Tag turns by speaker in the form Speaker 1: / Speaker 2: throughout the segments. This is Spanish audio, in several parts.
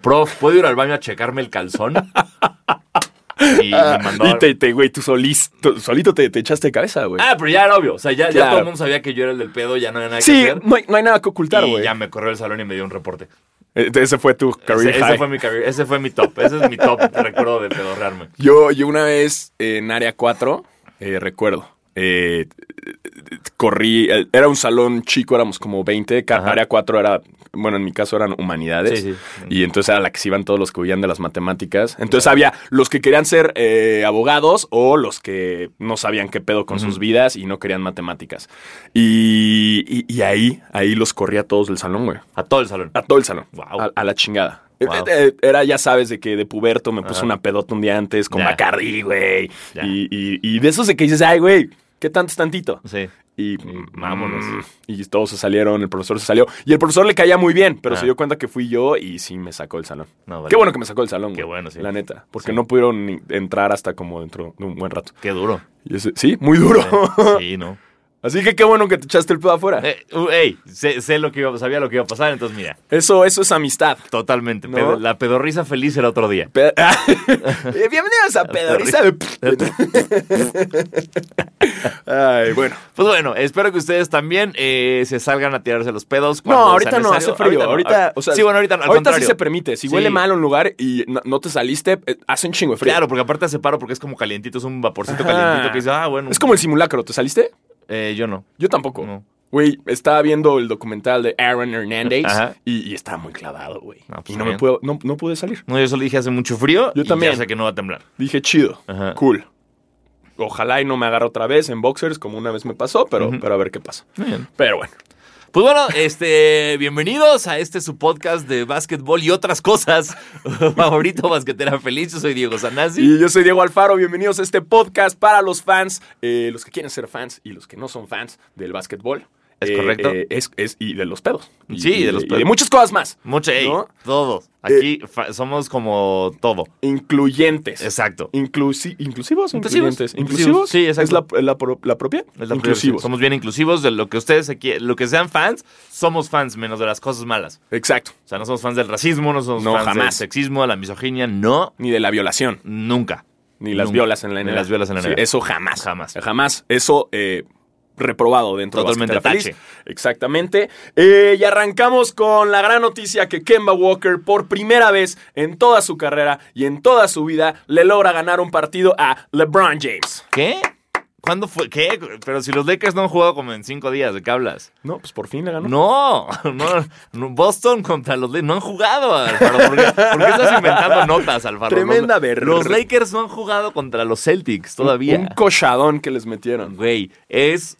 Speaker 1: prof, ¿puedo ir al baño a checarme el calzón? Y me mandó.
Speaker 2: Y Ah, te, te, güey, tú solis- tú solito te, te echaste de cabeza, güey.
Speaker 1: Ah, pero ya era obvio. O sea, ya, ya
Speaker 2: Claro.
Speaker 1: todo el mundo sabía que yo era el del pedo, ya no había nada que
Speaker 2: sí,
Speaker 1: hacer.
Speaker 2: no hay, no hay nada que ocultar,
Speaker 1: y
Speaker 2: güey.
Speaker 1: ya me corrió el salón y me dio un reporte.
Speaker 2: E- Ese fue tu career
Speaker 1: Ese, ese
Speaker 2: high.
Speaker 1: fue mi career- ese fue mi top. Ese es mi top recuerdo de pedorrearme.
Speaker 2: Yo, yo una vez eh, en área 4, eh, recuerdo, eh, eh, corrí, eh, era un salón chico, éramos como 20, ca-
Speaker 1: Ajá.
Speaker 2: área 4 era, bueno, en mi caso eran humanidades,
Speaker 1: Sí, sí.
Speaker 2: y entonces era la que se iban todos los que huían de las matemáticas. Entonces había los que querían ser eh, abogados o los que no sabían qué pedo con sus vidas y no querían matemáticas. Y, y- y ahí, ahí los corrí a todos del salón, güey.
Speaker 1: A todo el salón.
Speaker 2: A todo el salón.
Speaker 1: Guau.
Speaker 2: A, a la chingada.
Speaker 1: Guau.
Speaker 2: Eh, eh, Era, ya sabes, de que de puberto me puse
Speaker 1: Ajá.
Speaker 2: una pedota un día antes con
Speaker 1: Ya.
Speaker 2: Bacardi, güey.
Speaker 1: Ya.
Speaker 2: Y, y- y de esos de que dices, ay, güey, ¿qué tanto es tantito?
Speaker 1: Sí.
Speaker 2: Y
Speaker 1: vámonos.
Speaker 2: mm, Y todos se salieron, el profesor se salió. Y el profesor le caía muy bien, pero
Speaker 1: Ah.
Speaker 2: se dio cuenta que fui yo y sí me sacó el salón.
Speaker 1: No, vale.
Speaker 2: Qué bueno que me sacó el salón,
Speaker 1: Qué
Speaker 2: güey,
Speaker 1: bueno, sí.
Speaker 2: La neta. Porque
Speaker 1: Sí.
Speaker 2: no pudieron ni entrar hasta como dentro de un buen rato.
Speaker 1: Qué duro.
Speaker 2: Y ese- sí, muy duro.
Speaker 1: Sí, ¿no?
Speaker 2: Así que qué bueno que te echaste el pedo afuera.
Speaker 1: Eh, uh, ey, sé, sé lo que iba, sabía lo que iba a pasar, entonces mira,
Speaker 2: Eso, eso es amistad.
Speaker 1: totalmente.
Speaker 2: ¿No?
Speaker 1: pedo- la pedorrisa feliz era otro día.
Speaker 2: Pe- Eh, Bienvenidos a Pedoriza de... Ay, bueno.
Speaker 1: Pues bueno, espero que ustedes también eh, se salgan a tirarse los pedos.
Speaker 2: No,
Speaker 1: cuando sea
Speaker 2: ahorita no, hace
Speaker 1: necesario.
Speaker 2: frío. Ahorita,
Speaker 1: ahorita-
Speaker 2: o sea,
Speaker 1: sí, bueno, ahorita al
Speaker 2: ahorita sí
Speaker 1: contrario.
Speaker 2: se permite. Si huele
Speaker 1: Sí.
Speaker 2: mal un lugar y no, no te saliste, eh, hace un chingo de frío.
Speaker 1: Claro, porque aparte hace paro porque es como calientito, es un vaporcito
Speaker 2: Ajá.
Speaker 1: calientito que dice, ah, bueno.
Speaker 2: Es como el simulacro. ¿Te saliste?
Speaker 1: Eh, yo no.
Speaker 2: Yo tampoco.
Speaker 1: No.
Speaker 2: Güey, estaba viendo el documental de Aaron Hernández
Speaker 1: Ajá.
Speaker 2: y, y estaba muy clavado, güey.
Speaker 1: No, pues,
Speaker 2: y no
Speaker 1: bien.
Speaker 2: me puedo, no, no pude salir.
Speaker 1: No, yo solo dije hace mucho frío.
Speaker 2: Yo
Speaker 1: y
Speaker 2: también.
Speaker 1: ya sé que no va a temblar.
Speaker 2: Dije, chido,
Speaker 1: Ajá.
Speaker 2: cool. Ojalá y no me agarre otra vez en boxers como una vez me pasó, pero, pero a ver qué pasa. Pero bueno.
Speaker 1: Pues bueno, este, bienvenidos a este su podcast de básquetbol y otras cosas. Favorito basquetera feliz, yo soy Diego Sanasi.
Speaker 2: Y yo soy Diego Alfaro, bienvenidos a este podcast para los fans, eh, los que quieren ser fans y los que no son fans del básquetbol.
Speaker 1: Es
Speaker 2: Eh,
Speaker 1: correcto.
Speaker 2: eh, es, es- y de los pedos. Y-
Speaker 1: Sí,
Speaker 2: y
Speaker 1: de los
Speaker 2: y
Speaker 1: pedos.
Speaker 2: de muchas cosas más.
Speaker 1: Mucho, ey,
Speaker 2: ¿No? Eh,
Speaker 1: todos. Aquí fa- somos como todo.
Speaker 2: Incluyentes.
Speaker 1: Exacto.
Speaker 2: Inclusi- ¿Inclusivos? o
Speaker 1: Inclusivos.
Speaker 2: incluyentes?
Speaker 1: Inclusivos.
Speaker 2: ¿Inclusivos?
Speaker 1: Sí,
Speaker 2: ¿Es
Speaker 1: exacto.
Speaker 2: la, la pro- la propia?
Speaker 1: Es la prioridad.
Speaker 2: Inclusivos.
Speaker 1: Somos bien inclusivos de lo que ustedes aquí, lo que sean fans, somos fans menos de las cosas malas.
Speaker 2: Exacto.
Speaker 1: O sea, no somos fans del racismo, no somos
Speaker 2: No,
Speaker 1: fans del
Speaker 2: jamás.
Speaker 1: sexismo, de la misoginia, no,
Speaker 2: Ni de la violación,
Speaker 1: nunca.
Speaker 2: ni las
Speaker 1: Nunca.
Speaker 2: violas en la
Speaker 1: Ni
Speaker 2: NBA.
Speaker 1: las violas en la
Speaker 2: Sí,
Speaker 1: NBA.
Speaker 2: eso jamás.
Speaker 1: Jamás.
Speaker 2: Jamás. Eso eh, reprobado dentro
Speaker 1: Totalmente
Speaker 2: de
Speaker 1: tache.
Speaker 2: Basquetera Feliz. Exactamente. Eh, y arrancamos con la gran noticia que Kemba Walker, por primera vez en toda su carrera y en toda su vida, le logra ganar un partido a LeBron James.
Speaker 1: ¿Qué? ¿Cuándo fue? ¿Qué? Pero si los Lakers no han jugado como en cinco días, ¿de qué hablas?
Speaker 2: No, pues por fin le ganó.
Speaker 1: No, no, no, Boston contra los Lakers no han jugado, Alfaro. ¿Por qué, por qué estás inventando notas, Alfaro?
Speaker 2: Tremenda
Speaker 1: Los-
Speaker 2: ver-
Speaker 1: Los Lakers no han jugado contra los Celtics todavía.
Speaker 2: Un cochadón que les metieron.
Speaker 1: Güey, es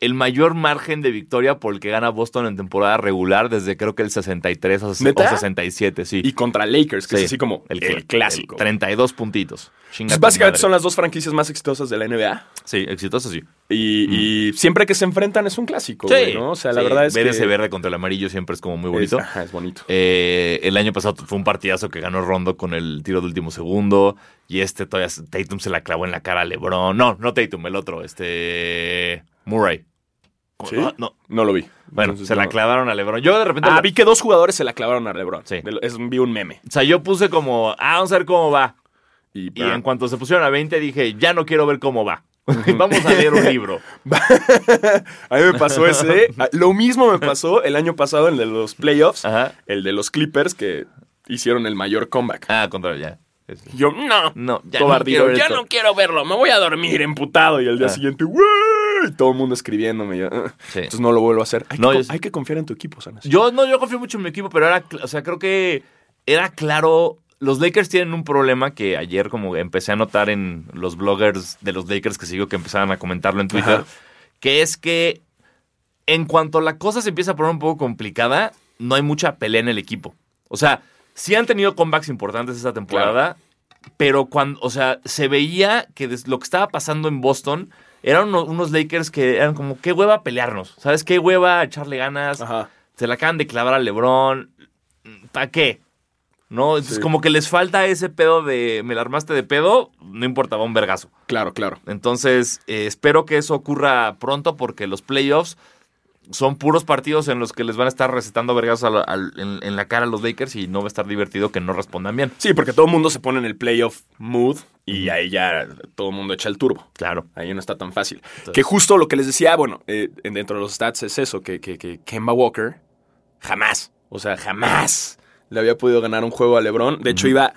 Speaker 1: el mayor margen de victoria por el que gana Boston en temporada regular desde creo que el 63 o,
Speaker 2: ¿Neta?
Speaker 1: o 67, sí.
Speaker 2: Y contra Lakers, que
Speaker 1: Sí,
Speaker 2: es así como el, clásico.
Speaker 1: el 32 puntitos. Chinga
Speaker 2: Pues
Speaker 1: tu
Speaker 2: básicamente
Speaker 1: madre.
Speaker 2: son las dos franquicias más exitosas de la NBA.
Speaker 1: Sí, exitoso, sí.
Speaker 2: Y, y siempre que se enfrentan es un clásico, Pues güey, ¿no? O sea,
Speaker 1: Mm.
Speaker 2: la
Speaker 1: sí,
Speaker 2: verdad es
Speaker 1: ver
Speaker 2: que...
Speaker 1: ese verde contra el amarillo siempre es como muy
Speaker 2: es- ah.
Speaker 1: bonito.
Speaker 2: ajá, es bonito.
Speaker 1: Eh, el año pasado fue un partidazo que ganó Rondo con el tiro de último segundo. Y este todavía se- Tatum se la clavó en la cara a LeBron. No, no Tatum, el otro, este. Murray.
Speaker 2: ¿Sí?
Speaker 1: No, no.
Speaker 2: No lo vi.
Speaker 1: Bueno,
Speaker 2: Entonces,
Speaker 1: se la
Speaker 2: no.
Speaker 1: clavaron a LeBron. Yo de repente.
Speaker 2: Ah,
Speaker 1: la-
Speaker 2: vi que dos jugadores se la clavaron a LeBron.
Speaker 1: Sí.
Speaker 2: De lo- es- vi un meme.
Speaker 1: O sea, yo puse como, ah, vamos a ver cómo va.
Speaker 2: Y,
Speaker 1: Y en cuanto se pusieron a 20, dije, ya no quiero ver cómo va. vamos a leer un libro.
Speaker 2: a mí me pasó ese. Ah, Lo mismo me pasó el año pasado en el de los playoffs,
Speaker 1: Ajá.
Speaker 2: el de los Clippers que hicieron el mayor comeback.
Speaker 1: Ah, contra ya. Es-
Speaker 2: Yo, no,
Speaker 1: No, ya
Speaker 2: todo
Speaker 1: no
Speaker 2: ardido,
Speaker 1: quiero
Speaker 2: ya
Speaker 1: esto.
Speaker 2: no quiero verlo, me voy a dormir emputado. Y al día
Speaker 1: Ah.
Speaker 2: siguiente, güey, todo el mundo escribiéndome. yo, ah.
Speaker 1: Sí.
Speaker 2: Entonces no lo vuelvo a hacer. Hay,
Speaker 1: No,
Speaker 2: que,
Speaker 1: yo
Speaker 2: co-
Speaker 1: sí.
Speaker 2: hay que confiar en tu equipo, Sanas.
Speaker 1: Yo no, yo confío mucho en mi equipo, pero era, cl- o sea, creo que era claro. Los Lakers tienen un problema que ayer como empecé a notar en los bloggers de los Lakers que sigo que empezaban a comentarlo en Twitter,
Speaker 2: Ajá.
Speaker 1: que es que en cuanto la cosa se empieza a poner un poco complicada, no hay mucha pelea en el equipo. O sea, sí han tenido comebacks importantes esta temporada, pero cuando, o sea, se veía que des- lo que estaba pasando en Boston eran uno- unos, Lakers que eran como, qué hueva pelearnos, ¿sabes? Qué hueva echarle ganas,
Speaker 2: Ajá.
Speaker 1: se la acaban de clavar a LeBron. ¿Para qué? ¿No? Entonces,
Speaker 2: Sí.
Speaker 1: como que les falta ese pedo de me la armaste de pedo, no importaba un vergazo.
Speaker 2: Claro, claro.
Speaker 1: Entonces, eh, espero que eso ocurra pronto porque los playoffs son puros partidos en los que les van a estar recetando vergas a la- al- en, en la cara a los Lakers y no va a estar divertido que no respondan bien.
Speaker 2: Sí, porque todo el mundo se pone en el playoff mood y ahí ya todo el mundo echa el turbo.
Speaker 1: Claro.
Speaker 2: Ahí no está tan fácil. Que justo lo que les decía, bueno, eh, dentro de los stats es eso, que, que, que Kemba Walker jamás, o sea, jamás le había podido ganar un juego a LeBron. De hecho, iba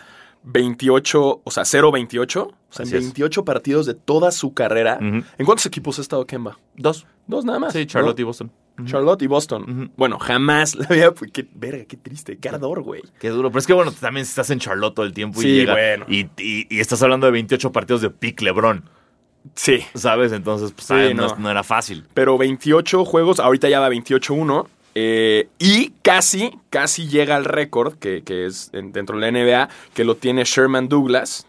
Speaker 2: 28, o sea, 0-28. O sea, en
Speaker 1: Así es.
Speaker 2: 28 partidos de toda su carrera.
Speaker 1: Ujú. Ah,
Speaker 2: ¿En cuántos equipos ha estado Kemba?
Speaker 1: Dos.
Speaker 2: Dos nada más.
Speaker 1: Sí, Charlotte
Speaker 2: ¿no?
Speaker 1: y Boston.
Speaker 2: Charlotte y Boston.
Speaker 1: Ujú.
Speaker 2: Bueno, jamás le había... Qué verga, qué triste. Qué ardor, güey.
Speaker 1: Qué duro. Pero es que bueno, también estás en Charlotte todo el tiempo
Speaker 2: Sí,
Speaker 1: y llega.
Speaker 2: bueno.
Speaker 1: Y, y- y estás hablando de 28 partidos de pick LeBron,
Speaker 2: Sí.
Speaker 1: ¿sabes? Entonces, pues
Speaker 2: Sí,
Speaker 1: ah, no.
Speaker 2: no.
Speaker 1: es- no era fácil.
Speaker 2: pero 28 juegos, ahorita ya va 28-1. eh, y casi, casi llega al récord, que, que es en- dentro de la NBA, que lo tiene Sherman Douglas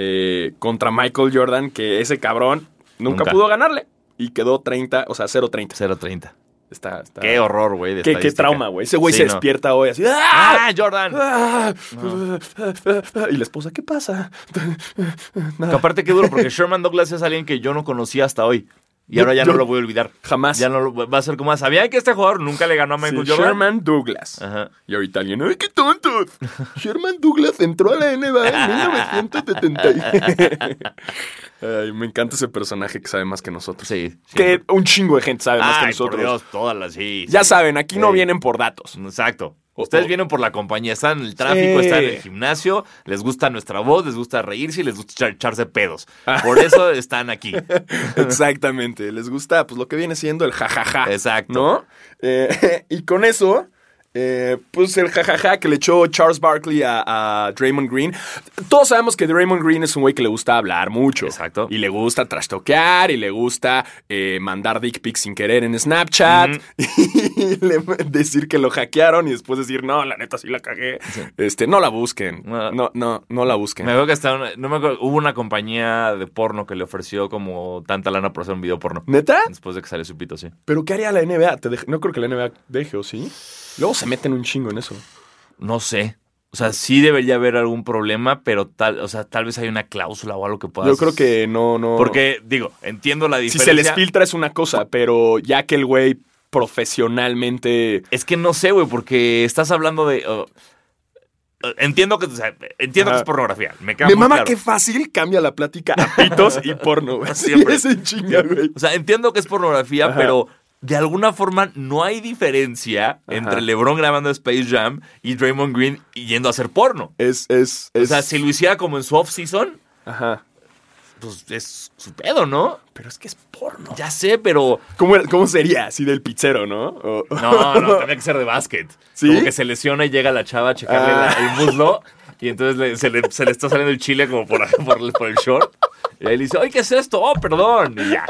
Speaker 2: eh, contra Michael Jordan, que ese cabrón nunca,
Speaker 1: Nunca.
Speaker 2: pudo ganarle. Y quedó 30, o sea, 0-30.
Speaker 1: 0-30.
Speaker 2: Está, está-
Speaker 1: Qué horror, güey. de
Speaker 2: Ah. qué, qué
Speaker 1: estadística.
Speaker 2: trauma, güey. Ese güey
Speaker 1: Sí,
Speaker 2: se
Speaker 1: no.
Speaker 2: despierta hoy así. ¡Ah!
Speaker 1: ¡Ah, Jordan!
Speaker 2: ¡Ah! Y la esposa, ¿qué pasa?
Speaker 1: Que aparte qué duro, porque Sherman Douglas es alguien que yo no conocía hasta hoy. Y
Speaker 2: Yo-
Speaker 1: ahora ya
Speaker 2: yo-
Speaker 1: no lo voy a olvidar.
Speaker 2: Jamás.
Speaker 1: Ya no lo- va a ser como, ¿sabían que este jugador nunca le ganó a
Speaker 2: Sí,
Speaker 1: Michael Jordan?
Speaker 2: Sherman Douglas.
Speaker 1: Ajá.
Speaker 2: Y ahorita alguien, ¡ay, qué tontos! Sherman Douglas entró a la NBA en 1970. Ay, me encanta ese personaje que sabe más que nosotros.
Speaker 1: Sí. sí.
Speaker 2: Que un chingo de gente sabe más que
Speaker 1: Ay,
Speaker 2: nosotros.
Speaker 1: por Dios, todas las, sí.
Speaker 2: Ya
Speaker 1: sí.
Speaker 2: saben, aquí no
Speaker 1: Sí.
Speaker 2: vienen por datos.
Speaker 1: Exacto.
Speaker 2: O-
Speaker 1: Ustedes
Speaker 2: o-
Speaker 1: vienen por la compañía, están en el tráfico,
Speaker 2: Sí.
Speaker 1: están en el gimnasio, les gusta nuestra voz, les gusta reírse y les gusta echar- echarse pedos.
Speaker 2: Ah.
Speaker 1: Por eso están aquí.
Speaker 2: Exactamente. Les gusta pues lo que viene siendo el jajaja.
Speaker 1: Exacto.
Speaker 2: ¿No? Eh, y con eso, eh, pues el jajaja que le echó Charles Barkley a, a Draymond Green. Todos sabemos que Draymond Green es un güey que le gusta hablar mucho.
Speaker 1: Exacto.
Speaker 2: Y le gusta trastoquear, y le gusta eh, mandar dick pics sin querer en Snapchat,
Speaker 1: Ujú.
Speaker 2: y le- decir que lo hackearon y después decir, no, la neta sí la cagué. Este, no la busquen.
Speaker 1: No.
Speaker 2: No, no, no la busquen.
Speaker 1: Me acuerdo que hasta una- no me acuerdo, hubo una compañía de porno que le ofreció como tanta lana por hacer un video porno.
Speaker 2: ¿Neta?
Speaker 1: Después de que salió su pito, sí.
Speaker 2: ¿Pero qué haría la NBA? Te dej- No creo que la NBA deje, ¿o sí? Luego se meten un chingo en eso.
Speaker 1: No sé. O sea, sí debería haber algún problema, pero tal, o sea, tal vez hay una cláusula o algo que pueda
Speaker 2: Yo creo que no, no.
Speaker 1: Pues, Porque, digo, entiendo la
Speaker 2: si
Speaker 1: diferencia.
Speaker 2: se les filtra es una cosa, pero ya que el güey profesionalmente.
Speaker 1: Es que no sé, güey, porque estás hablando de. oh, eh, entiendo que, o sea, entiendo que
Speaker 2: Ajá.
Speaker 1: es pornografía. Me queda
Speaker 2: Me
Speaker 1: muy
Speaker 2: mama
Speaker 1: claro.
Speaker 2: que fácil cambia la plática a pitos y porno, güey. Sí,
Speaker 1: Siempre.
Speaker 2: es en chinga, güey.
Speaker 1: O sea, entiendo que es pornografía,
Speaker 2: Ajá.
Speaker 1: pero de alguna forma no hay diferencia entre LeBron grabando Space Jam y Draymond Green yendo a hacer porno.
Speaker 2: Es, es, es.
Speaker 1: O sea, si lo hiciera como en su off-season,
Speaker 2: Ajá.
Speaker 1: pues es su pedo, ¿no?
Speaker 2: Pero es que es porno.
Speaker 1: Ya sé, pero.
Speaker 2: ¿Cómo, era- cómo sería? Así del pizzero, ¿no? O-
Speaker 1: No, no, tendría que ser de básquet.
Speaker 2: ¿Sí?
Speaker 1: Como que se lesiona y llega la chava a checarle
Speaker 2: Ah.
Speaker 1: la- el muslo. Y entonces le- se, le, se le está saliendo el chile como por, por- por el short. Y ahí le dice, ¡ay, qué es esto! ¡Oh, perdón! Y ya.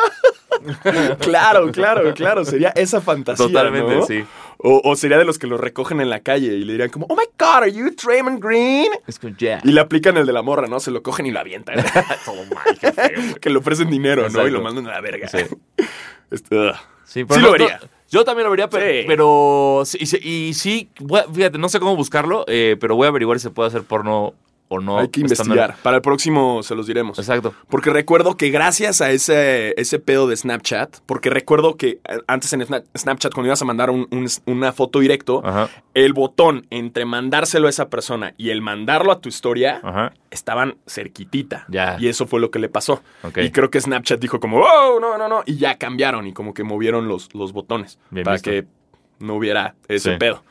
Speaker 2: Claro, claro, claro. Sería esa fantasía.
Speaker 1: Totalmente,
Speaker 2: ¿no?
Speaker 1: sí.
Speaker 2: O, o sería de los que lo recogen en la calle y le dirían como, oh my god, are you Draymond Green?
Speaker 1: Es que ya.
Speaker 2: Y le aplican el de la morra, ¿no? Se lo cogen y lo avientan.
Speaker 1: Todo mal, qué feo, güey.
Speaker 2: que le ofrecen dinero, ¿no?
Speaker 1: Exacto.
Speaker 2: Y lo mandan a la verga.
Speaker 1: Sí.
Speaker 2: Este, ugh.
Speaker 1: Sí, no-
Speaker 2: Sí lo vería.
Speaker 1: no- yo también lo vería, pero,
Speaker 2: Sí.
Speaker 1: pero sí, y sí- y sí, voy a- fíjate, no sé cómo buscarlo, eh, pero voy a averiguar si se puede hacer porno o no. pues,
Speaker 2: Hay que
Speaker 1: estando-
Speaker 2: investigar. Para el próximo se los diremos.
Speaker 1: Exacto.
Speaker 2: Porque recuerdo que gracias a ese, ese pedo de Snapchat, porque recuerdo que eh, antes en Sna- Snapchat, cuando ibas a mandar un- un- una foto directo,
Speaker 1: Ajá,
Speaker 2: el botón entre mandárselo a esa persona y el mandarlo a tu historia
Speaker 1: ajá.
Speaker 2: estaban cerquitita.
Speaker 1: Ya.
Speaker 2: Y eso fue lo que le pasó.
Speaker 1: Ok.
Speaker 2: Y creo que Snapchat dijo como, oh, no, no, no. Y ya cambiaron y como que movieron los, los botones
Speaker 1: Bien
Speaker 2: para
Speaker 1: visto.
Speaker 2: que no hubiera ese
Speaker 1: Sí.
Speaker 2: pedo.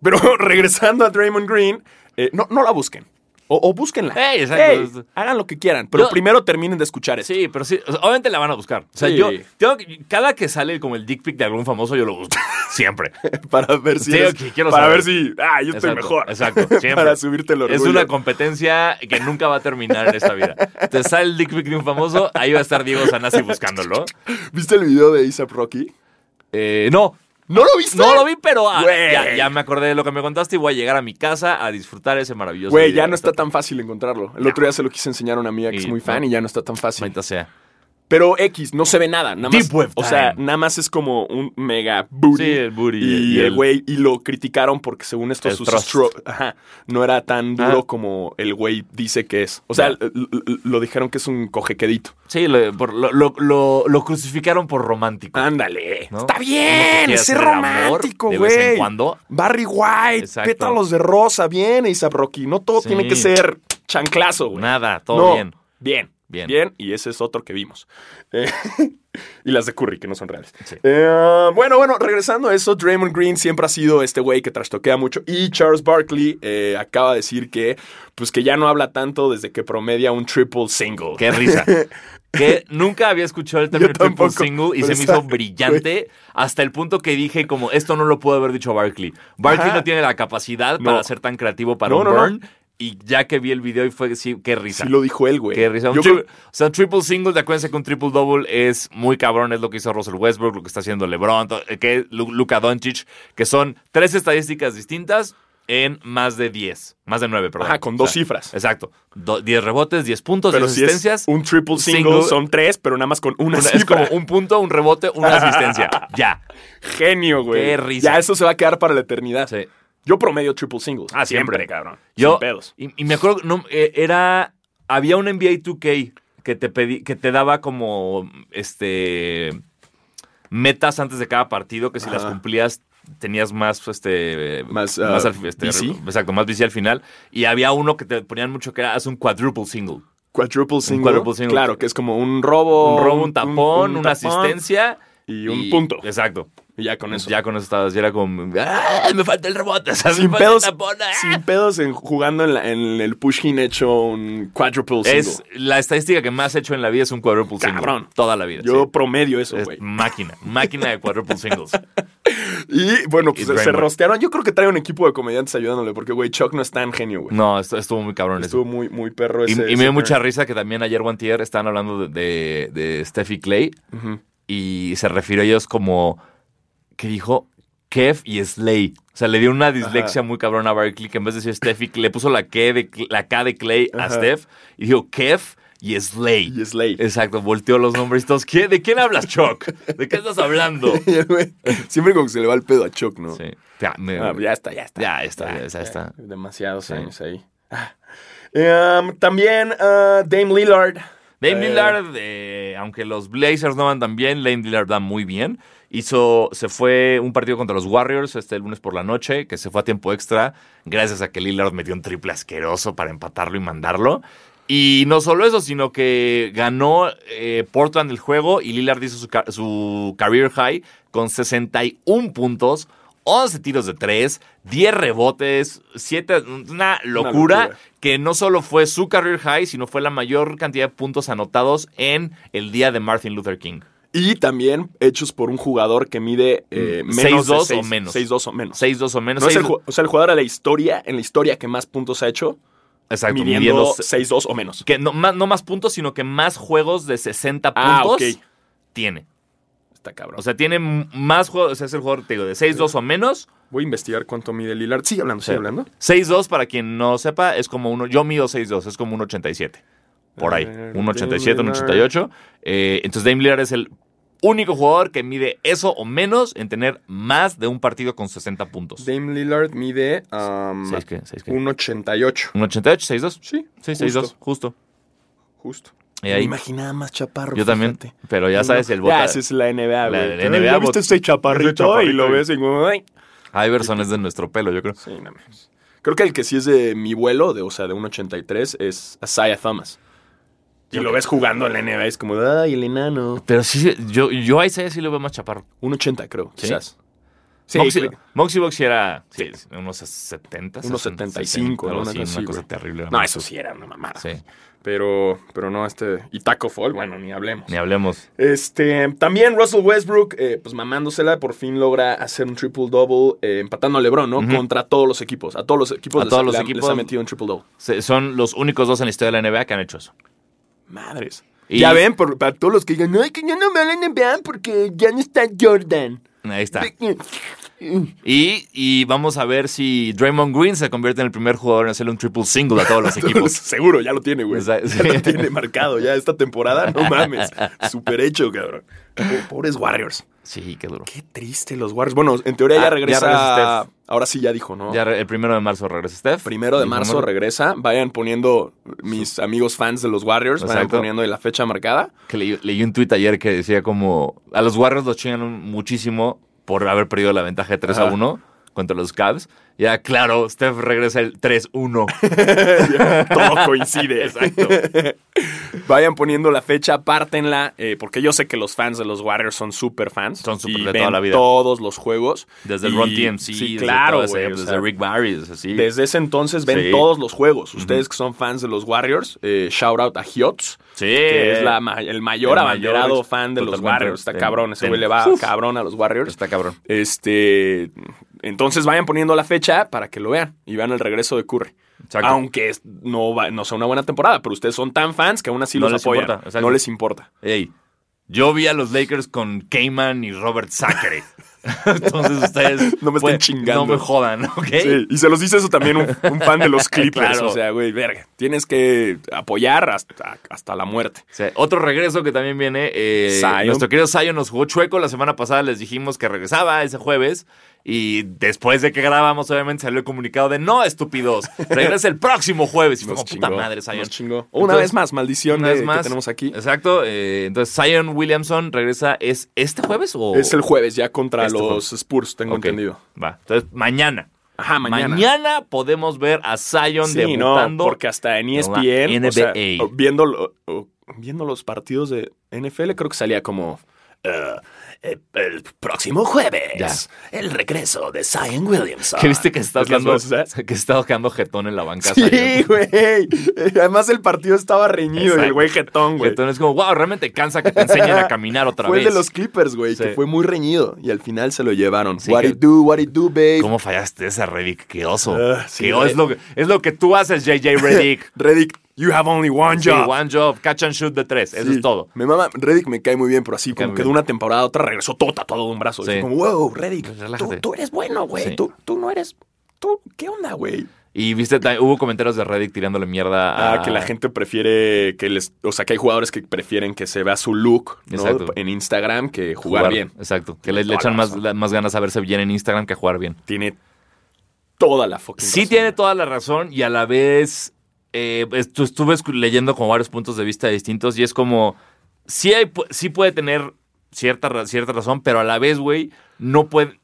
Speaker 2: Pero regresando a Draymond Green, eh, no, no la busquen. O, o búsquenla.
Speaker 1: Ey, exacto.
Speaker 2: hagan lo que quieran, pero
Speaker 1: Yo-
Speaker 2: primero terminen de escuchar esto.
Speaker 1: Sí, pero sí, o sea, obviamente la van a buscar. O sea,
Speaker 2: Sí.
Speaker 1: yo tengo que- cada que sale como el dick pic de algún famoso, yo lo busco. Siempre.
Speaker 2: Para ver si.
Speaker 1: Sí,
Speaker 2: eres-
Speaker 1: ok, quiero
Speaker 2: para
Speaker 1: saber.
Speaker 2: ver si. Ah, yo estoy
Speaker 1: Exacto,
Speaker 2: mejor.
Speaker 1: Exacto. siempre.
Speaker 2: Para subirte el
Speaker 1: Es
Speaker 2: orgullo.
Speaker 1: una competencia que nunca va a terminar en esta vida. Te sale el dick pic de un famoso, ahí va a estar Diego Sanasi buscándolo.
Speaker 2: ¿Viste el video de ASAP Rocky?
Speaker 1: Eh, no,
Speaker 2: ¿No lo viste?
Speaker 1: No lo vi, pero ah,
Speaker 2: Güey.
Speaker 1: ya, ya me acordé de lo que me contaste y voy a llegar a mi casa a disfrutar ese maravilloso.
Speaker 2: Güey,
Speaker 1: video.
Speaker 2: ya no está tan fácil encontrarlo. El otro día se lo quise enseñar a una amiga que
Speaker 1: Y-
Speaker 2: es muy fan
Speaker 1: no.
Speaker 2: y ya no está tan fácil.
Speaker 1: Maldita sea.
Speaker 2: Pero X, no se ve nada. nada más,
Speaker 1: Deep Web
Speaker 2: O sea,
Speaker 1: Time.
Speaker 2: nada más es como un mega booty.
Speaker 1: Sí, el booty
Speaker 2: Y,
Speaker 1: y
Speaker 2: el
Speaker 1: el-
Speaker 2: güey, y lo criticaron porque según esto,
Speaker 1: El
Speaker 2: sus
Speaker 1: thrust.
Speaker 2: stro- ajá, no era tan duro
Speaker 1: Ah.
Speaker 2: como el güey dice que es. O sea,
Speaker 1: Ya.
Speaker 2: l- l- lo dijeron que es un cojequedito.
Speaker 1: Sí, lo, por- lo- lo- lo- lo crucificaron por
Speaker 2: Ah,
Speaker 1: romántico.
Speaker 2: Ándale.
Speaker 1: ¿No?
Speaker 2: Está
Speaker 1: Uno que
Speaker 2: bien,
Speaker 1: quiere
Speaker 2: ser
Speaker 1: hacer el amor
Speaker 2: romántico,
Speaker 1: de
Speaker 2: güey.
Speaker 1: vez en cuando.
Speaker 2: Barry White,
Speaker 1: Exacto.
Speaker 2: pétalos de rosa, bien, Isaac Rocky. No todo
Speaker 1: Sí.
Speaker 2: tiene que ser chanclazo, güey.
Speaker 1: Nada, todo
Speaker 2: No,
Speaker 1: bien.
Speaker 2: Bien. Bien.
Speaker 1: Bien.
Speaker 2: y ese es otro que vimos. Eh, y las de Curry, que no son reales.
Speaker 1: Sí.
Speaker 2: Eh, bueno, bueno, regresando a eso, Draymond Green siempre ha sido este güey que trastoquea mucho. Y Charles Barkley eh, acaba de decir que, pues que ya no habla tanto desde que promedia un triple single.
Speaker 1: Qué risa. que nunca había escuchado el término
Speaker 2: tampoco,
Speaker 1: triple single y
Speaker 2: pero
Speaker 1: se me
Speaker 2: está-
Speaker 1: hizo brillante hasta el punto que dije como esto no lo pudo haber dicho Barkley. Barkley
Speaker 2: Ajá.
Speaker 1: no tiene la capacidad
Speaker 2: No.
Speaker 1: para ser tan creativo para
Speaker 2: No,
Speaker 1: un
Speaker 2: no, no.
Speaker 1: burn y ya que vi el video y fue sí, qué risa.
Speaker 2: Sí lo dijo él, güey.
Speaker 1: Qué risa. Un
Speaker 2: Yo
Speaker 1: tri-
Speaker 2: creo-
Speaker 1: O sea, triple single, de acuérdense que un triple double es muy cabrón, es lo que hizo Russell Westbrook, lo que está haciendo LeBron, to- eh, que Lu- Luka Doncic, que son tres estadísticas distintas en más de 10, más de 9, perdón.
Speaker 2: Ajá, con dos
Speaker 1: O sea,
Speaker 2: cifras.
Speaker 1: Exacto. Do- 10 rebotes, 10 puntos,
Speaker 2: Pero
Speaker 1: 10
Speaker 2: si
Speaker 1: asistencias.
Speaker 2: es un triple single,
Speaker 1: single-
Speaker 2: son tres, pero nada más con
Speaker 1: Una-
Speaker 2: una,
Speaker 1: es
Speaker 2: cifra.
Speaker 1: como un punto, un rebote, una asistencia. ya.
Speaker 2: genio, güey.
Speaker 1: Qué risa.
Speaker 2: Ya eso se va a quedar para la eternidad.
Speaker 1: Sí.
Speaker 2: Yo promedio triple singles.
Speaker 1: Ah, siempre.
Speaker 2: cabrón.
Speaker 1: Yo,
Speaker 2: Sin pedos.
Speaker 1: Y, y me acuerdo, no, eh, era, había un NBA 2K que te, pedí, que te daba como, este, metas antes de cada partido, que si las
Speaker 2: Ajá.
Speaker 1: cumplías tenías más, pues, este,
Speaker 2: Más, ah,
Speaker 1: al- este,
Speaker 2: VC.
Speaker 1: exacto, más bici al final. Y había uno que te ponían mucho que era, haz un quadruple single.
Speaker 2: Quadruple single.
Speaker 1: quadruple single.
Speaker 2: Claro, que es como un robo.
Speaker 1: un robo, un tapón,
Speaker 2: un
Speaker 1: una
Speaker 2: tapón
Speaker 1: asistencia.
Speaker 2: Y un punto.
Speaker 1: Exacto.
Speaker 2: Y ya con eso.
Speaker 1: Ya con eso estabas, ya era como, ¡ah! Me falta el rebote, o sea, me
Speaker 2: Sin
Speaker 1: falta el
Speaker 2: pedos,
Speaker 1: tapón, ¡ah!
Speaker 2: sin pedos en, jugando en, la- en el push-in hecho un quadruple single.
Speaker 1: Es la estadística que más he hecho en la vida es un quadruple single.
Speaker 2: Cabrón.
Speaker 1: Toda la vida.
Speaker 2: Yo
Speaker 1: sí.
Speaker 2: promedio eso,
Speaker 1: Es
Speaker 2: güey.
Speaker 1: máquina, máquina de quadruple singles.
Speaker 2: Y bueno, pues
Speaker 1: Y
Speaker 2: se,
Speaker 1: Draymond.
Speaker 2: se rostearon. Yo creo que trae un equipo de comediantes ayudándole, porque, güey, Chuck no es tan genio, güey.
Speaker 1: No, esto estuvo muy cabrón. eso.
Speaker 2: Estuvo muy, muy perro
Speaker 1: Y,
Speaker 2: ese.
Speaker 1: y
Speaker 2: ese
Speaker 1: me dio
Speaker 2: turn.
Speaker 1: mucha risa que también ayer Wantier estaban hablando de, de, de Steffi Clay
Speaker 2: Ujú.
Speaker 1: y se refirió a ellos como que dijo Kev y Slay. O sea, le dio una dislexia muy cabrón a Barkley que en vez de decir Steffi, le puso la, K de, la K de Clay a
Speaker 2: Ajá.
Speaker 1: Steph y dijo Kev y Slay.
Speaker 2: Y Slade.
Speaker 1: Exacto, volteó los nombres y todos. "¿Qué- ¿De quién hablas, Chuck? ¿De qué estás hablando?
Speaker 2: Y el güey, Siempre como que se le va el pedo a Chuck, ¿no?
Speaker 1: Sí. Ya, me-
Speaker 2: Ah, ya está, ya está.
Speaker 1: Ya, está, ya, ya está.
Speaker 2: Demasiados
Speaker 1: Sí.
Speaker 2: años ahí. Ah. Em, también ah, Dame Lillard.
Speaker 1: Dame
Speaker 2: Eh,
Speaker 1: Lillard, eh, aunque los Blazers no van tan bien, Dame Lillard va muy bien. Hizo, se fue un partido contra los Warriors este lunes por la noche, que se fue a tiempo extra, gracias a que Lillard metió un triple asqueroso para empatarlo y mandarlo. Y no solo eso, sino que ganó eh, Portland el juego y Lillard hizo su, ca- su career high con 61 puntos, 11 tiros de 3, 10 rebotes, 7, una locura
Speaker 2: locura.
Speaker 1: que no solo fue su career high, sino fue la mayor cantidad de puntos anotados en el día de Martin Luther King.
Speaker 2: Y también hechos por un jugador que mide eh,
Speaker 1: Mm,
Speaker 2: menos. de
Speaker 1: 6'2 o
Speaker 2: seis-
Speaker 1: menos.
Speaker 2: 6'2 o menos.
Speaker 1: 6-2 o menos.
Speaker 2: No es el
Speaker 1: seis-
Speaker 2: ju- o sea, el jugador de la historia, en la historia que más puntos ha hecho,
Speaker 1: Exacto,
Speaker 2: midiendo,
Speaker 1: midiendo se-
Speaker 2: 6'2 o menos.
Speaker 1: que no más, no más puntos, sino que más juegos de 60
Speaker 2: Ah,
Speaker 1: puntos
Speaker 2: ok.
Speaker 1: tiene.
Speaker 2: Está cabrón.
Speaker 1: O sea, tiene m- más juegos, o sea, es el jugador, te digo, de 6-2 o menos.
Speaker 2: Voy a investigar cuánto mide Lillard. Sigue hablando, sigue
Speaker 1: Sí.
Speaker 2: hablando.
Speaker 1: 6-2, para quien no sepa, es como uno. Yo mido 6-2, es como un 87. Por ahí.
Speaker 2: A ver,
Speaker 1: Un 87, un
Speaker 2: Dame
Speaker 1: 88. Eh, entonces, Dame Lillard es el único jugador que mide eso o menos en tener más de un partido con 60 puntos.
Speaker 2: Dame Lillard mide um,
Speaker 1: ¿Seis qué? ¿Seis qué?
Speaker 2: un 88.
Speaker 1: Un 88, 6-2.
Speaker 2: Sí,
Speaker 1: Sí,
Speaker 2: justo,
Speaker 1: 6-2, justo.
Speaker 2: Justo.
Speaker 1: Y ahí,
Speaker 2: Me imaginaba más chaparro.
Speaker 1: yo también.
Speaker 2: fíjate.
Speaker 1: Pero ya sabes, el bota.
Speaker 2: Ah, esa es la NBA,
Speaker 1: La
Speaker 2: güey.
Speaker 1: de la NBA,
Speaker 2: ¿Ya viste
Speaker 1: bota-
Speaker 2: este chaparrito,
Speaker 1: Ese chaparrito
Speaker 2: y lo
Speaker 1: ahí.
Speaker 2: ves y como... ay.
Speaker 1: Iverson es de nuestro pelo, yo creo.
Speaker 2: Sí, no mames. Creo que el que sí es de mi vuelo, de, o sea, de 1.83, es Isaiah Thomas. Y
Speaker 1: Yo
Speaker 2: lo
Speaker 1: creo-
Speaker 2: ves jugando en la NBA, es como, ay, el enano.
Speaker 1: Pero sí, yo, yo a Isaiah sí lo veo más chaparro. ¿Sí?
Speaker 2: 1.80 creo,
Speaker 1: pues
Speaker 2: quizás.
Speaker 1: Sí,
Speaker 2: Sí,
Speaker 1: Moxie,
Speaker 2: creo-
Speaker 1: Moxie Box sí era sí, unos 70,
Speaker 2: Unos 75,
Speaker 1: algo
Speaker 2: ¿no?
Speaker 1: así, una
Speaker 2: Una cosa así,
Speaker 1: cosa
Speaker 2: güey.
Speaker 1: terrible.
Speaker 2: No, eso sí era una mamada.
Speaker 1: Sí,
Speaker 2: Pero, pero no, este... Y Taco Fall, bueno, ni hablemos.
Speaker 1: ni hablemos.
Speaker 2: Este, también Russell Westbrook, eh, pues mamándosela, por fin logra hacer un triple-double eh, empatando a LeBron, ¿no?
Speaker 1: Ujú.
Speaker 2: Contra todos los equipos. A todos los equipos,
Speaker 1: A
Speaker 2: les,
Speaker 1: todos
Speaker 2: ha-
Speaker 1: los
Speaker 2: le ha-
Speaker 1: equipos.
Speaker 2: les ha metido un triple-double.
Speaker 1: Se- son los únicos dos en la historia de la NBA que han hecho eso.
Speaker 2: Madres.
Speaker 1: Y-
Speaker 2: Ya ven, por- para
Speaker 1: Ah.
Speaker 2: todos los que digan, ay, que ya no me hablan de NBA porque ya no está Jordan.
Speaker 1: Ahí está. Y, y vamos a ver si Draymond Green se convierte en el primer jugador en hacerle un triple single a todos los equipos.
Speaker 2: Seguro, ya lo tiene, güey.
Speaker 1: O sea,
Speaker 2: ya
Speaker 1: sí.
Speaker 2: lo tiene marcado, ya esta temporada, no mames. Super hecho, cabrón. Po- Pobres Warriors.
Speaker 1: Sí, qué duro.
Speaker 2: Qué triste los Warriors. Bueno, en teoría
Speaker 1: Ah,
Speaker 2: ya
Speaker 1: ya
Speaker 2: regresa.
Speaker 1: regresa Steph.
Speaker 2: ahora sí ya dijo, ¿no?
Speaker 1: Ya re- el primero de marzo regresa Steph.
Speaker 2: Primero de
Speaker 1: Y
Speaker 2: marzo
Speaker 1: como-
Speaker 2: regresa. Vayan poniendo mis amigos fans de los Warriors, vayan
Speaker 1: Exacto.
Speaker 2: poniendo la fecha marcada.
Speaker 1: Que leí, leí un tuit ayer que decía como a los Warriors los chingan un- muchísimo por haber perdido la ventaja de 3 a
Speaker 2: Ajá.
Speaker 1: 1 contra los Cavs. Ya, claro, Steph regresa el 3-1.
Speaker 2: Todo coincide. Exacto. Vayan poniendo la fecha, apártenla, eh, porque yo sé que los fans de los Warriors son súper fans.
Speaker 1: Son súper
Speaker 2: y
Speaker 1: de toda
Speaker 2: ven
Speaker 1: la vida.
Speaker 2: Todos los juegos.
Speaker 1: Desde el
Speaker 2: Y-
Speaker 1: Run TMC,
Speaker 2: Sí,
Speaker 1: desde
Speaker 2: claro,
Speaker 1: todo ese-
Speaker 2: güey, o
Speaker 1: desde
Speaker 2: sea,
Speaker 1: Rick Barry, desde así.
Speaker 2: Desde ese entonces ven
Speaker 1: Sí.
Speaker 2: todos los juegos. Ustedes que son fans de los Warriors, eh, shout out a Hiots,
Speaker 1: sí.
Speaker 2: que es la ma- el mayor
Speaker 1: Eh, El
Speaker 2: abanderado
Speaker 1: mayor,
Speaker 2: fan de los
Speaker 1: totalmente.
Speaker 2: Warriors. Está
Speaker 1: Ten-
Speaker 2: cabrón, ese
Speaker 1: ten-
Speaker 2: güey le va
Speaker 1: Uf.
Speaker 2: cabrón a los Warriors.
Speaker 1: Está cabrón.
Speaker 2: Este, entonces vayan poniendo la fecha para que lo vean y vean el regreso de Curry.
Speaker 1: Exacto.
Speaker 2: Aunque es- no, va- no sea una buena temporada, pero ustedes son tan fans que aún así
Speaker 1: No
Speaker 2: los
Speaker 1: les
Speaker 2: apoyan.
Speaker 1: importa, exacto.
Speaker 2: no les importa.
Speaker 1: Ey, yo vi a los Lakers con Cayman y Robert Sacre. Entonces ustedes.
Speaker 2: No me estén
Speaker 1: pues,
Speaker 2: chingando.
Speaker 1: No me jodan, ¿ok?
Speaker 2: Sí, y se los dice eso también un, un fan de los Clippers.
Speaker 1: Eh, Claro.
Speaker 2: O sea, güey, verga, tienes que apoyar hasta, hasta la muerte.
Speaker 1: O sea, otro regreso que también viene. eh,
Speaker 2: Zion.
Speaker 1: Nuestro querido Zion nos jugó chueco. La semana pasada les dijimos que regresaba ese jueves. Y después de que grabamos, obviamente salió el comunicado de no, estúpidos. Regresa el próximo jueves. Y fue
Speaker 2: Nos
Speaker 1: como puta
Speaker 2: chingó,
Speaker 1: madre, Zion.
Speaker 2: nos chingó. Una
Speaker 1: Entonces,
Speaker 2: vez más, maldición
Speaker 1: Una
Speaker 2: de-
Speaker 1: vez más.
Speaker 2: que tenemos aquí.
Speaker 1: Exacto. eh, entonces, Zion Williamson regresa. ¿Es este jueves o.?
Speaker 2: Es el jueves ya contra
Speaker 1: Este
Speaker 2: los Spurs, tengo
Speaker 1: Ok,
Speaker 2: entendido.
Speaker 1: Va. Entonces, mañana.
Speaker 2: Ajá, mañana.
Speaker 1: podemos ver a Zion
Speaker 2: Sí, no,
Speaker 1: debutando.
Speaker 2: porque hasta en E
Speaker 1: la
Speaker 2: ESPN, o sea,
Speaker 1: NBA.
Speaker 2: o viendo, lo- o viendo los partidos de NFL, creo que salía como... "Eh, eh, el próximo jueves,
Speaker 1: Ya.
Speaker 2: el regreso de Zion Williamson.
Speaker 1: que viste que está
Speaker 2: ¿Ves las
Speaker 1: quedando,
Speaker 2: voces?
Speaker 1: que está quedando jetón en la banca.
Speaker 2: Sí,
Speaker 1: Zion.
Speaker 2: güey. Eh, Además, el partido estaba reñido y el
Speaker 1: Exacto.
Speaker 2: güey jetón, güey.
Speaker 1: Jetón es como, wow, realmente cansa que te enseñen a caminar otra
Speaker 2: Fue
Speaker 1: vez.
Speaker 2: el de los Clippers, güey, que
Speaker 1: Sí.
Speaker 2: fue muy reñido y al final se lo llevaron.
Speaker 1: Sí,
Speaker 2: what
Speaker 1: que-
Speaker 2: it do, what it do, babe.
Speaker 1: ¿Cómo fallaste esa Reddick? ¡Qué oso!
Speaker 2: Ah, sí,
Speaker 1: Qué
Speaker 2: güey.
Speaker 1: es, lo que, es lo que tú haces, JJ Reddick.
Speaker 2: Reddick, you have only one
Speaker 1: Sí,
Speaker 2: job.
Speaker 1: one job, catch and shoot de tres. Eso
Speaker 2: Sí.
Speaker 1: es todo.
Speaker 2: Me mama, Reddick me cae muy bien, pero así
Speaker 1: cae
Speaker 2: como
Speaker 1: muy
Speaker 2: que de
Speaker 1: bien.
Speaker 2: una temporada a otra regresó tota, todo tatuado de un brazo.
Speaker 1: Sí. Pues
Speaker 2: Así como, wow, Reddick, tú,
Speaker 1: Relájate.
Speaker 2: tú eres bueno, güey.
Speaker 1: Sí.
Speaker 2: Tú, tú no eres. Tú, ¿Qué onda, güey?
Speaker 1: Y viste, ta- hubo comentarios de Reddick tirándole mierda a...
Speaker 2: Ah, que la gente prefiere que les. O sea, que hay jugadores que prefieren que se vea su look ¿no?
Speaker 1: Exacto.
Speaker 2: en Instagram que jugar, bien.
Speaker 1: Exacto. Que le, le
Speaker 2: Tienes toda
Speaker 1: echan
Speaker 2: la
Speaker 1: más, la- más ganas a verse bien en Instagram que a jugar bien.
Speaker 2: Tiene toda la fucking.
Speaker 1: Sí
Speaker 2: razón.
Speaker 1: tiene toda la razón y a la vez eh, estu- estuve escu- leyendo como varios puntos de vista distintos y es como, sí, hay, pu- sí puede tener cierta, ra- cierta razón, pero a la vez, güey, no puede,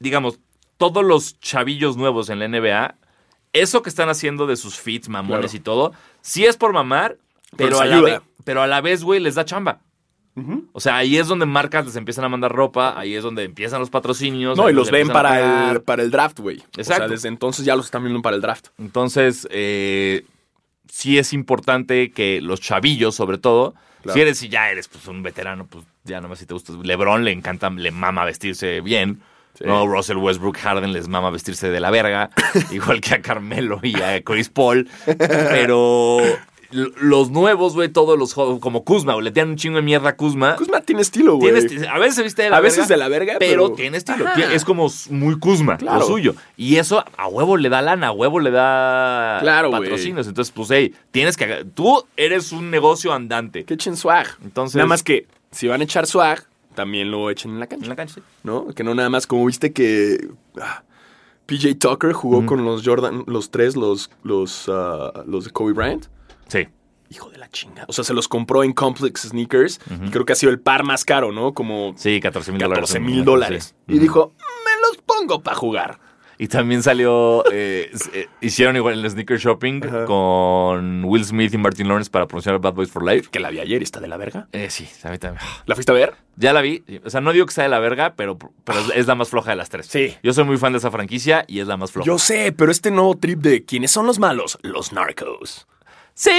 Speaker 1: digamos, todos los chavillos nuevos en la NBA, eso que están haciendo de sus feeds, mamones
Speaker 2: Claro.
Speaker 1: y todo, sí es por mamar,
Speaker 2: Pero
Speaker 1: pero,
Speaker 2: les
Speaker 1: a, la
Speaker 2: ayuda.
Speaker 1: vez, pero a la vez, güey, les da chamba.
Speaker 2: Ujú.
Speaker 1: O sea, ahí es donde marcas les empiezan a mandar ropa, ahí es donde empiezan los patrocinios.
Speaker 2: No,
Speaker 1: ahí
Speaker 2: y
Speaker 1: es
Speaker 2: los
Speaker 1: donde
Speaker 2: ven
Speaker 1: empiezan a
Speaker 2: para
Speaker 1: pagar.
Speaker 2: el, para el draft, güey. O sea,
Speaker 1: Exacto.
Speaker 2: desde entonces ya los están viendo para el draft.
Speaker 1: Entonces, eh, sí es importante que los chavillos, sobre todo,
Speaker 2: Claro.
Speaker 1: si eres, si ya eres pues, un veterano, pues ya nomás si te gusta. Lebron le encanta, le mama vestirse bien.
Speaker 2: Sí.
Speaker 1: No, Russell Westbrook Harden les mama vestirse de la verga, igual que a Carmelo y a Chris Paul. Pero l- los nuevos, güey, todos los jo- como Kuzma, güey, le tiran un chingo de mierda a Kuzma.
Speaker 2: Kuzma tiene estilo, güey.
Speaker 1: Tienes- a veces se viste de la
Speaker 2: A veces
Speaker 1: verga,
Speaker 2: de la verga,
Speaker 1: pero,
Speaker 2: pero-
Speaker 1: tiene estilo.
Speaker 2: Ajá.
Speaker 1: Tiene- Es como s- muy Kuzma,
Speaker 2: Claro.
Speaker 1: lo suyo. Y eso a huevo le da lana, a huevo le da
Speaker 2: Claro, güey.
Speaker 1: patrocinios. Entonces, pues, hey, tienes que. aga- Tú eres un negocio andante.
Speaker 2: Que echen swag.
Speaker 1: Entonces.
Speaker 2: Nada más que si van a echar swag, también lo echen en la
Speaker 1: En
Speaker 2: cancha,
Speaker 1: la cancha, sí.
Speaker 2: ¿no? Que no nada más como viste que ah, PJ Tucker jugó con los Jordan, los tres, los, los, ah, los de Kobe Bryant.
Speaker 1: Sí.
Speaker 2: Hijo de la chinga. O sea, se los compró en Complex Sneakers y creo que ha sido el par más caro, ¿no? Como
Speaker 1: Sí, 14 mil dólares.
Speaker 2: 14 mil dólares.
Speaker 1: Sí.
Speaker 2: Y dijo, me los pongo para jugar.
Speaker 1: Y también salió. eh, s- eh, hicieron igual el sneaker shopping
Speaker 2: Ajá.
Speaker 1: con Will Smith y Martin Lawrence para promocionar Bad Boys for Life.
Speaker 2: Que la vi ayer, está de la verga.
Speaker 1: Eh, sí, a mí también.
Speaker 2: ¿La fuiste a ver?
Speaker 1: Ya la vi. O sea, no digo que sea de la verga, pero, pero es- es la más floja de las tres.
Speaker 2: Sí.
Speaker 1: Yo soy muy fan de esa franquicia y es la más floja.
Speaker 2: Yo sé, pero este nuevo trip de quiénes son los malos, los narcos.
Speaker 1: Sí.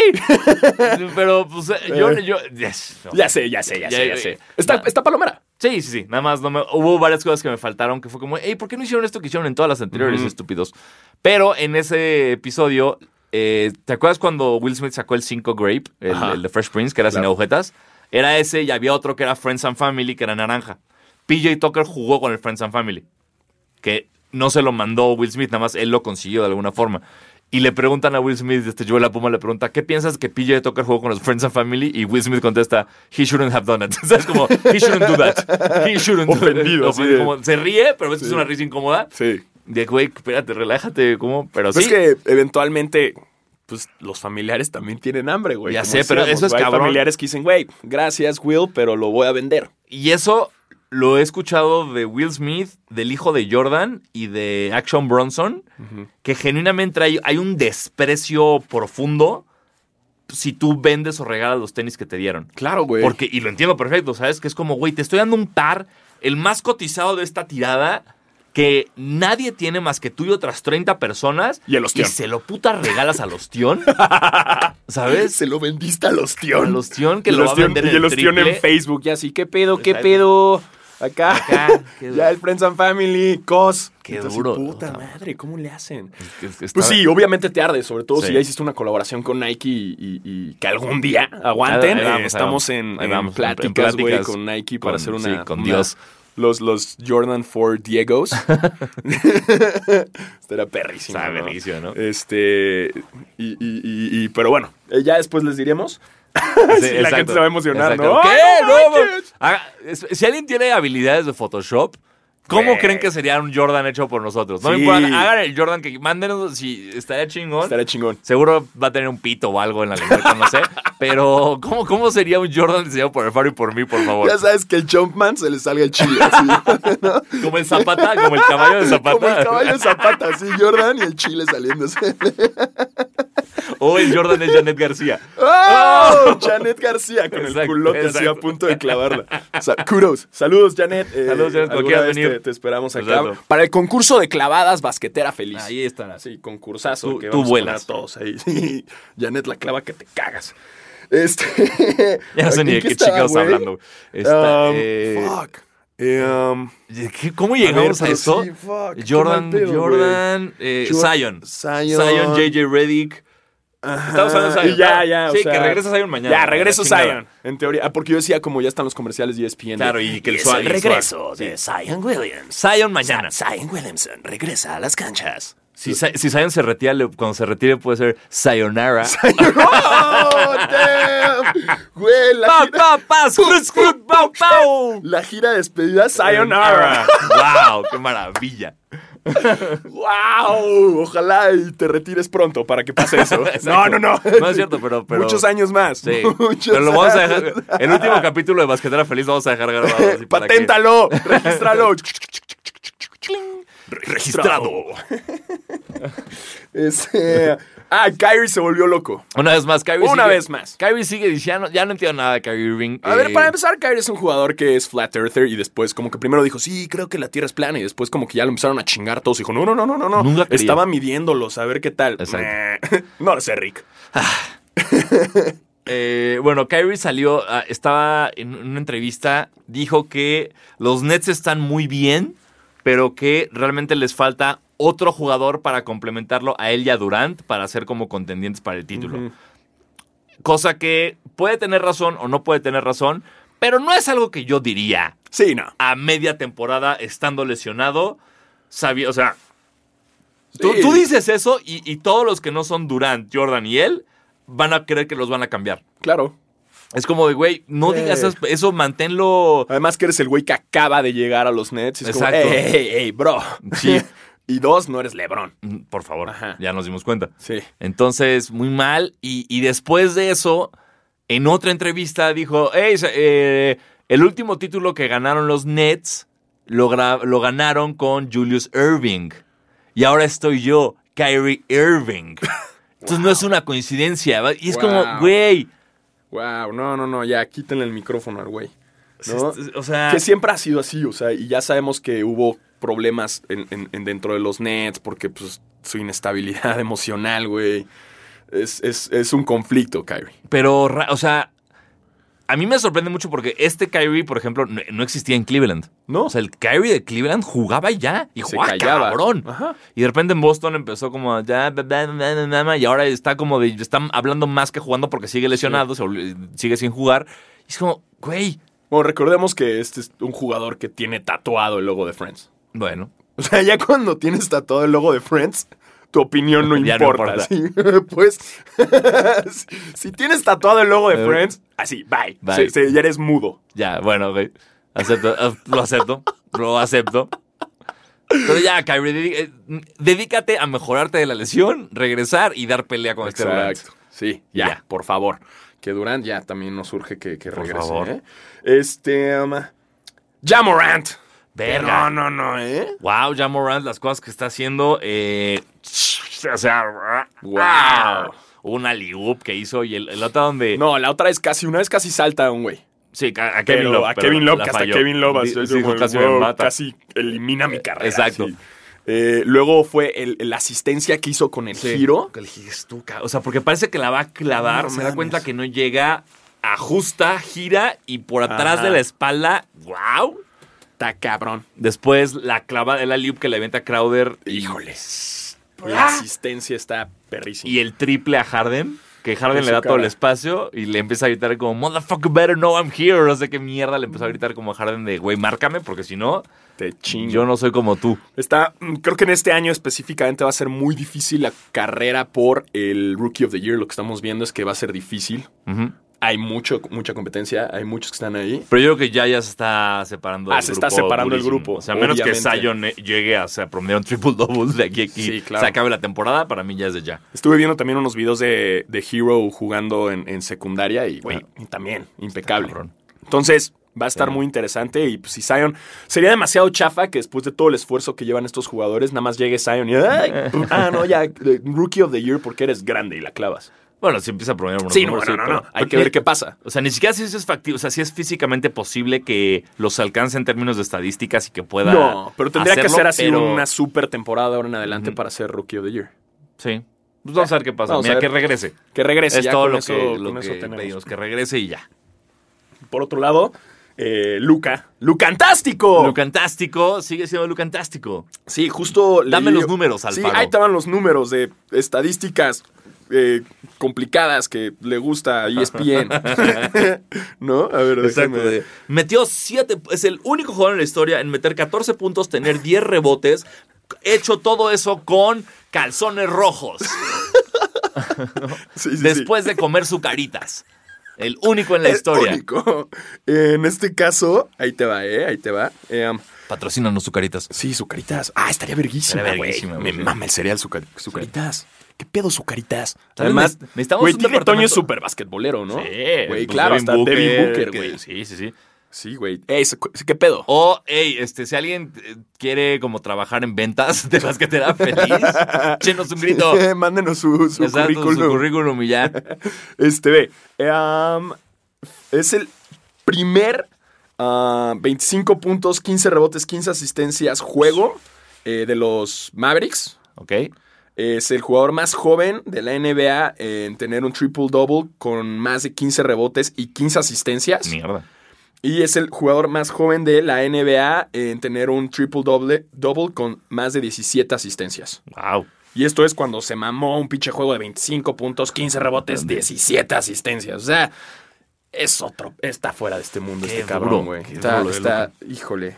Speaker 1: pero pues eh, yo... yo yes, no.
Speaker 2: Ya sé, ya sé, ya,
Speaker 1: Ya,
Speaker 2: sé,
Speaker 1: ya,
Speaker 2: ya sé.
Speaker 1: ya.
Speaker 2: Está,
Speaker 1: Na-
Speaker 2: está Palomera.
Speaker 1: Sí, sí, sí. Nada más no me, hubo varias cosas que me faltaron que fue como, hey, ¿por qué no hicieron esto que hicieron en todas las anteriores,
Speaker 2: Ujú.
Speaker 1: estúpidos? Pero en ese episodio, eh, ¿te acuerdas cuando Will Smith sacó el 5 Grape, el,
Speaker 2: Ajá.
Speaker 1: el de Fresh Prince, que era sin
Speaker 2: Claro.
Speaker 1: agujetas? Era ese y había otro que era Friends and Family, que era naranja. PJ Tucker jugó con el Friends and Family. que no se lo mandó Will Smith, nada más él lo consiguió de alguna forma. Y le preguntan a Will Smith, este Joel La Puma le pregunta, ¿qué piensas que PJ Tucker jugó con los Friends and Family? Y Will Smith contesta, he shouldn't have done it. ¿Sabes? Como, he shouldn't do that. He shouldn't do
Speaker 2: Ofendido,
Speaker 1: it.
Speaker 2: así de-
Speaker 1: como, se ríe, pero ves que es una risa incómoda.
Speaker 2: Sí.
Speaker 1: De, güey, espérate, relájate, como, pero sí.
Speaker 2: Pues Es que eventualmente, pues los familiares también tienen hambre, güey.
Speaker 1: Ya
Speaker 2: como
Speaker 1: sé, pero
Speaker 2: decíamos,
Speaker 1: eso es
Speaker 2: güey, hay
Speaker 1: cabrón.
Speaker 2: familiares que dicen, güey, gracias, Will, pero lo voy a vender.
Speaker 1: Y eso lo he escuchado de Will Smith, del hijo de Jordan y de Action Bronson, que genuinamente hay, hay un desprecio profundo si tú vendes o regalas los tenis que te dieron.
Speaker 2: Claro, güey.
Speaker 1: Porque, y lo entiendo perfecto, ¿sabes? Que es como, güey, te estoy dando un par, el más cotizado de esta tirada, que nadie tiene más que tú y otras 30 personas.
Speaker 2: Y el ostión.
Speaker 1: Y se lo puta regalas al ostión. ¿Sabes?
Speaker 2: se lo vendiste a los tíos.
Speaker 1: Al ostión que
Speaker 2: Y
Speaker 1: lo
Speaker 2: los
Speaker 1: va a
Speaker 2: tío-
Speaker 1: vender
Speaker 2: y
Speaker 1: en
Speaker 2: los tío
Speaker 1: triple.
Speaker 2: en Facebook, ya así, ¿qué pedo, qué
Speaker 1: Exacto.
Speaker 2: pedo? Acá,
Speaker 1: Acá, Ah, qué duro.
Speaker 2: ya el Friends and Family, cos.
Speaker 1: Qué
Speaker 2: Entonces,
Speaker 1: duro,
Speaker 2: Puta
Speaker 1: ¿no?
Speaker 2: madre, ¿cómo le hacen?
Speaker 1: Es que está-
Speaker 2: Pues sí, obviamente te arde, sobre todo
Speaker 1: Sí.
Speaker 2: si ya hiciste una colaboración con Nike y, y- y que algún día aguanten.
Speaker 1: Ahí vamos,
Speaker 2: Eh,
Speaker 1: ahí
Speaker 2: estamos
Speaker 1: vamos.
Speaker 2: en,
Speaker 1: Ahí
Speaker 2: en
Speaker 1: vamos, en- en
Speaker 2: pláticas, güey,
Speaker 1: pláticas
Speaker 2: con Nike para
Speaker 1: con-
Speaker 2: hacer una...
Speaker 1: sí, con
Speaker 2: una-
Speaker 1: Dios.
Speaker 2: Los, los Jordan 4 Diegos. Esto era perrísimo.
Speaker 1: Está
Speaker 2: ¿no?
Speaker 1: verguísima, ¿no?
Speaker 2: Este. Y, y- y- y- pero bueno, eh, ya después les diremos. Sí, la gente se va a emocionar, ¿no?
Speaker 1: ¿Qué?
Speaker 2: ¡Ay, no
Speaker 1: No,
Speaker 2: manches!
Speaker 1: haga- es- si alguien tiene habilidades de Photoshop, ¿cómo
Speaker 2: Güey.
Speaker 1: creen que sería un Jordan hecho por nosotros? No me
Speaker 2: Sí.
Speaker 1: importa, hagan el Jordan que mándenos si estaría chingón.
Speaker 2: Estaría chingón.
Speaker 1: Seguro va a tener un pito o algo en la lengua, no sé. Pero, ¿cómo, ¿cómo sería un Jordan diseñado por el Faro y por mí, por favor?
Speaker 2: Ya sabes que el Jumpman se le salga el chile así. ¿no?
Speaker 1: Como el Zapata, como el caballo de Zapata.
Speaker 2: Como el caballo de Zapata, así Jordan y el chile saliéndose.
Speaker 1: O el Jordan es Janet García.
Speaker 2: ¡Oh! Janet García con el
Speaker 1: Exacto,
Speaker 2: culote así
Speaker 1: exacto.
Speaker 2: a punto de clavarla. O sea, kudos. Saludos, Janet. Eh,
Speaker 1: Saludos, Janet, cuando
Speaker 2: alguna
Speaker 1: quieras
Speaker 2: vez
Speaker 1: venir.
Speaker 2: Te, te esperamos acá.
Speaker 1: Exacto.
Speaker 2: Para el concurso de clavadas basquetera feliz.
Speaker 1: Ahí están.
Speaker 2: Sí, concursazo.
Speaker 1: Tú-
Speaker 2: que
Speaker 1: tú
Speaker 2: vamos a poner
Speaker 1: vuelas.
Speaker 2: a todos ahí. Sí. Janet la clava que te cagas. Este.
Speaker 1: Ya no sé ni de qué,
Speaker 2: estaba,
Speaker 1: chingados
Speaker 2: güey?
Speaker 1: hablando. Está,
Speaker 2: Um,
Speaker 1: eh,
Speaker 2: Fuck. Eh, um,
Speaker 1: ¿qué- ¿Cómo llegamos a,
Speaker 2: pero
Speaker 1: eso?
Speaker 2: pues sí, fuck, qué
Speaker 1: Jordan,
Speaker 2: mal pedo, güey.
Speaker 1: Jordan, eh,
Speaker 2: Jor-
Speaker 1: Zion.
Speaker 2: Zion.
Speaker 1: JJ Reddick.
Speaker 2: Ajá.
Speaker 1: Estamos hablando de Zion.
Speaker 2: ah,
Speaker 1: Ah,
Speaker 2: Y ya, ya. o
Speaker 1: Sí,
Speaker 2: sea,
Speaker 1: que regresa Zion mañana.
Speaker 2: Ya, regreso
Speaker 1: La chingada.
Speaker 2: Zion. En teoría. Ah, porque yo decía, como ya están los comerciales de E ESPN.
Speaker 1: Claro, y que el
Speaker 2: es
Speaker 1: Swag- y el
Speaker 2: regreso
Speaker 1: Swag,
Speaker 2: de Zion Williams.
Speaker 1: Zion mañana.
Speaker 2: Zion Williamson regresa a las canchas.
Speaker 1: Si, Zi- si Zion se retira, le- cuando se retire puede ser Sayonara.
Speaker 2: ¡Oh, damn! Güey, la
Speaker 1: ¡Pa,
Speaker 2: gira,
Speaker 1: pa, pa! ¡Scrut, scrut, pau, pau!
Speaker 2: la gira de despedida Sayonara.
Speaker 1: ¡Wow! ¡Qué maravilla!
Speaker 2: ¡Wow! Ojalá y te retires pronto para que pase eso. no, no, no.
Speaker 1: No es cierto, pero. pero
Speaker 2: Muchos años más.
Speaker 1: Sí.
Speaker 2: Muchos
Speaker 1: pero lo vamos a dejar.
Speaker 2: años.
Speaker 1: El último capítulo de Basquetera Feliz lo vamos a dejar grabado. así para que-
Speaker 2: Paténtalo, regístralo.
Speaker 1: Registrado.
Speaker 2: Este, ah, Kyrie se volvió loco.
Speaker 1: Una vez más, Kyrie.
Speaker 2: Una
Speaker 1: sigue-
Speaker 2: vez más.
Speaker 1: Kyrie sigue diciendo. Ya no entiendo nada de Kyrie Irving.
Speaker 2: A
Speaker 1: eh,
Speaker 2: ver, para empezar, Kyrie es un jugador que es flat earther y después como que primero dijo, sí, creo que la Tierra es plana y después como que ya lo empezaron a chingar todos. Dijo, no, no, no, no, no, no.
Speaker 1: Nunca creí.
Speaker 2: Estaba midiéndolos, a ver qué tal.
Speaker 1: Exacto.
Speaker 2: Meh. no lo sé, Rick.
Speaker 1: Eh, bueno, Kyrie salió, ah, estaba en una entrevista, dijo que los Nets están muy bien, pero que realmente les falta otro jugador para complementarlo a él y a Durant para ser como contendientes para el título.
Speaker 2: Mm.
Speaker 1: Cosa que puede tener razón o no puede tener razón, pero no es algo que yo diría
Speaker 2: Sí, no.
Speaker 1: a media temporada estando lesionado, sabía, o sea, tú,
Speaker 2: Sí.
Speaker 1: tú dices eso y, y todos los que no son Durant, Jordan y él van a creer que los van a cambiar.
Speaker 2: Claro.
Speaker 1: Es como de, güey, no
Speaker 2: Sí.
Speaker 1: digas esas- eso, manténlo.
Speaker 2: Además que eres el güey que acaba de llegar a los Nets. y Es como,
Speaker 1: Exacto.
Speaker 2: "Ey, ey, ey, bro.
Speaker 1: Sí.
Speaker 2: y dos, no eres Lebron.
Speaker 1: Mm, Por favor,
Speaker 2: Ajá.
Speaker 1: ya nos dimos cuenta.
Speaker 2: Sí.
Speaker 1: Entonces, muy mal. Y, y después de eso, en otra entrevista dijo, hey, se- eh, el último título que ganaron los Nets lo, gra- lo ganaron con Julius Irving. Y ahora estoy yo, Kyrie Irving. Entonces no es una coincidencia. ¿va? Y es como,
Speaker 2: Wow.
Speaker 1: güey.
Speaker 2: Wow, no, no, no, ya quítenle el micrófono al güey. ¿no?
Speaker 1: es- es- O sea,
Speaker 2: Que siempre ha sido así, o sea, y ya sabemos que hubo problemas en, en- en dentro de los Nets porque pues su inestabilidad emocional, güey. Es, es- es un conflicto, Kyrie.
Speaker 1: pero, ra- o sea, a mí me sorprende mucho porque este Kyrie, por ejemplo, no, no existía en Cleveland.
Speaker 2: ¿No?
Speaker 1: O sea, el Kyrie de Cleveland jugaba ya y
Speaker 2: Se
Speaker 1: jugaba
Speaker 2: callaba.
Speaker 1: "Ah, cabrón.
Speaker 2: Ajá.
Speaker 1: Y de repente en Boston empezó como ya, bla, bla, bla, bla, bla, bla, y ahora está como de, está hablando más que jugando porque sigue lesionado, se volvió- sigue sin jugar. Y es como, güey,
Speaker 2: Bueno, recordemos que este es un jugador que tiene tatuado el logo de Friends.
Speaker 1: bueno,
Speaker 2: O sea, ya cuando tienes tatuado el logo de Friends, tu opinión no
Speaker 1: Ya no
Speaker 2: importa. ¿sí? pues, si- si tienes tatuado el logo de
Speaker 1: Eh,
Speaker 2: Friends, así, bye.
Speaker 1: bye.
Speaker 2: Se- se- ya eres mudo.
Speaker 1: Ya, bueno, güey. Acepto, eh, lo acepto, lo acepto. Pero ya, Kyrie, dedí- eh, dedícate a mejorarte de la lesión, regresar y dar pelea con este Durant.
Speaker 2: Exacto. Sí, ya,
Speaker 1: Ya.
Speaker 2: por favor. Que Durant ya también nos surge que, que
Speaker 1: Por
Speaker 2: regrese.
Speaker 1: favor.
Speaker 2: ¿eh? Este. um, ya Morant.
Speaker 1: Verga.
Speaker 2: No, no, no, ¿eh?
Speaker 1: Wow, ya Morant, las cosas que está haciendo. Eh, o sea,
Speaker 2: Wow.
Speaker 1: Una liup que hizo y el, el otro donde.
Speaker 2: No, la otra es casi, una vez casi salta un güey.
Speaker 1: Sí, a, a
Speaker 2: Pero
Speaker 1: Kevin Love.
Speaker 2: a
Speaker 1: pero
Speaker 2: Kevin Love,
Speaker 1: la
Speaker 2: que hasta
Speaker 1: falló.
Speaker 2: Kevin Love
Speaker 1: Di-
Speaker 2: así,
Speaker 1: sí,
Speaker 2: como,
Speaker 1: casi me
Speaker 2: wow,
Speaker 1: mata.
Speaker 2: casi elimina mi carrera.
Speaker 1: Exacto.
Speaker 2: sí. Eh, luego fue el, el- la asistencia que hizo con el
Speaker 1: Sí.
Speaker 2: giro.
Speaker 1: Que le dije, "Estuca". O sea, porque parece que la va a clavar.
Speaker 2: No
Speaker 1: se da
Speaker 2: mames.
Speaker 1: cuenta que no llega, ajusta, gira y por atrás
Speaker 2: Ajá.
Speaker 1: de la espalda, wow.
Speaker 2: Está cabrón.
Speaker 1: Después la clava de la liup que le avienta a Crowder
Speaker 2: Híjoles. La asistencia está perrísima.
Speaker 1: y el triple a Harden. Que Harden
Speaker 2: En
Speaker 1: le
Speaker 2: su
Speaker 1: da todo el
Speaker 2: cara.
Speaker 1: espacio y le empieza a gritar como, motherfucker, better know I'm here. No sé qué mierda le empezó a gritar como a Harden de, güey, márcame, porque si no,
Speaker 2: Te chingo.
Speaker 1: yo no soy como tú.
Speaker 2: Está, mm, creo que en este año específicamente va a ser muy difícil la carrera por el Rookie of the Year. Lo que estamos viendo es que va a ser difícil.
Speaker 1: Ujú.
Speaker 2: Hay mucho, mucha compencia, hay muchos que están ahí.
Speaker 1: Pero yo creo que ya ya se está separando
Speaker 2: Ah,
Speaker 1: del
Speaker 2: se
Speaker 1: grupo
Speaker 2: está separando el
Speaker 1: durísimo.
Speaker 2: grupo,
Speaker 1: O sea, a menos que
Speaker 2: obviamente.
Speaker 1: Zion eh, llegue a o sea, promediar un triple-double de aquí a aquí.
Speaker 2: Sí, claro.
Speaker 1: Se acabe la temporada, para mí ya es de ya.
Speaker 2: Estuve viendo también unos videos de, de Hero jugando en, en secundaria y, güey, y también impecable.
Speaker 1: cabrón.
Speaker 2: Entonces, va a estar
Speaker 1: Sí.
Speaker 2: muy interesante y pues, si Zion... Sería demasiado chafa que después de todo el esfuerzo que llevan estos jugadores, nada más llegue Zion y... "Ay, ah, no, ya, eh, Rookie of the Year porque eres grande y la clavas.
Speaker 1: Bueno, si empieza a promediar unos
Speaker 2: sí, no,
Speaker 1: números,
Speaker 2: no, no,
Speaker 1: pero-
Speaker 2: no. Hay
Speaker 1: pero
Speaker 2: que ver qué pasa.
Speaker 1: O sea, ni siquiera si eso es factible. O sea, si es físicamente posible que los alcance en términos de estadísticas y que pueda.
Speaker 2: No, pero tendría que
Speaker 1: hacerlo,
Speaker 2: ser así
Speaker 1: pero-
Speaker 2: una super temporada ahora en adelante para ser Rookie of the Year.
Speaker 1: Sí. Pues vamos a ver qué pasa.
Speaker 2: Vamos a
Speaker 1: Mira, que
Speaker 2: ver.
Speaker 1: regrese.
Speaker 2: Que regrese.
Speaker 1: es
Speaker 2: ya
Speaker 1: todo
Speaker 2: con
Speaker 1: lo
Speaker 2: eso-
Speaker 1: que, lo
Speaker 2: con eso
Speaker 1: que
Speaker 2: tenemos.
Speaker 1: pedimos, que regrese y ya.
Speaker 2: Por otro lado, eh, Luca. ¡Lucantástico!
Speaker 1: Lucantástico, sigue siendo Lucantástico.
Speaker 2: Sí, justo. leí-
Speaker 1: Dame los números, Alfaro.
Speaker 2: Sí, ahí te van los números de estadísticas eh, complicadas que le gusta a E ESPN. ¿No? A ver,
Speaker 1: Exacto.
Speaker 2: déjame-
Speaker 1: de- metió 7. Es el único jugador en la historia en meter 14 puntos, tener 10 rebotes. Hecho todo eso con calzones rojos.
Speaker 2: Sí, sí, sí.
Speaker 1: después de comer sucaritas. El único en la
Speaker 2: Es
Speaker 1: historia.
Speaker 2: único. En este caso, ahí te va, ¿eh? Ahí te va. Eh, um,
Speaker 1: Patrocínanos sucaritas.
Speaker 2: Sí, sucaritas. Ah, estaría verguísima,
Speaker 1: Estaría
Speaker 2: güey.
Speaker 1: verguísima,
Speaker 2: Me
Speaker 1: güey, sí.
Speaker 2: mama el cereal suca- sucaritas. ¿Qué pedo sucaritas?
Speaker 1: ¿Sabes?
Speaker 2: Además,
Speaker 1: Ne- necesitamos
Speaker 2: güey,
Speaker 1: un
Speaker 2: Tigre Toño es
Speaker 1: departamento-
Speaker 2: súper basquetbolero, ¿no?
Speaker 1: Sí,
Speaker 2: Güey,
Speaker 1: pues,
Speaker 2: claro, hasta Devin Booker,
Speaker 1: que-
Speaker 2: güey.
Speaker 1: Sí, sí, sí.
Speaker 2: Sí, güey. Ey, se- ¿qué pedo?
Speaker 1: O, hey, este, si alguien eh, quiere como trabajar en ventas de las que te da feliz, chenos un grito.
Speaker 2: Mándenos su, su
Speaker 1: Exacto,
Speaker 2: currículum.
Speaker 1: su currículum y ya.
Speaker 2: Este, ve. eh, um, es el primer ah, 25 puntos, 15 rebotes, 15 asistencias, juego eh, de los Mavericks.
Speaker 1: ¿Ok?
Speaker 2: Es el jugador más joven de la NBA en tener un triple-double con más de 15 rebotes y 15 asistencias.
Speaker 1: Mierda.
Speaker 2: Y es el jugador más joven de la NBA en tener un triple-double double con más de 17 asistencias.
Speaker 1: Wow.
Speaker 2: Y esto es cuando se mamó un pinche juego de 25 puntos, 15 rebotes, 17 asistencias. O sea, es otro. Está fuera de este mundo
Speaker 1: Qué
Speaker 2: este
Speaker 1: duro,
Speaker 2: cabrón, güey.
Speaker 1: qué
Speaker 2: Está,
Speaker 1: duro, de
Speaker 2: está-
Speaker 1: loco.
Speaker 2: híjole.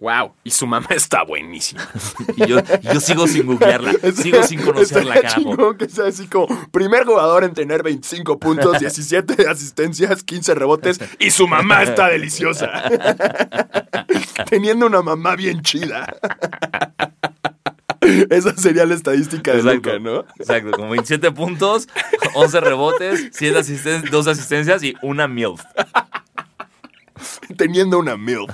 Speaker 2: Wow. Y su mamá está buenísima.
Speaker 1: Y yo, yo sigo sin googlearla, sigo sin conocerla,
Speaker 2: Estaría
Speaker 1: carajo.
Speaker 2: chingón que sea así como primer jugador en tener 25 puntos, 17 asistencias, 15 rebotes y su mamá está deliciosa. Teniendo una mamá bien chida. Esa sería la estadística de Luca, ¿no?
Speaker 1: Exacto, como 27 puntos, 11 rebotes, 7 asisten 2 asistencias y una MILF.
Speaker 2: Teniendo una MILF.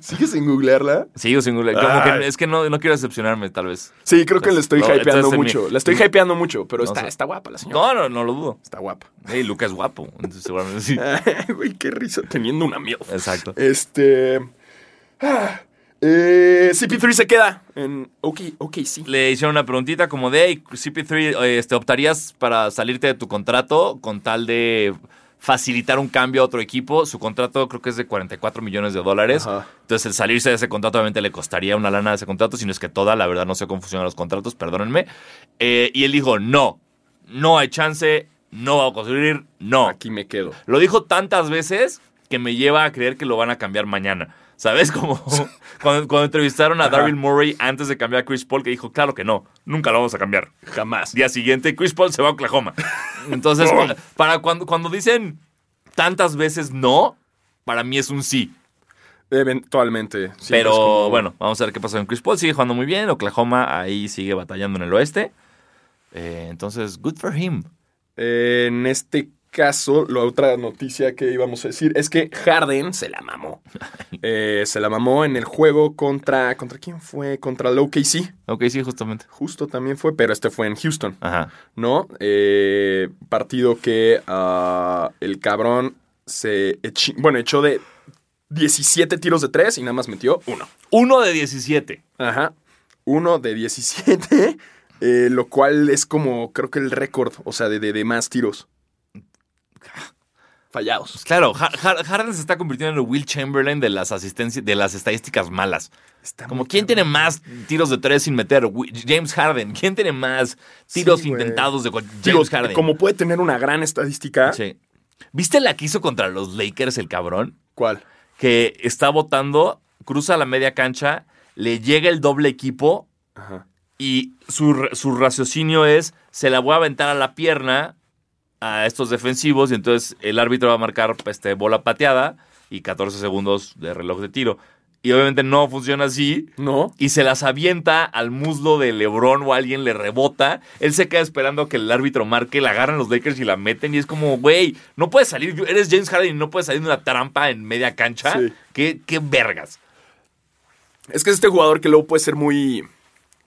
Speaker 2: ¿Sigues sin googlearla?
Speaker 1: Sigo sin googlear. Como
Speaker 2: Ay.
Speaker 1: que es que no, no quiero decepcionarme, tal vez.
Speaker 2: Sí, creo que la estoy
Speaker 1: No,
Speaker 2: hypeando
Speaker 1: entonces,
Speaker 2: mucho.
Speaker 1: mi-
Speaker 2: La estoy hypeando mucho, pero
Speaker 1: No
Speaker 2: está,
Speaker 1: sé.
Speaker 2: está guapa la señora.
Speaker 1: No, no, no lo dudo.
Speaker 2: Está guapa.
Speaker 1: Hey, Luca es guapo. Entonces, seguramente sí.
Speaker 2: Ay, güey, qué risa. Teniendo una MILF.
Speaker 1: Exacto.
Speaker 2: Este. ah, eh, CP3 se queda en OK, OK, sí.
Speaker 1: Le hicieron una preguntita como de, hey, CP3, eh, este, ¿optarías para salirte de tu contrato con tal de facilitar un cambio a otro equipo? Su contrato creo que es de 44 millones de dólares.
Speaker 2: Ajá.
Speaker 1: Entonces, el salirse de ese contrato obviamente le costaría una lana de ese contrato, si no es que toda, la verdad no sé cómo funcionan los contratos, perdónenme. Eh, y él dijo, no, no hay chance, no va a construir, no.
Speaker 2: Aquí me quedo.
Speaker 1: Lo dijo tantas veces que me lleva a creer que lo van a cambiar mañana. ¿Sabes? Como cuando, cuando entrevistaron a Daryl Murray antes de cambiar a Chris Paul, que dijo, claro que no, nunca lo vamos a cambiar.
Speaker 2: Jamás. Oh.
Speaker 1: Día siguiente, Chris Paul se va a Oklahoma. Entonces, para, para cuando, cuando dicen tantas veces no, para mí es un sí.
Speaker 2: Eventualmente. sí,
Speaker 1: Pero
Speaker 2: es como-
Speaker 1: bueno, vamos a ver qué pasa con Chris Paul. Sigue jugando muy bien. Oklahoma ahí sigue batallando en el oeste. Eh, entonces, good for him.
Speaker 2: Eh, en este caso, la otra noticia que íbamos a decir es que Harden se la mamó. Eh, se la mamó en el juego contra. ¿Contra quién fue? Contra el OKC.
Speaker 1: Ok, sí, justamente.
Speaker 2: Justo también fue, pero este fue en Houston.
Speaker 1: Ajá.
Speaker 2: ¿no? Eh, partido que ah, el cabrón se echi- bueno, echó de 17 tiros de 3 y nada más metió uno.
Speaker 1: Uno de 17.
Speaker 2: Ajá. Uno de 17, eh, lo cual es como, creo que el récord, o sea, de, de- de más tiros. Fallados.
Speaker 1: Pues claro, Har- Har- Harden se está convirtiendo en el Will Chamberlain de las asistencias, de las estadísticas malas.
Speaker 2: Está
Speaker 1: Como,
Speaker 2: muy
Speaker 1: ¿quién tiene
Speaker 2: cabrón.
Speaker 1: más tiros de tres sin meter? Wi- James Harden. ¿Quién tiene más tiros
Speaker 2: Sí, güey.
Speaker 1: intentados de gol? James
Speaker 2: Digo,
Speaker 1: Harden?
Speaker 2: Como puede tener una gran estadística.
Speaker 1: Sí. ¿Viste la que hizo contra los Lakers el cabrón?
Speaker 2: ¿Cuál?
Speaker 1: que está votando, cruza la media cancha, le llega el doble equipo
Speaker 2: Ajá.
Speaker 1: y su, r- su raciocinio es, se la voy a aventar a la pierna a estos defensivos y entonces el árbitro va a marcar este, bola pateada y 14 segundos de reloj de tiro. Y obviamente no funciona así.
Speaker 2: ¿No?
Speaker 1: Y se las avienta al muslo de Lebron o alguien le rebota. Él se queda esperando que el árbitro marque, la agarran los Lakers y la meten. Y es como, güey, no puedes salir. Eres James Harden y no puedes salir de una trampa en media cancha.
Speaker 2: Sí.
Speaker 1: ¿Qué, qué vergas.
Speaker 2: Es que es este jugador que luego puede ser muy.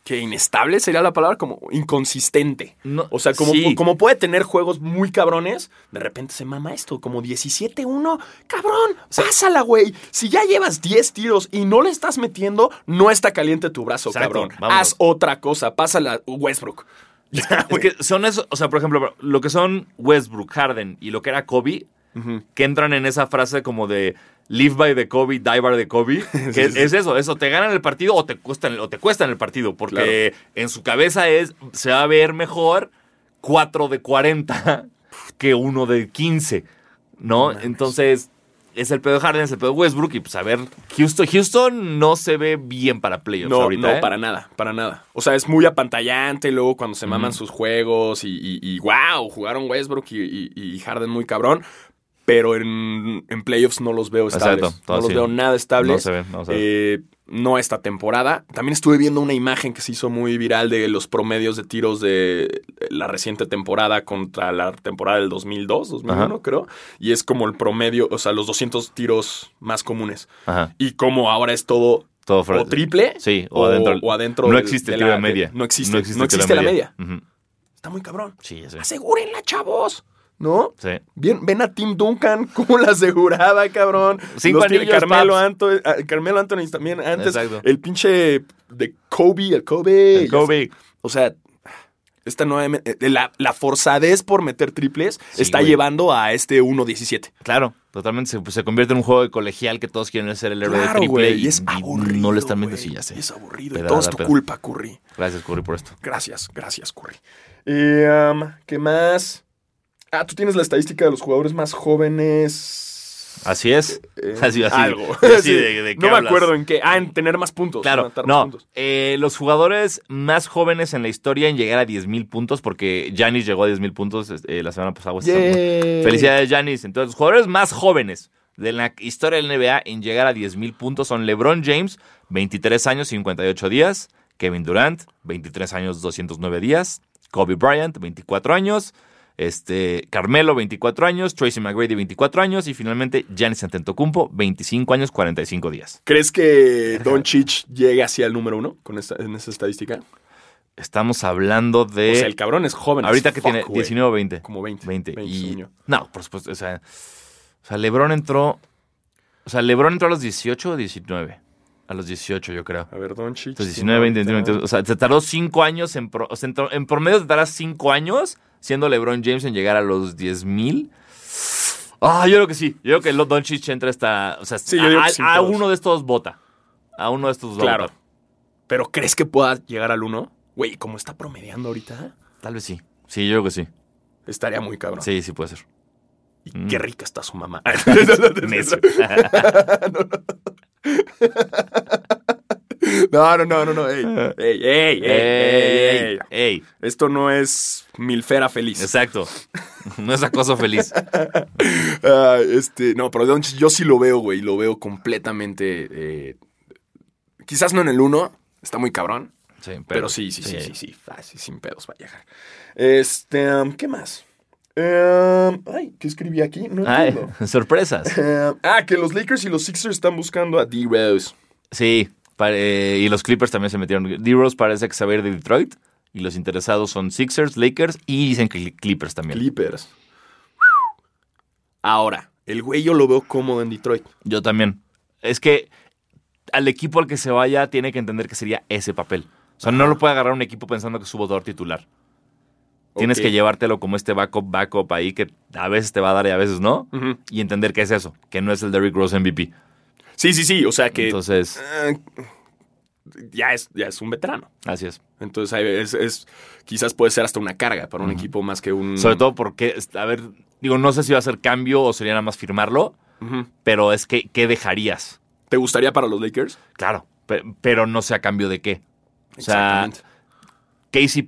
Speaker 2: que inestable sería la palabra, como inconsistente.
Speaker 1: No,
Speaker 2: o sea, como,
Speaker 1: sí.
Speaker 2: como puede tener juegos muy cabrones, de repente se mama esto, como 17-1. Cabrón, pásala, güey. Si ya llevas 10 tiros y no le estás metiendo, no está caliente tu brazo,
Speaker 1: Exacto,
Speaker 2: cabrón.
Speaker 1: vámonos.
Speaker 2: Haz otra cosa, pásala, Westbrook. Ya,
Speaker 1: Es
Speaker 2: güey.
Speaker 1: que son eso, o sea, por ejemplo, lo que son Westbrook, Harden y lo que era Kobe, que entran en esa frase como de live by the Kobe, die by the Kobe, que es, es eso, eso, te ganan el partido o te cuestan, o te cuestan el partido, porque en su cabeza es, se va a ver mejor 4 de 40 que 1 de 15, ¿no? Entonces, es el pedo de Harden, es el pedo de Westbrook y pues a ver, Houston, Houston no se ve bien para playoffs
Speaker 2: No,
Speaker 1: ahorita.
Speaker 2: no,
Speaker 1: ¿eh?
Speaker 2: para nada, para nada. O sea, es muy apantallante luego cuando se maman sus juegos y, y, wow, jugaron Westbrook y, y- y Harden muy cabrón. Pero en, en playoffs no los veo estables.
Speaker 1: Exacto, todo
Speaker 2: no los
Speaker 1: así.
Speaker 2: veo nada estables.
Speaker 1: No se ven, no se ven.
Speaker 2: Eh, no esta temporada. También estuve viendo una imagen que se hizo muy viral de los promedios de tiros de la reciente temporada contra la temporada del 2002, 2001
Speaker 1: Ajá.
Speaker 2: creo. Y es como el promedio, o sea, los 200 tiros más comunes.
Speaker 1: Ajá,
Speaker 2: Y como ahora es todo
Speaker 1: todo fuera-
Speaker 2: o triple.
Speaker 1: Sí, o adentro.
Speaker 2: o adentro
Speaker 1: No
Speaker 2: del-
Speaker 1: existe
Speaker 2: de
Speaker 1: tiro
Speaker 2: la-
Speaker 1: de media.
Speaker 2: de- no existe. No existe la ¿Ah,
Speaker 1: Ujú.
Speaker 2: Está muy cabrón.
Speaker 1: Sí, sí.
Speaker 2: Asegúrenla, chavos. ¿No?
Speaker 1: Sí.
Speaker 2: Bien, ven a Tim Duncan, cómo la aseguraba, cabrón.
Speaker 1: Cinco
Speaker 2: Los tiene
Speaker 1: anillos,
Speaker 2: Carmelo,
Speaker 1: paps.
Speaker 2: Anto- ah, Carmelo Anthony también antes.
Speaker 1: Exacto.
Speaker 2: El pinche de Kobe, el Kobe.
Speaker 1: El Kobe.
Speaker 2: O sea, esta nueva. eh, La, la forzadez por meter triples
Speaker 1: Sí,
Speaker 2: está
Speaker 1: güey.
Speaker 2: llevando a este 1-17.
Speaker 1: Claro, totalmente. Se, se convierte en un juego de colegial que todos quieren ser el héroe de triple.
Speaker 2: güey, Y es
Speaker 1: y
Speaker 2: aburrido.
Speaker 1: No le están viendo
Speaker 2: güey,
Speaker 1: sí, ya sé.
Speaker 2: Es aburrido. y
Speaker 1: Pedrada,
Speaker 2: todo es tu
Speaker 1: pedrada.
Speaker 2: culpa, Curry.
Speaker 1: Gracias, Curry, por esto.
Speaker 2: Gracias, gracias, Curry. Eh, um, ¿Qué más? Ah, tú tienes la estadística de los jugadores más jóvenes.
Speaker 1: Así es.
Speaker 2: Eh,
Speaker 1: así, así.
Speaker 2: algo.
Speaker 1: así
Speaker 2: Sí.
Speaker 1: de- de qué
Speaker 2: no me
Speaker 1: hablas.
Speaker 2: acuerdo en qué. Ah, en tener más puntos.
Speaker 1: Claro,
Speaker 2: anotar más
Speaker 1: no.
Speaker 2: puntos.
Speaker 1: eh, los jugadores más jóvenes en la historia en llegar a 10.000 puntos, porque Janis llegó a 10.000 puntos eh, la semana pasada. o esta semana.
Speaker 2: Yay.
Speaker 1: Felicidades, Janis. Entonces, los jugadores más jóvenes de la historia del NBA en llegar a 10.000 puntos son LeBron James, 23 años, 58 días. Kevin Durant, 23 años, 209 días. Kobe Bryant, 24 años. Este, Carmelo, 24 años. Tracy McGrady, 24 años. Y finalmente, Giannis Antetokounmpo, 25 años, 45 días.
Speaker 2: ¿Crees que Don Chich llegue así al número uno con esta, en esa estadística?
Speaker 1: Estamos hablando de...
Speaker 2: o sea, Pues el cabrón es joven. as
Speaker 1: Eh, ahorita que
Speaker 2: fuck,
Speaker 1: tiene
Speaker 2: güey.
Speaker 1: 19 o 20.
Speaker 2: Como 20.
Speaker 1: 20.
Speaker 2: 20, según
Speaker 1: y,
Speaker 2: yo.
Speaker 1: no, por supuesto. O sea, o sea, LeBron entró. O sea, LeBron entró a los 18 o 19. A los 18, yo creo.
Speaker 2: A ver, Don Chich.
Speaker 1: Entonces, 19, 20, 21, 22. O sea, se tardó 5 años en. pro- o sea, en, to- en promedio te tardas 5 años siendo LeBron James en llegar a los 10.000 Ah, yo creo que sí. Yo creo que Don Chich entra hasta. O sea,
Speaker 2: Sí, yo digo que
Speaker 1: a,
Speaker 2: sí,
Speaker 1: a
Speaker 2: todos.
Speaker 1: uno de estos vota. A uno de estos
Speaker 2: Claro.
Speaker 1: vota.
Speaker 2: Pero ¿crees que pueda llegar al uno? Güey, como está promediando ahorita,
Speaker 1: Tal vez sí. Sí, yo creo que sí.
Speaker 2: estaría muy cabrón.
Speaker 1: Sí, sí puede ser.
Speaker 2: Mm. Y qué rica está su mamá.
Speaker 1: Necio.
Speaker 2: No, no, no, no, no. Ey, ey, ey, ey, ey, ey.
Speaker 1: ey.
Speaker 2: Esto no es Milfera feliz.
Speaker 1: Exacto. No es acoso feliz.
Speaker 2: Ah, este, no, pero Doncic yo sí lo veo, güey. Lo veo completamente. eh, quizás no en el uno, Está muy cabrón.
Speaker 1: Sí, pero,
Speaker 2: Pero, sí, sí, sí, sí, sí, fácil, sin pedos va a llegar. Este, um, ¿qué más? Um, ay, ¿qué escribí aquí? No
Speaker 1: Ay,
Speaker 2: entiendo.
Speaker 1: sorpresas.
Speaker 2: Um, ah, que los Lakers y los Sixers están buscando a D-Rose.
Speaker 1: Sí, pa- eh, y los Clippers también se metieron. D-Rose parece que se va a ir de Detroit. Y los interesados son Sixers, Lakers y dicen que Cl- Clippers también.
Speaker 2: Clippers. Ahora, el güey yo lo veo cómodo en Detroit.
Speaker 1: Yo también. Es que al equipo al que se vaya tiene que entender que sería ese papel. O sea, no lo puede agarrar un equipo pensando que es su votador titular. Tienes
Speaker 2: Ok.
Speaker 1: que llevártelo como este backup, backup ahí que a veces te va a dar y a veces no.
Speaker 2: Ujú.
Speaker 1: Y entender que es eso, que no es el Derrick Rose MVP.
Speaker 2: Sí, sí, sí, o sea que
Speaker 1: Entonces,
Speaker 2: eh, ya, es, ya es un veterano.
Speaker 1: así es.
Speaker 2: Entonces ahí es, es- quizás puede ser hasta una carga para un equipo más que un...
Speaker 1: Sobre todo porque, a ver, digo, no sé si va a ser cambio o sería nada más firmarlo,
Speaker 2: Ujú.
Speaker 1: pero es que, ¿qué dejarías?
Speaker 2: ¿Te gustaría para los Lakers?
Speaker 1: Claro, pe- pero no sé a cambio de qué. O sea,
Speaker 2: Exactamente.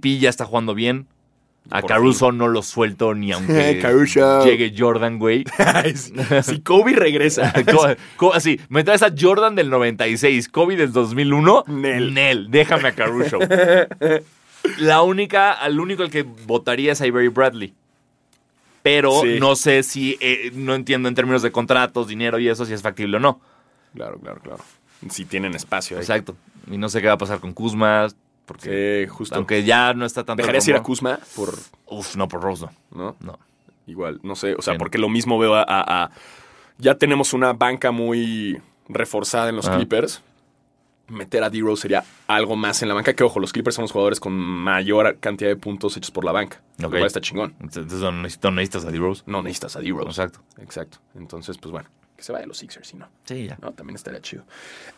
Speaker 1: KCP ya está jugando bien. A
Speaker 2: Por
Speaker 1: Caruso no lo suelto ni aunque
Speaker 2: Caruso.
Speaker 1: llegue Jordan, güey.
Speaker 2: Ay, si, si Kobe regresa.
Speaker 1: Co- co- Así, me traes a Jordan del 96, Kobe del 2001.
Speaker 2: Nel.
Speaker 1: déjame a Caruso. La única, al único al que votaría es a Avery Bradley. Pero
Speaker 2: Sí.
Speaker 1: no sé si, eh, no entiendo en términos de contratos, dinero y eso, si es factible o no.
Speaker 2: Claro, claro, claro. Si tienen espacio. ahí.
Speaker 1: Exacto. Y no sé qué va a pasar con Kuzma, porque
Speaker 2: Eh, justo.
Speaker 1: aunque ya no está tanto...
Speaker 2: ¿Dejarías ir a
Speaker 1: rumor.
Speaker 2: Kuzma por...
Speaker 1: Uf, no, por Rose no.
Speaker 2: ¿No?
Speaker 1: No.
Speaker 2: Igual, no sé. O sea,
Speaker 1: Bien.
Speaker 2: porque lo mismo veo a, a- a- Ya tenemos una banca muy reforzada en los
Speaker 1: Ajá.
Speaker 2: Clippers. Meter a D-Rose sería algo más en la banca. Que ojo, los Clippers son los jugadores con mayor cantidad de puntos hechos por la banca. Lo
Speaker 1: Ok.
Speaker 2: cual está chingón.
Speaker 1: Entonces no necesito- no necesitas a D-Rose.
Speaker 2: No necesitas a D-Rose.
Speaker 1: Exacto.
Speaker 2: Exacto. Entonces, pues bueno, que se vaya a los Sixers, si no.
Speaker 1: Sí, ya.
Speaker 2: No, también estaría chido.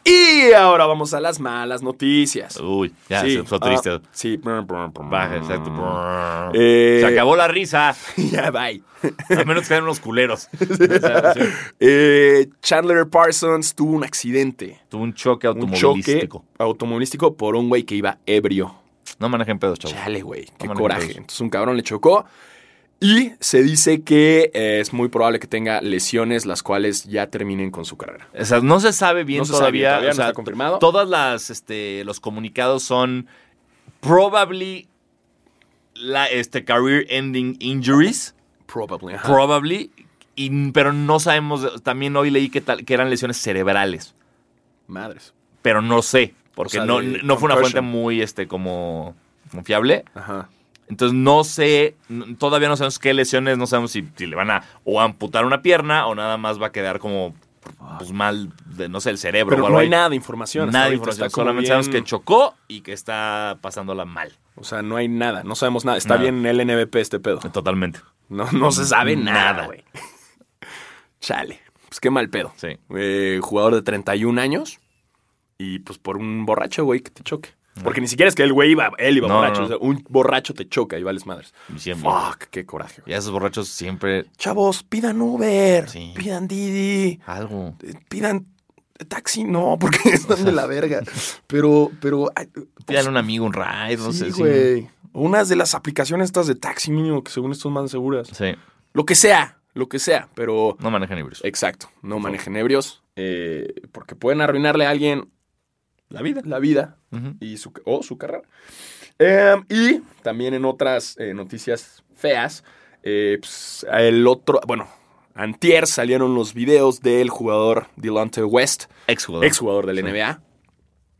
Speaker 2: Y ahora vamos a las malas noticias.
Speaker 1: Uy, ya
Speaker 2: Sí,
Speaker 1: se puso
Speaker 2: ah,
Speaker 1: triste.
Speaker 2: sí.
Speaker 1: Baja, exacto.
Speaker 2: Eh,
Speaker 1: Se acabó la risa.
Speaker 2: Ya, bye.
Speaker 1: A menos que sean unos culeros.
Speaker 2: Eh, Chandler Parsons tuvo un accidente.
Speaker 1: Tuvo un choque
Speaker 2: Un choque
Speaker 1: automovilístico.
Speaker 2: automovilístico por un güey que iba ebrio.
Speaker 1: No manejen pedos, chavos.
Speaker 2: Chale, güey. Qué
Speaker 1: Vámonos,
Speaker 2: coraje.
Speaker 1: entonces.
Speaker 2: Entonces un cabrón le chocó. Y se dice que eh, es muy probable que tenga lesiones las cuales ya terminen con su carrera.
Speaker 1: O sea, no se sabe bien
Speaker 2: No se sabe bien
Speaker 1: todavía.
Speaker 2: todavía,
Speaker 1: o
Speaker 2: no
Speaker 1: sea,
Speaker 2: está confirmado.
Speaker 1: Todas las, este, los comunicados son probably la, este, career ending injuries.
Speaker 2: Probably. ajá.
Speaker 1: Probably. y- pero no sabemos. También hoy leí que, tal, que eran lesiones cerebrales.
Speaker 2: Madres.
Speaker 1: Pero no sé. Porque
Speaker 2: O sea,
Speaker 1: no,
Speaker 2: de
Speaker 1: no fue una fuente
Speaker 2: concussion.
Speaker 1: muy este, como confiable.
Speaker 2: Ajá.
Speaker 1: Entonces no sé, n- todavía no sabemos qué lesiones, no sabemos si, si le van a o amputar una pierna o nada más va a quedar como pues, mal, de, no sé, el cerebro
Speaker 2: Pero
Speaker 1: o
Speaker 2: no
Speaker 1: algo
Speaker 2: hay
Speaker 1: ahí.
Speaker 2: nada de información. hasta
Speaker 1: Nada de
Speaker 2: ahorita.
Speaker 1: información,
Speaker 2: Está como
Speaker 1: solamente sabemos
Speaker 2: bien-
Speaker 1: que chocó y que está pasándola mal.
Speaker 2: O sea, no hay nada, no sabemos nada. Está
Speaker 1: Nada.
Speaker 2: bien el NBP este pedo.
Speaker 1: Totalmente.
Speaker 2: No, no se sabe
Speaker 1: Nada.
Speaker 2: nada, güey. Chale. Pues qué mal pedo.
Speaker 1: Sí.
Speaker 2: Eh, jugador de 31 años y pues por un borracho, güey, que te choque. Porque ni siquiera es que el güey iba, él iba
Speaker 1: No,
Speaker 2: borracho.
Speaker 1: no, no.
Speaker 2: O sea, un borracho te choca y vales madres.
Speaker 1: Y siempre.
Speaker 2: Fuck, qué coraje, güey.
Speaker 1: Y a esos borrachos siempre
Speaker 2: Chavos, pidan Uber,
Speaker 1: Sí.
Speaker 2: pidan Didi,
Speaker 1: algo.
Speaker 2: eh, pidan taxi, no, porque están de la verga. Pero, pero... ay, pues,
Speaker 1: Pídale a un amigo un ride, no
Speaker 2: sí,
Speaker 1: sé. sí.
Speaker 2: güey. Unas de las aplicaciones estas de taxi mínimo que según estos más seguras.
Speaker 1: Sí,
Speaker 2: Lo que sea, lo que sea, pero...
Speaker 1: no manejan libros.
Speaker 2: Exacto, no manejen ebrios, eh, porque pueden arruinarle a alguien la vida, la vida
Speaker 1: Ujú.
Speaker 2: y su, o su carrera. Em, y también en otras eh, noticias feas, eh, pues, el otro, bueno, antier salieron los videos del jugador Delonte West,
Speaker 1: Exjugador.
Speaker 2: ex jugador del
Speaker 1: Sí.
Speaker 2: NBA,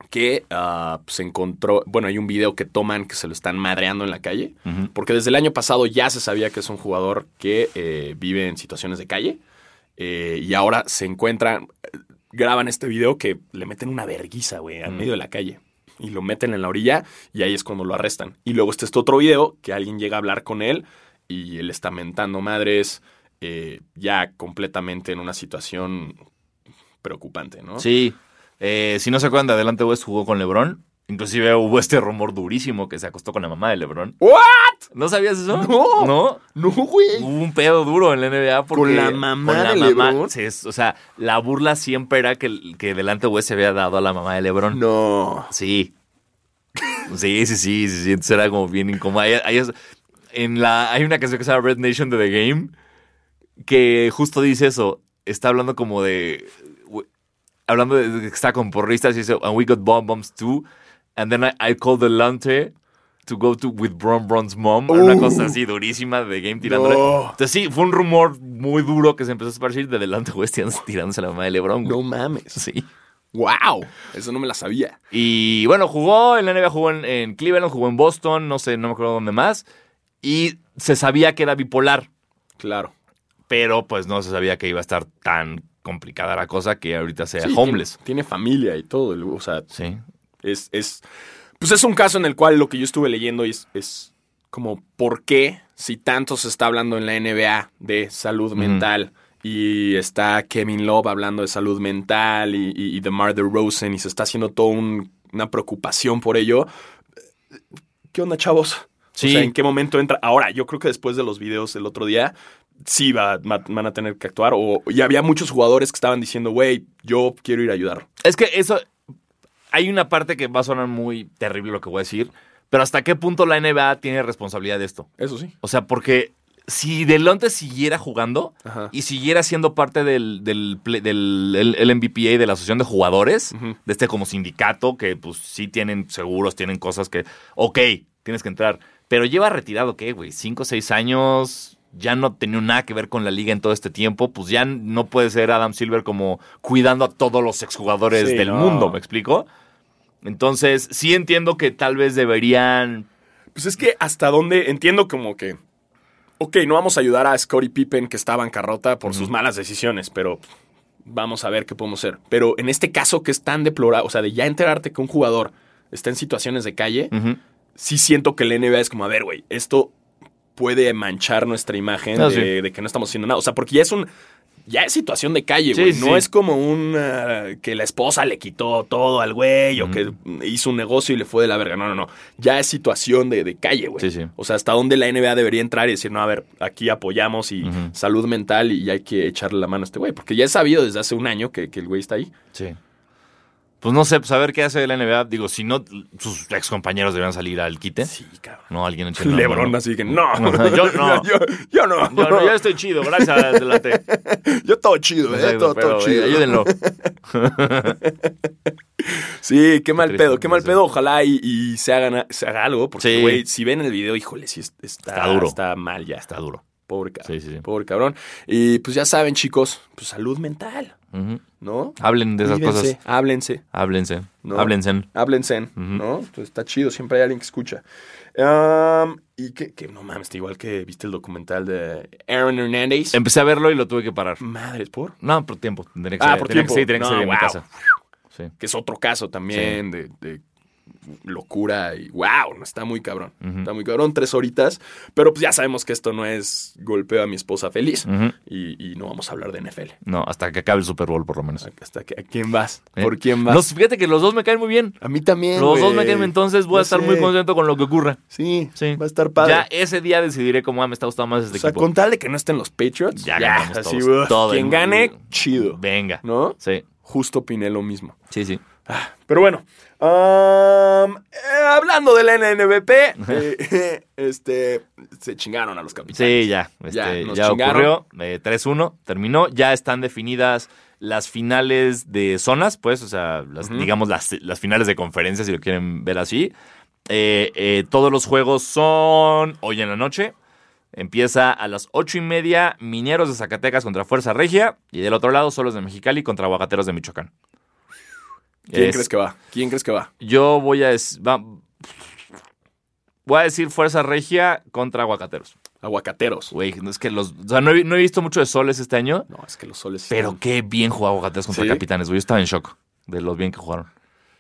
Speaker 2: que ah, se encontró, bueno, hay un video que toman que se lo están madreando en la calle.
Speaker 1: Ujú.
Speaker 2: Porque desde el año pasado ya se sabía que es un jugador que eh, vive en situaciones de calle. eh, y ahora se encuentran, eh, graban este video que le meten una verguiza, güey, al
Speaker 1: Mm.
Speaker 2: medio de la calle. Y lo meten en la orilla y ahí es cuando lo arrestan. Y luego está este otro video que alguien llega a hablar con él y él está mentando madres, eh, ya completamente en una situación preocupante, ¿no?
Speaker 1: Sí. Eh, si no se acuerdan de Adelante West jugó con LeBron. Inclusive hubo este rumor durísimo que se acostó con la mamá de LeBron.
Speaker 2: ¿What? Best.
Speaker 1: ¿No sabías eso?
Speaker 2: No.
Speaker 1: ¿No?
Speaker 2: No, güey.
Speaker 1: Hubo un pedo duro en la NBA porque
Speaker 2: Con la mamá
Speaker 1: con la
Speaker 2: de
Speaker 1: mamá,
Speaker 2: LeBron.
Speaker 1: se- o sea, la burla siempre era que, que delante West se había dado a la mamá de LeBron.
Speaker 2: No.
Speaker 1: Sí. Sí, sí, sí, sí, sí. Entonces era como bien incómodo. Ahí- ahí es- en la, hay una canción que se llama Red Nation de The Game que justo dice eso. Está hablando como de. we- Hablando de de que está con porristas y dice, and we got bomb bombs too. And then I, I called the lante to go to with Bron Bron's mom. Era Una
Speaker 2: Uh.
Speaker 1: cosa así durísima de The Game tirándole.
Speaker 2: No.
Speaker 1: Entonces sí, fue un rumor muy duro que se empezó a esparcir de delante West tirándose a la mamá de LeBron. güey.
Speaker 2: No mames.
Speaker 1: Sí.
Speaker 2: Wow. Eso no me la sabía.
Speaker 1: Y bueno, jugó en la NBA, jugó en, en Cleveland, jugó en Boston, no sé, no me acuerdo dónde más. Y se sabía que era bipolar,
Speaker 2: Claro.
Speaker 1: pero pues no se sabía que iba a estar tan complicada la cosa que ahorita sea
Speaker 2: Sí,
Speaker 1: homeless.
Speaker 2: Tiene, tiene familia y todo. el- O sea,
Speaker 1: Sí.
Speaker 2: es, es. Pues es un caso en el cual lo que yo estuve leyendo es, es como por qué, si tanto se está hablando en la NBA de salud mental. Y está Kevin Love hablando de salud mental y, y, y de Mar de Rosen y se está haciendo toda una preocupación por ello. ¿Qué onda, chavos?
Speaker 1: Sí.
Speaker 2: O sea, ¿en qué momento entra? Ahora, yo creo que después de los videos del otro día, sí va- va- van a tener que actuar. O, y había muchos jugadores que estaban diciendo, güey, yo quiero ir a ayudar.
Speaker 1: Es que eso. Hay una parte que va a sonar muy terrible lo que voy a decir, pero ¿hasta qué punto la NBA tiene responsabilidad de esto?
Speaker 2: Eso sí.
Speaker 1: O sea, porque si Delonte siguiera jugando
Speaker 2: Ajá.
Speaker 1: y siguiera siendo parte del, del, ple- del- el- el MBPA, de la Asociación de Jugadores,
Speaker 2: Ujú.
Speaker 1: de este como sindicato, que pues sí tienen seguros, tienen cosas que, ok, tienes que entrar. Pero lleva retirado, ¿qué, güey? Cinco o seis años, ya no tenía nada que ver con la liga en todo este tiempo, pues ya no puede ser Adam Silver como cuidando a todos los exjugadores
Speaker 2: Sí,
Speaker 1: del
Speaker 2: no.
Speaker 1: mundo, ¿me explico? Entonces, sí entiendo que tal vez deberían...
Speaker 2: Pues es que hasta dónde entiendo como que. Ok, no vamos a ayudar a Scottie Pippen que está bancarrota por sus malas decisiones, pero pues, vamos a ver qué podemos hacer. Pero en este caso que es tan deplorable, o sea, de ya enterarte que un jugador está en situaciones de calle,
Speaker 1: Ujú.
Speaker 2: sí siento que la NBA es como, a ver, güey, esto puede manchar nuestra imagen
Speaker 1: Ah,
Speaker 2: de,
Speaker 1: sí.
Speaker 2: de que no estamos haciendo nada. O sea, porque ya es un. Ya es situación de calle,
Speaker 1: Sí,
Speaker 2: güey.
Speaker 1: sí,
Speaker 2: no
Speaker 1: sí.
Speaker 2: es como un. ah, que la esposa le quitó todo al güey o que hizo un negocio y le fue de la verga. No, no, no. Ya es situación de, de calle, güey.
Speaker 1: Sí, sí.
Speaker 2: O sea, hasta dónde la NBA debería entrar y decir, no, a ver, aquí apoyamos y
Speaker 1: Ujú.
Speaker 2: salud mental y hay que echarle la mano a este güey. Porque ya he sabido desde hace un año que, que el güey está ahí.
Speaker 1: Sí. Pues no sé, pues a ver qué hace la NBA. Digo, si no, sus ex compañeros deberían salir al quite.
Speaker 2: Sí, cabrón.
Speaker 1: No, alguien eche la
Speaker 2: Lebron,
Speaker 1: mano.
Speaker 2: así que no.
Speaker 1: Ajá, yo no.
Speaker 2: yo, yo no.
Speaker 1: Yo, no, yo estoy chido, gracias, adelante.
Speaker 2: Yo todo chido, ¿eh?
Speaker 1: Exacto,
Speaker 2: todo,
Speaker 1: pero,
Speaker 2: todo chido.
Speaker 1: eh, ayúdenlo.
Speaker 2: Sí, qué mal
Speaker 1: triste,
Speaker 2: pedo, qué mal
Speaker 1: sí.
Speaker 2: pedo. Ojalá y, y se, hagan, se haga algo, porque,
Speaker 1: Sí.
Speaker 2: güey, si ven el video, híjole, sí es- está,
Speaker 1: Está duro.
Speaker 2: Está mal ya, está
Speaker 1: Está duro.
Speaker 2: pobre cabrón.
Speaker 1: Sí, sí, sí.
Speaker 2: Pobre cabrón. Y pues ya saben, chicos, pues salud mental,
Speaker 1: Ujú.
Speaker 2: ¿no?
Speaker 1: Hablen de esas
Speaker 2: Cuídense,
Speaker 1: cosas.
Speaker 2: Háblense.
Speaker 1: Háblense.
Speaker 2: No.
Speaker 1: Háblense.
Speaker 2: Háblense, ¿no? Entonces, está chido, siempre hay alguien que escucha. Am, y que, que no mames, está igual que viste el documental de Aaron Hernández.
Speaker 1: Empecé a verlo y lo tuve que parar.
Speaker 2: Madres, por.
Speaker 1: No, por tiempo. Tendría que
Speaker 2: Ah,
Speaker 1: ser-
Speaker 2: por
Speaker 1: tenía
Speaker 2: tiempo.
Speaker 1: Que, sí, tenía que
Speaker 2: No,
Speaker 1: salir de mi
Speaker 2: wow.
Speaker 1: casa. Sí.
Speaker 2: que es otro caso también de, de locura y wow, no está muy cabrón.
Speaker 1: Ujú.
Speaker 2: Está muy cabrón, tres horitas, pero pues ya sabemos que esto no es golpeo a mi esposa feliz
Speaker 1: Ujú.
Speaker 2: y, y no vamos a hablar de NFL.
Speaker 1: No, hasta que acabe el Super Bowl, por lo menos.
Speaker 2: Hasta que, ¿A quién vas?
Speaker 1: ¿Eh?
Speaker 2: ¿Por quién vas?
Speaker 1: Los- fíjate que los dos me caen muy bien.
Speaker 2: a mí también.
Speaker 1: Los dos me
Speaker 2: güey.
Speaker 1: caen, entonces voy
Speaker 2: Ya
Speaker 1: a estar
Speaker 2: sé.
Speaker 1: muy contento con lo que ocurra.
Speaker 2: Sí,
Speaker 1: Sí.
Speaker 2: va a estar padre.
Speaker 1: Ya ese día decidiré cómo ah, me está gustando más este
Speaker 2: o sea,
Speaker 1: equipo.
Speaker 2: con tal de que no estén los Patriots,
Speaker 1: Ya ganamos
Speaker 2: así,
Speaker 1: todos.
Speaker 2: uf,
Speaker 1: Todo
Speaker 2: quien
Speaker 1: el-
Speaker 2: gane, chido.
Speaker 1: Venga.
Speaker 2: ¿No?
Speaker 1: Sí,
Speaker 2: Justo opiné lo mismo.
Speaker 1: sí, sí.
Speaker 2: Ah, Pero bueno, am, eh, hablando del NNBP, eh, este, se chingaron a los capitanes.
Speaker 1: Sí, ya.
Speaker 2: Ya,
Speaker 1: este, ya
Speaker 2: nos chingaron.
Speaker 1: ocurrió. eh, 3-1, terminó. Ya están definidas las finales de zonas, pues, o sea, las,
Speaker 2: Ujú.
Speaker 1: digamos las, las finales de conferencias, si lo quieren ver así. Eh, eh, todos los juegos son hoy en la noche. Empieza a las ocho y media, Mineros de Zacatecas contra Fuerza Regia. Y del otro lado, Solos de Mexicali contra Aguacateros de Michoacán.
Speaker 2: ¿Quién
Speaker 1: Es-
Speaker 2: crees que va? ¿Quién crees que va?
Speaker 1: Yo voy a, des- va- voy a decir Fuerza Regia contra Aguacateros.
Speaker 2: Aguacateros.
Speaker 1: Güey, no, es que los. O sea, no he, no he visto mucho de soles este año,
Speaker 2: No, es que los soles.
Speaker 1: pero qué bien jugó Aguacateros contra
Speaker 2: Sí.
Speaker 1: Capitanes, güey. Yo estaba en shock de los bien que jugaron.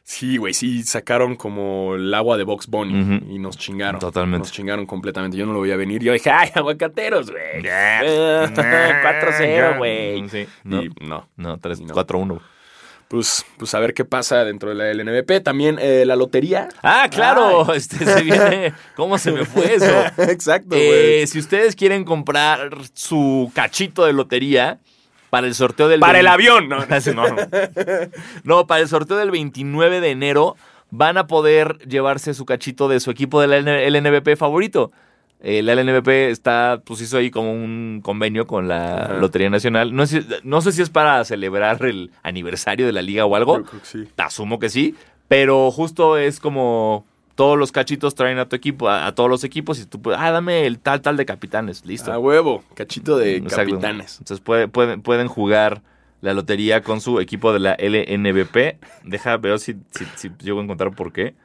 Speaker 2: Sí, güey, sí, sacaron como el agua de Box Bunny
Speaker 1: Ujú.
Speaker 2: y nos chingaron.
Speaker 1: Totalmente.
Speaker 2: Nos chingaron completamente. Yo no lo voy a venir. Yo dije, ay, aguacateros, güey.
Speaker 1: Ah,
Speaker 2: 4-0, güey.
Speaker 1: Mm, Sí. No,
Speaker 2: Y no.
Speaker 1: no, tres-
Speaker 2: No.
Speaker 1: 4-1.
Speaker 2: pues, pues a ver qué pasa dentro de la LNBP. También eh, la lotería.
Speaker 1: Ah, claro, este se viene. ¿Cómo se me fue eso?
Speaker 2: Exacto,
Speaker 1: Eh,
Speaker 2: güey.
Speaker 1: si ustedes quieren comprar su cachito de lotería para el sorteo del
Speaker 2: Para el
Speaker 1: 20
Speaker 2: avión, ¿no?
Speaker 1: Así, no, no. No, para el sorteo del 29 de enero van a poder llevarse su cachito de su equipo del LNBP favorito. El LNBP está, pues hizo ahí como un convenio con la
Speaker 2: Ajá.
Speaker 1: Lotería Nacional. No sé, no sé si es para celebrar el aniversario de la liga o algo.
Speaker 2: Yo creo que sí.
Speaker 1: Asumo que sí, pero justo es como todos los cachitos traen a tu equipo, a, a todos los equipos y tú puedes, ah, dame el tal tal de capitanes, listo.
Speaker 2: A huevo, cachito de
Speaker 1: Exacto.
Speaker 2: capitanes.
Speaker 1: Entonces puede- pueden, pueden jugar la lotería con su equipo de la LNBP. Deja, veo si, si- si llego a encontrar por qué.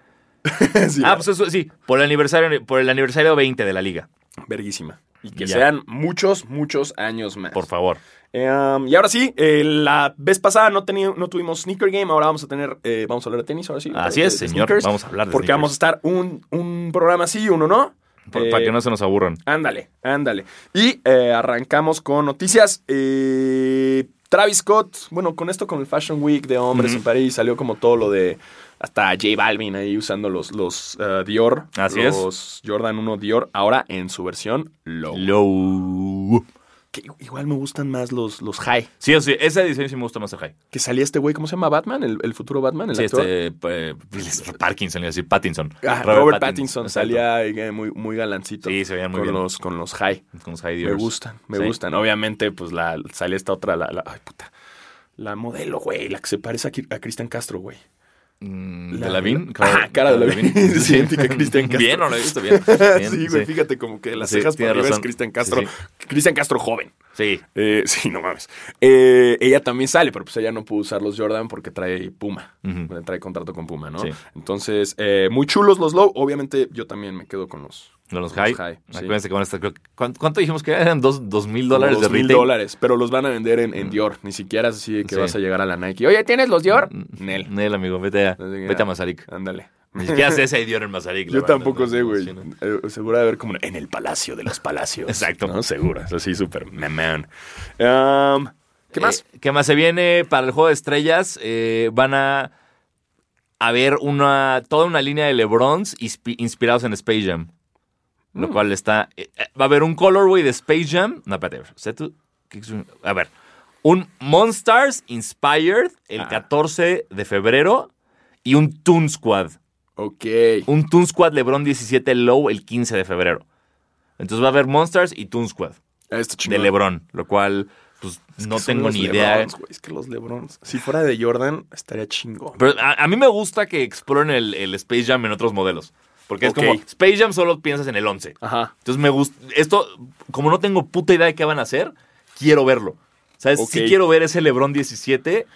Speaker 2: Sí,
Speaker 1: Ah, pues eso, sí, por el aniversario, por el aniversario 20 de la liga,
Speaker 2: Verguísima. Y que
Speaker 1: Ya.
Speaker 2: sean muchos, muchos años más.
Speaker 1: por favor.
Speaker 2: Eh, um, y ahora sí, eh, la vez pasada no, teni- no tuvimos sneaker game, ahora vamos a tener, eh, vamos a hablar de tenis, ahora sí.
Speaker 1: Así
Speaker 2: de-
Speaker 1: es,
Speaker 2: de
Speaker 1: señor.
Speaker 2: Eh, sneakers,
Speaker 1: Vamos a hablar de
Speaker 2: Porque
Speaker 1: sneakers.
Speaker 2: vamos a estar un, un programa así y uno no.
Speaker 1: Por-
Speaker 2: Eh,
Speaker 1: para que no se nos aburran.
Speaker 2: Ándale, ándale. Y eh, arrancamos con noticias. Eh, Travis Scott, bueno, con esto, con el Fashion Week de hombres
Speaker 1: Ujú.
Speaker 2: en París, salió como todo lo de hasta J Balvin ahí usando los, los eh, Dior.
Speaker 1: Así es.
Speaker 2: los Jordan 1 Dior, ahora en su versión low.
Speaker 1: Low.
Speaker 2: Que igual me gustan más los, los high.
Speaker 1: Sí, sí, esa edición sí me gusta más el high.
Speaker 2: Que salía este güey, ¿cómo se llama? Batman, el, el futuro Batman, el
Speaker 1: Sí,
Speaker 2: actor.
Speaker 1: este, eh, Parkinson, iba a decir, Pattinson.
Speaker 2: Ah, Robert, Pattinson,
Speaker 1: Exacto.
Speaker 2: salía eh, muy, muy galancito.
Speaker 1: Sí, se veía muy
Speaker 2: con
Speaker 1: bien.
Speaker 2: Los, con los high.
Speaker 1: Con los high
Speaker 2: Me
Speaker 1: Diors.
Speaker 2: gustan, me
Speaker 1: Sí.
Speaker 2: gustan. Obviamente, pues la sale esta otra, la, la- ay, puta. La modelo, güey, la que se parece a, Ki- a Cristian Castro, güey.
Speaker 1: Mm,
Speaker 2: La-
Speaker 1: ¿De Lavín?
Speaker 2: Ajá, cara de Lavín. Es idéntica a Cristian Castro.
Speaker 1: Bien, no lo he visto bien. Bien,
Speaker 2: sí, güey, fíjate como que las
Speaker 1: Sí,
Speaker 2: cejas
Speaker 1: tiene
Speaker 2: para arriba es
Speaker 1: razón.
Speaker 2: Cristian
Speaker 1: Sí,
Speaker 2: Castro.
Speaker 1: sí.
Speaker 2: Cristian Castro joven.
Speaker 1: Sí.
Speaker 2: Eh, sí, no mames. Eh, ella también sale, pero pues ella no pudo usar los Jordan porque trae Puma.
Speaker 1: Ujú.
Speaker 2: Trae contrato con Puma, ¿no?
Speaker 1: Sí.
Speaker 2: Entonces, eh, muy chulos los low. Obviamente, yo también me quedo con los.
Speaker 1: No, los
Speaker 2: Los
Speaker 1: high.
Speaker 2: high, sí.
Speaker 1: Acuérdense que van a estar. creo que- ¿cuánto, cuánto dijimos que eran? ¿Dos, dos mil dólares de
Speaker 2: Dos mil
Speaker 1: retail? Mm.
Speaker 2: dólares, pero los van a vender en, en Dior. Ni siquiera es así de que
Speaker 1: Sí.
Speaker 2: vas a llegar a la Nike. Oye, ¿tienes los Dior?
Speaker 1: Mm,
Speaker 2: Nel.
Speaker 1: Nel, amigo. Vete a,
Speaker 2: Así que
Speaker 1: vete a
Speaker 2: ya.
Speaker 1: Mazarik.
Speaker 2: Ándale.
Speaker 1: Ni siquiera sé ese idioma en Mazarik. la
Speaker 2: Yo
Speaker 1: verdad,
Speaker 2: tampoco
Speaker 1: no,
Speaker 2: sé,
Speaker 1: no,
Speaker 2: güey.
Speaker 1: sí, no.
Speaker 2: Eh, seguro de haber como en el Palacio de los Palacios.
Speaker 1: Exacto.
Speaker 2: ¿No? Seguro. Es así súper mamón. Um, ¿Qué más?
Speaker 1: Eh, ¿Qué más se viene para el juego de estrellas? Eh, van a haber una, toda una línea de LeBrons inspi- inspirados en Space Jam. Lo
Speaker 2: Mm.
Speaker 1: cual está. eh, eh, va a haber un colorway de Space Jam. No, espérate. o sea, tú- ¿qué- qué- A ver. Un Monstars Inspired el
Speaker 2: Ah.
Speaker 1: 14 de febrero. Y un Toon Squad.
Speaker 2: Ok.
Speaker 1: Un Toon Squad LeBron 17 Low el 15 de febrero. Entonces va a haber Monstars y Toon Squad
Speaker 2: Ah, Esto
Speaker 1: de
Speaker 2: chingón.
Speaker 1: LeBron. Lo cual, pues
Speaker 2: Es que
Speaker 1: no
Speaker 2: son
Speaker 1: tengo
Speaker 2: los
Speaker 1: ni idea.
Speaker 2: Lebrons, güey. Es que los Lebrons. Si fuera de Jordan, estaría chingón.
Speaker 1: Pero a, a mí me gusta que exploren el, el Space Jam en otros modelos. Porque es
Speaker 2: Ok.
Speaker 1: como, Space Jam solo piensas en el 11.
Speaker 2: Ajá.
Speaker 1: Entonces me gusta, esto, como no tengo puta idea de qué van a hacer, quiero verlo. ¿Sabes? Sí
Speaker 2: Ok.
Speaker 1: quiero ver ese LeBron 17,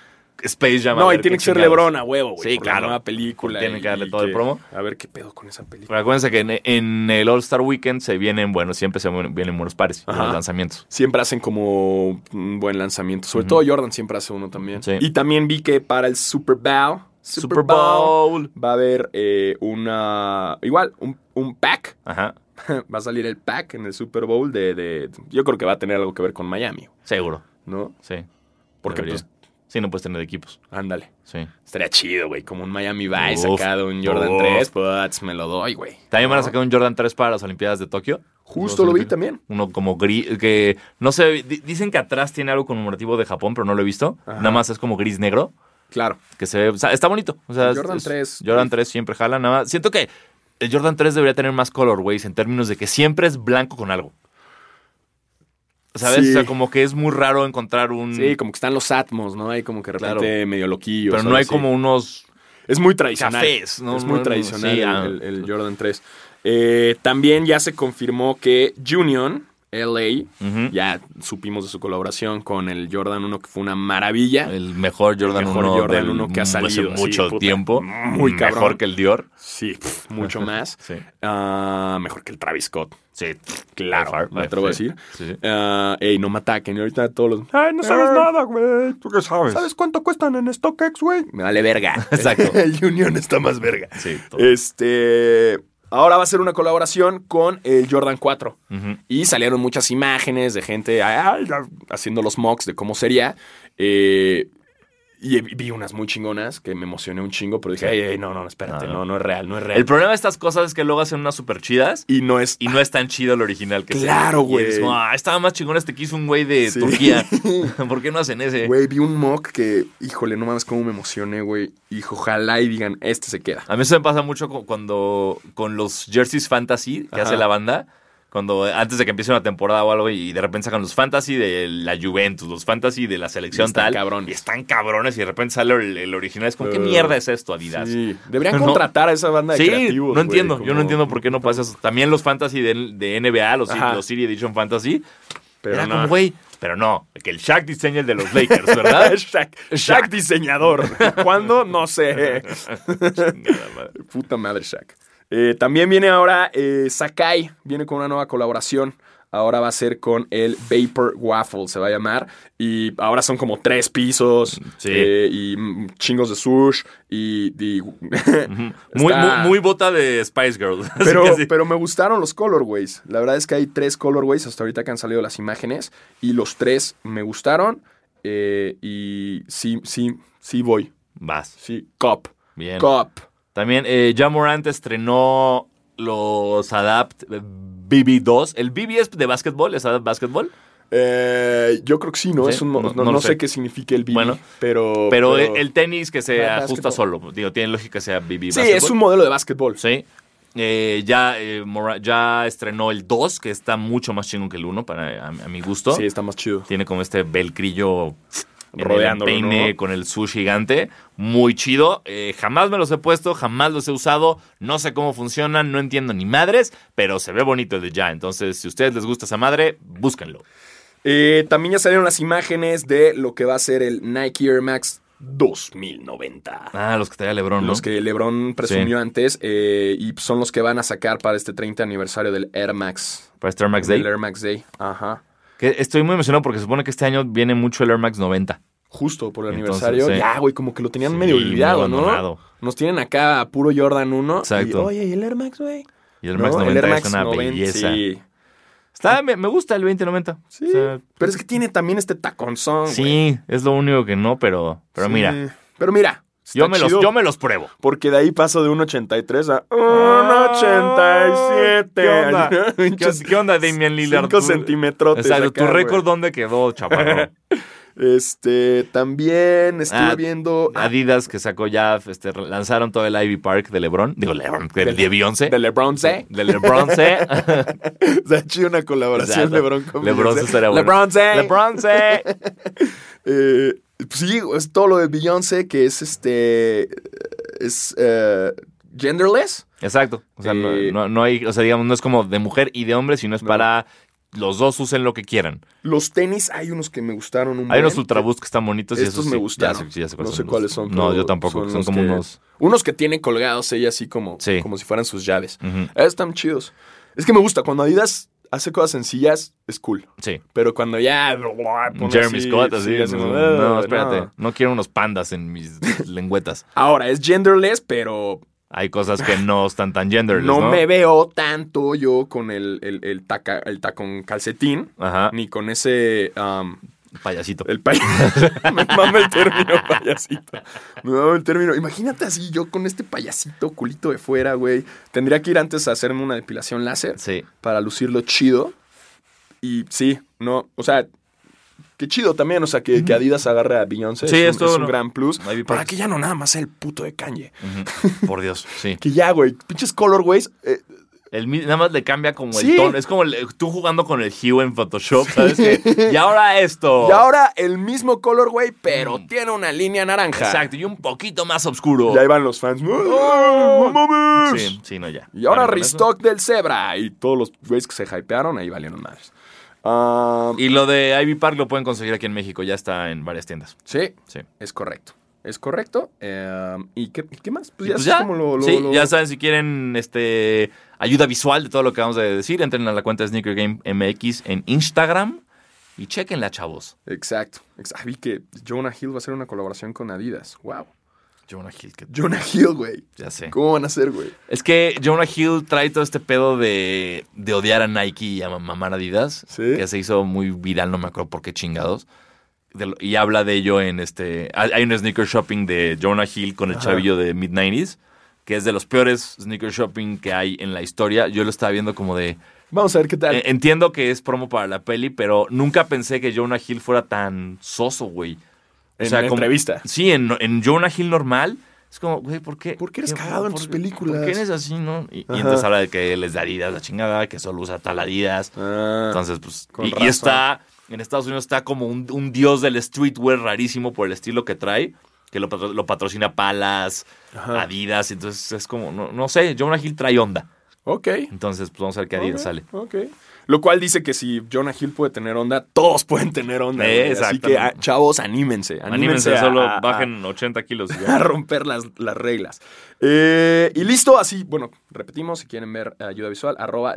Speaker 1: Space Jam. a
Speaker 2: No, y
Speaker 1: ver
Speaker 2: tiene
Speaker 1: qué
Speaker 2: que ser
Speaker 1: chingados.
Speaker 2: Lebron a huevo, güey.
Speaker 1: Sí,
Speaker 2: por la
Speaker 1: claro.
Speaker 2: nueva película.
Speaker 1: Tienen
Speaker 2: y-
Speaker 1: que darle
Speaker 2: y
Speaker 1: todo el promo.
Speaker 2: A ver qué pedo con esa película.
Speaker 1: Pero acuérdense que en, en el All-Star Weekend se vienen, bueno, siempre se vienen buenos pares,
Speaker 2: Ajá.
Speaker 1: buenos lanzamientos.
Speaker 2: siempre hacen como un buen lanzamiento. Sobre todo Jordan siempre hace uno también.
Speaker 1: Sí.
Speaker 2: Y también vi que para el Super Bowl,
Speaker 1: Super Bowl.
Speaker 2: va a haber eh, una. Igual, un, un pack.
Speaker 1: Ajá,
Speaker 2: Va a salir el pack en el Super Bowl de, de- Yo creo que va a tener algo que ver con Miami,
Speaker 1: seguro,
Speaker 2: ¿no?
Speaker 1: sí.
Speaker 2: Porque
Speaker 1: Debería.
Speaker 2: pues,
Speaker 1: Sí, no puedes tener equipos,
Speaker 2: ándale.
Speaker 1: sí.
Speaker 2: Estaría chido, güey. Como un Miami Vice
Speaker 1: Uf,
Speaker 2: sacado, un Jordan
Speaker 1: uf.
Speaker 2: 3. Pues me lo doy, güey.
Speaker 1: También van a
Speaker 2: ¿No?
Speaker 1: sacar un Jordan 3 para las Olimpiadas de Tokio.
Speaker 2: Justo
Speaker 1: Los
Speaker 2: lo vi
Speaker 1: Olímpicos.
Speaker 2: también.
Speaker 1: Uno como gris, que no sé, di- dicen que atrás tiene algo conmemorativo de Japón, pero no lo he visto.
Speaker 2: Ajá.
Speaker 1: Nada más es como gris negro.
Speaker 2: Claro.
Speaker 1: que se ve, o sea, está bonito. O sea,
Speaker 2: El Jordan
Speaker 1: es-
Speaker 2: 3.
Speaker 1: Jordan 3 siempre jala, nada más. Siento que el Jordan 3 debería tener más colorways en términos de que siempre es blanco con algo. ¿Sabes?
Speaker 2: Sí.
Speaker 1: O sea, como que es muy raro encontrar un...
Speaker 2: Sí, como que están los Atmos, ¿no? Hay como que de repente
Speaker 1: Mm. Claro.
Speaker 2: medio loquillos.
Speaker 1: pero no
Speaker 2: algo
Speaker 1: hay
Speaker 2: así.
Speaker 1: como unos...
Speaker 2: Es muy tradicional.
Speaker 1: Cafés, ¿no?
Speaker 2: Es
Speaker 1: No,
Speaker 2: muy
Speaker 1: no,
Speaker 2: tradicional
Speaker 1: sí,
Speaker 2: el-
Speaker 1: ah.
Speaker 2: el, el Jordan 3. Eh, también ya se confirmó que Union, LA,
Speaker 1: Ujú.
Speaker 2: ya supimos de su colaboración con el Jordan 1, que fue una maravilla.
Speaker 1: El mejor Jordan
Speaker 2: mejor
Speaker 1: 1
Speaker 2: Jordan
Speaker 1: del-
Speaker 2: 1 que ha
Speaker 1: hace
Speaker 2: salido, sí,
Speaker 1: mucho
Speaker 2: puta,
Speaker 1: tiempo.
Speaker 2: muy cabrón.
Speaker 1: Mejor que el Dior.
Speaker 2: Sí, pf, mucho más.
Speaker 1: Sí.
Speaker 2: Ah, mejor que el Travis Scott.
Speaker 1: Sí. By
Speaker 2: Claro,
Speaker 1: far,
Speaker 2: me
Speaker 1: by
Speaker 2: atrevo a
Speaker 1: far.
Speaker 2: decir.
Speaker 1: Sí, sí.
Speaker 2: Ah, ey, no me ataquen. Y ahorita todos los. Ay, no
Speaker 3: sabes
Speaker 1: Eh,
Speaker 2: nada, güey.
Speaker 3: ¿Tú qué sabes?
Speaker 2: ¿Sabes cuánto cuestan en StockX, güey? Me vale verga.
Speaker 1: pues Exacto.
Speaker 2: el Union está más verga.
Speaker 1: Sí, todo.
Speaker 2: Eh, Este. Ahora va a ser una colaboración con el Jordan 4.
Speaker 1: Ujú.
Speaker 2: Y salieron muchas ah, imágenes de gente ay, ay, haciendo los mocks de cómo sería. Eh, Y vi unas muy chingonas que me emocioné un chingo, pero dije,
Speaker 1: Sí.
Speaker 2: "Ey, ey, no, no, espérate,
Speaker 1: No,
Speaker 2: no,
Speaker 1: no.
Speaker 2: no es real, no es real.
Speaker 1: El problema de estas cosas es que luego hacen unas súper chidas
Speaker 2: y no es...
Speaker 1: y no es tan chido el original que se-
Speaker 2: Claro,
Speaker 1: y eres
Speaker 2: güey.
Speaker 1: como, Ah, estaba más chingón este que hizo un güey de
Speaker 2: Sí.
Speaker 1: Turquía. ¿Por qué no hacen ese?
Speaker 2: Ah, Güey, vi un mock que, híjole, no mames cómo me emocioné, güey. Y ojalá y digan, este se queda.
Speaker 1: A mí eso me pasa mucho cu- cuando con los jerseys fantasy que
Speaker 2: Ajá.
Speaker 1: hace la banda, cuando eh, antes de que empiece una temporada o algo y de repente sacan los fantasy de la Juventus, los fantasy de la selección
Speaker 2: Y están
Speaker 1: tal,
Speaker 2: cabrones.
Speaker 1: y están cabrones y de repente sale el, el original es como qué
Speaker 2: Uh,
Speaker 1: mierda es esto Adidas. Sí.
Speaker 2: Sí, deberían
Speaker 1: No.
Speaker 2: contratar a esa banda de creativos.
Speaker 1: no
Speaker 2: güey,
Speaker 1: entiendo. Yo
Speaker 2: como-
Speaker 1: no entiendo por qué no pasa eso. También los fantasy de, de NBA, los,
Speaker 2: Ajá.
Speaker 1: los City Edition Fantasy,
Speaker 2: Pero
Speaker 1: era
Speaker 2: no.
Speaker 1: como, güey, pero no, que el Shaq diseña el de los Lakers, ¿verdad?
Speaker 2: Shaq, Shaq diseñador. ¿Cuándo? No sé.
Speaker 1: Chingada madre.
Speaker 2: Puta madre, Shaq. Eh, también viene ahora eh, Sakai, viene con una nueva colaboración. Ahora va a ser con el Vapor Waffle, se va a llamar. Y ahora son como tres pisos.
Speaker 1: Sí.
Speaker 2: eh, y mm, chingos de sush. Y. y-
Speaker 1: muy,
Speaker 2: Está-
Speaker 1: muy, muy bota de Spice Girls. así
Speaker 2: Pero,
Speaker 1: que sí.
Speaker 2: pero me gustaron los colorways. La verdad es que hay tres colorways hasta ahorita que han salido las imágenes. Y los tres me gustaron. eh, y sí, sí, sí voy.
Speaker 1: Vas.
Speaker 2: Sí, cop.
Speaker 1: Bien.
Speaker 2: Cop.
Speaker 1: También eh, Ja Morant estrenó los Adapt BB2. ¿El BB es de básquetbol? ¿Es Adapt Básquetbol?
Speaker 2: Eh, yo creo que sí, ¿no?
Speaker 1: Sí,
Speaker 2: Es un, mo- no,
Speaker 1: no- no
Speaker 2: no
Speaker 1: lo
Speaker 2: sé
Speaker 1: sé.
Speaker 2: qué significa el BB,
Speaker 1: Bueno,
Speaker 2: pero,
Speaker 1: Oh, Pero, el- el tenis que se
Speaker 2: Ah,
Speaker 1: ajusta
Speaker 2: básquetbol.
Speaker 1: solo. Digo, tiene lógica que sea BB
Speaker 2: Sí,
Speaker 1: básquetbol.
Speaker 2: es un modelo de básquetbol.
Speaker 1: Sí. Eh, ya, eh, Mora- ya estrenó el 2, que está mucho más chingón que el 1 para, a, a mi gusto.
Speaker 2: Sí, está más chido.
Speaker 1: Tiene como este velcrillo en
Speaker 2: Rodeándolo,
Speaker 1: el peine
Speaker 2: ¿no?
Speaker 1: con el sush gigante. Muy chido. Eh, jamás me los he puesto, jamás los he usado. No sé cómo funcionan, no entiendo ni madres, pero se ve bonito el de ya. Entonces, si a ustedes les gusta esa madre, búsquenlo.
Speaker 2: Eh, también ya salieron las imágenes de lo que va a ser el Nike Air Max 2090.
Speaker 1: Ah, los que traía Lebron, ¿no?
Speaker 2: Los que LeBron presumió antes eh, y son los que van a sacar para este 30 aniversario del Air Max.
Speaker 1: Para este Air Max Day.
Speaker 2: Del Air Max Day. Ajá.
Speaker 1: Que estoy muy emocionado porque se supone que este año viene mucho el Air Max 90.
Speaker 2: Justo por el
Speaker 1: Entonces,
Speaker 2: aniversario.
Speaker 1: sí.
Speaker 2: Ya, güey, como que lo tenían
Speaker 1: Sí,
Speaker 2: medio
Speaker 1: muy
Speaker 2: olvidado, ¿no?
Speaker 1: abandonado.
Speaker 2: Nos tienen acá a puro Jordan 1. Y,
Speaker 1: Exacto.
Speaker 2: oye, ¿y el Air Max, güey?
Speaker 1: Y el Air Max
Speaker 2: ¿No?
Speaker 1: 90
Speaker 2: Air
Speaker 1: es una
Speaker 2: 90,
Speaker 1: belleza.
Speaker 2: Sí.
Speaker 1: Está, me, me gusta el 2090.
Speaker 2: Sí,
Speaker 1: O sea,
Speaker 2: pero es que tiene también este taconzón, güey.
Speaker 1: sí, es lo único que no, pero, pero
Speaker 2: Sí.
Speaker 1: mira,
Speaker 2: Pero mira. está
Speaker 1: yo me, los,
Speaker 2: chido
Speaker 1: yo me los pruebo.
Speaker 2: Porque de ahí paso de 1.83 a
Speaker 1: Ah, ¿Qué onda?
Speaker 2: 1.87. Pinches
Speaker 1: ¿Qué, qué onda, Damian Lillard?
Speaker 2: Cinco
Speaker 1: Tú-
Speaker 2: centímetros.
Speaker 1: Exacto, ¿tu récord dónde quedó, chaparro?
Speaker 2: Este, también estuve
Speaker 1: Ah,
Speaker 2: viendo.
Speaker 1: Adidas, que sacó ya, este, lanzaron todo el Ivy Park de LeBron. Digo, LeBron, del de Beyoncé.
Speaker 2: de LeBron, ¿eh?
Speaker 1: Del LeBron, ¿eh?
Speaker 2: ha chido una colaboración
Speaker 1: Exacto.
Speaker 2: LeBron con
Speaker 1: LeBron
Speaker 2: Beyoncé.
Speaker 1: estaría bueno.
Speaker 2: LeBron, ¿eh?
Speaker 1: LeBron, ¿eh?
Speaker 2: Eh, pues sí, es todo lo de Beyoncé que es este. Es eh, genderless.
Speaker 1: Exacto. O sea, no,
Speaker 2: Eh,
Speaker 1: no- no hay, o sea, digamos, no es como de mujer y de hombre, sino es
Speaker 2: No.
Speaker 1: para los dos usen lo que quieran.
Speaker 2: Los tenis, hay unos que me gustaron un
Speaker 1: Hay unos
Speaker 2: buen.
Speaker 1: ultraboosts que están bonitos y
Speaker 2: Estos
Speaker 1: esos
Speaker 2: me
Speaker 1: sí,
Speaker 2: gustaron.
Speaker 1: ya sé- ya sé
Speaker 2: no
Speaker 1: cuáles
Speaker 2: sé
Speaker 1: son los-
Speaker 2: cuáles son.
Speaker 1: No,
Speaker 2: pero
Speaker 1: yo tampoco. Son,
Speaker 2: los
Speaker 1: como
Speaker 2: que-
Speaker 1: unos...
Speaker 2: Unos que tiene colgados ella así como,
Speaker 1: Sí.
Speaker 2: como si fueran sus llaves.
Speaker 1: Ujú,
Speaker 2: Esos están chidos. Es que me gusta. Cuando Adidas hace cosas sencillas, es cool.
Speaker 1: Sí.
Speaker 2: Pero cuando ya. pone
Speaker 1: Jeremy
Speaker 2: así,
Speaker 1: Scott, así.
Speaker 2: sí, hace como,
Speaker 1: no,
Speaker 2: "Ah,
Speaker 1: no, espérate.
Speaker 2: no".
Speaker 1: No. quiero unos pandas en mis lengüetas.
Speaker 2: Ahora, es genderless, pero
Speaker 1: Hay cosas que no están tan genderless,
Speaker 2: no,
Speaker 1: ¿no?
Speaker 2: me veo tanto yo con el, el, el taca- el tacón calcetín.
Speaker 1: Ajá,
Speaker 2: Ni con ese. um, am,
Speaker 1: payasito.
Speaker 2: el payaso. me mama el término payasito. Me mama el término. Imagínate así, yo con este payasito, culito de fuera, güey. Tendría que ir antes a hacerme una depilación láser.
Speaker 1: Sí.
Speaker 2: para lucirlo chido. Y sí, no, o sea, qué chido también, o sea, que, que Adidas agarre a Beyoncé.
Speaker 1: Sí,
Speaker 2: es un,
Speaker 1: esto
Speaker 2: es un
Speaker 1: no-
Speaker 2: gran plus.
Speaker 1: no hay
Speaker 2: Para
Speaker 1: bipartes.
Speaker 2: que ya no nada más sea el puto de Kanye.
Speaker 1: Ujú. Por Dios, sí.
Speaker 2: Que ya, güey, pinches colorways. eh,
Speaker 1: El, mi- nada más le cambia como
Speaker 2: Sí.
Speaker 1: el tono. Es como el- eh, tú jugando con el hue en Photoshop, ¿sabes? Que, y ahora esto.
Speaker 2: Y ahora el mismo colorway, pero
Speaker 1: Oh. Mm.
Speaker 2: tiene una línea naranja.
Speaker 1: Exacto, y un poquito más oscuro.
Speaker 2: Y ahí van los fans. ¡Oh, no mames!
Speaker 1: Sí, sí, no, ya.
Speaker 2: Y ahora
Speaker 1: Bueno, con eso.
Speaker 2: restock del Zebra. Y todos los güeyes que se hypearon, ahí valieron madres. Ah,
Speaker 1: Y lo de Ivy Park lo pueden conseguir aquí en México. Ya está en varias tiendas.
Speaker 2: sí,
Speaker 1: Sí.
Speaker 2: Es correcto. Es correcto. Eh, ¿y, qué, y qué más? Pues
Speaker 1: Y
Speaker 2: ya,
Speaker 1: pues
Speaker 2: eso es como lo. lo-
Speaker 1: sí,
Speaker 2: lo-
Speaker 1: ya saben, si quieren este, ayuda visual de todo lo que acabamos de decir, entren a la cuenta de Sneaker Game MX en Instagram y chequenla, chavos.
Speaker 2: Exacto. Ex- Ah, vi que Jonah Hill va a hacer una colaboración con Adidas. Wow.
Speaker 1: Jonah Hill, que
Speaker 2: Jonah Hill, güey.
Speaker 1: ya sé.
Speaker 2: ¿Cómo van a ser, güey?
Speaker 1: Es que Jonah Hill trae todo este pedo de, de odiar a Nike y a ma- mamar a Adidas,
Speaker 2: Sí.
Speaker 1: que se hizo muy viral, no me acuerdo por qué chingados. de lo- y habla de ello en este. Hay hay un sneaker shopping de Jonah Hill con el chavillo de mid-90s, que es de los peores sneaker shopping que hay en la historia. Yo lo estaba viendo como de.
Speaker 2: Vamos a ver qué tal.
Speaker 1: eh, Entiendo que es promo para la peli, pero nunca pensé que Jonah Hill fuera tan soso, güey.
Speaker 2: En una entrevista.
Speaker 1: Sí, en, en Jonah Hill normal. Es como, güey, ¿por qué?
Speaker 2: ¿Por qué eres
Speaker 1: qué-
Speaker 2: cagado en tus películas?
Speaker 1: ¿Por qué eres así, no? Y, y
Speaker 2: Ajá.
Speaker 1: entonces habla de que les da Adidas la chingada, que solo usa tal Adidas.
Speaker 2: Ah,
Speaker 1: Entonces, pues.
Speaker 2: con
Speaker 1: y- Y,
Speaker 2: razón.
Speaker 1: está. En Estados Unidos está como un, un dios del streetwear rarísimo por el estilo que trae. Que lo, patro- lo patrocina Palas,
Speaker 2: Ajá.
Speaker 1: Adidas. Entonces es como, no, no sé, Jonah Hill trae onda.
Speaker 2: ok.
Speaker 1: Entonces, pues vamos a ver qué Adidas
Speaker 2: Ok,
Speaker 1: sale.
Speaker 2: Ok. Lo cual dice que si Jonah Hill puede tener onda, todos pueden tener onda. güey. Así
Speaker 1: Exactamente.
Speaker 2: que, ah, chavos, anímense. Anímense,
Speaker 1: Anímense,
Speaker 2: a-
Speaker 1: solo
Speaker 2: a-
Speaker 1: bajen 80 kilos. y
Speaker 2: a
Speaker 1: ya.
Speaker 2: romper las, las reglas. Eh, y listo, así, bueno, repetimos, si quieren ver eh, ayuda visual, arroba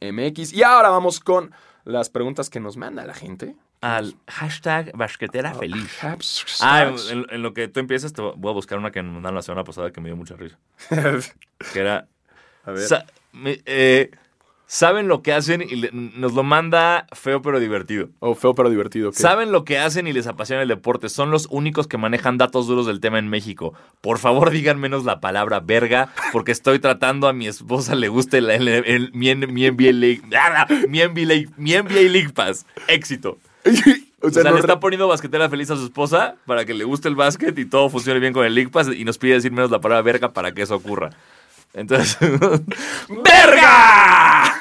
Speaker 2: sneakergamemx. Y ahora vamos con las preguntas que nos manda la gente. pues,
Speaker 1: Al hashtag basquetera Ah, feliz.
Speaker 2: Haps-
Speaker 1: Ah, en, en- en lo que tú empiezas, te voy a buscar una que me mandaron la semana pasada que me dio mucha risa. Que era.
Speaker 2: a ver.
Speaker 1: sa- me- eh, saben lo que hacen y le- nos lo manda feo pero divertido.
Speaker 2: Oh, feo pero divertido. ok.
Speaker 1: Saben lo que hacen y les apasiona el deporte. Son los únicos que manejan datos duros del tema en México. Por favor, digan menos la palabra verga, porque estoy tratando a mi esposa le guste la, el, el- mi, N- mi NBA League. ¡Ah! Mi NBA League, mi NBA League Pass. Éxito.
Speaker 2: o
Speaker 1: O sea,
Speaker 2: sea,
Speaker 1: le
Speaker 2: nos
Speaker 1: está
Speaker 2: re-
Speaker 1: poniendo basquetera feliz a su esposa para que le guste el básquet y todo funcione bien con el League Pass y nos pide decir menos la palabra verga para que eso ocurra. Entonces,
Speaker 2: ¡Verga!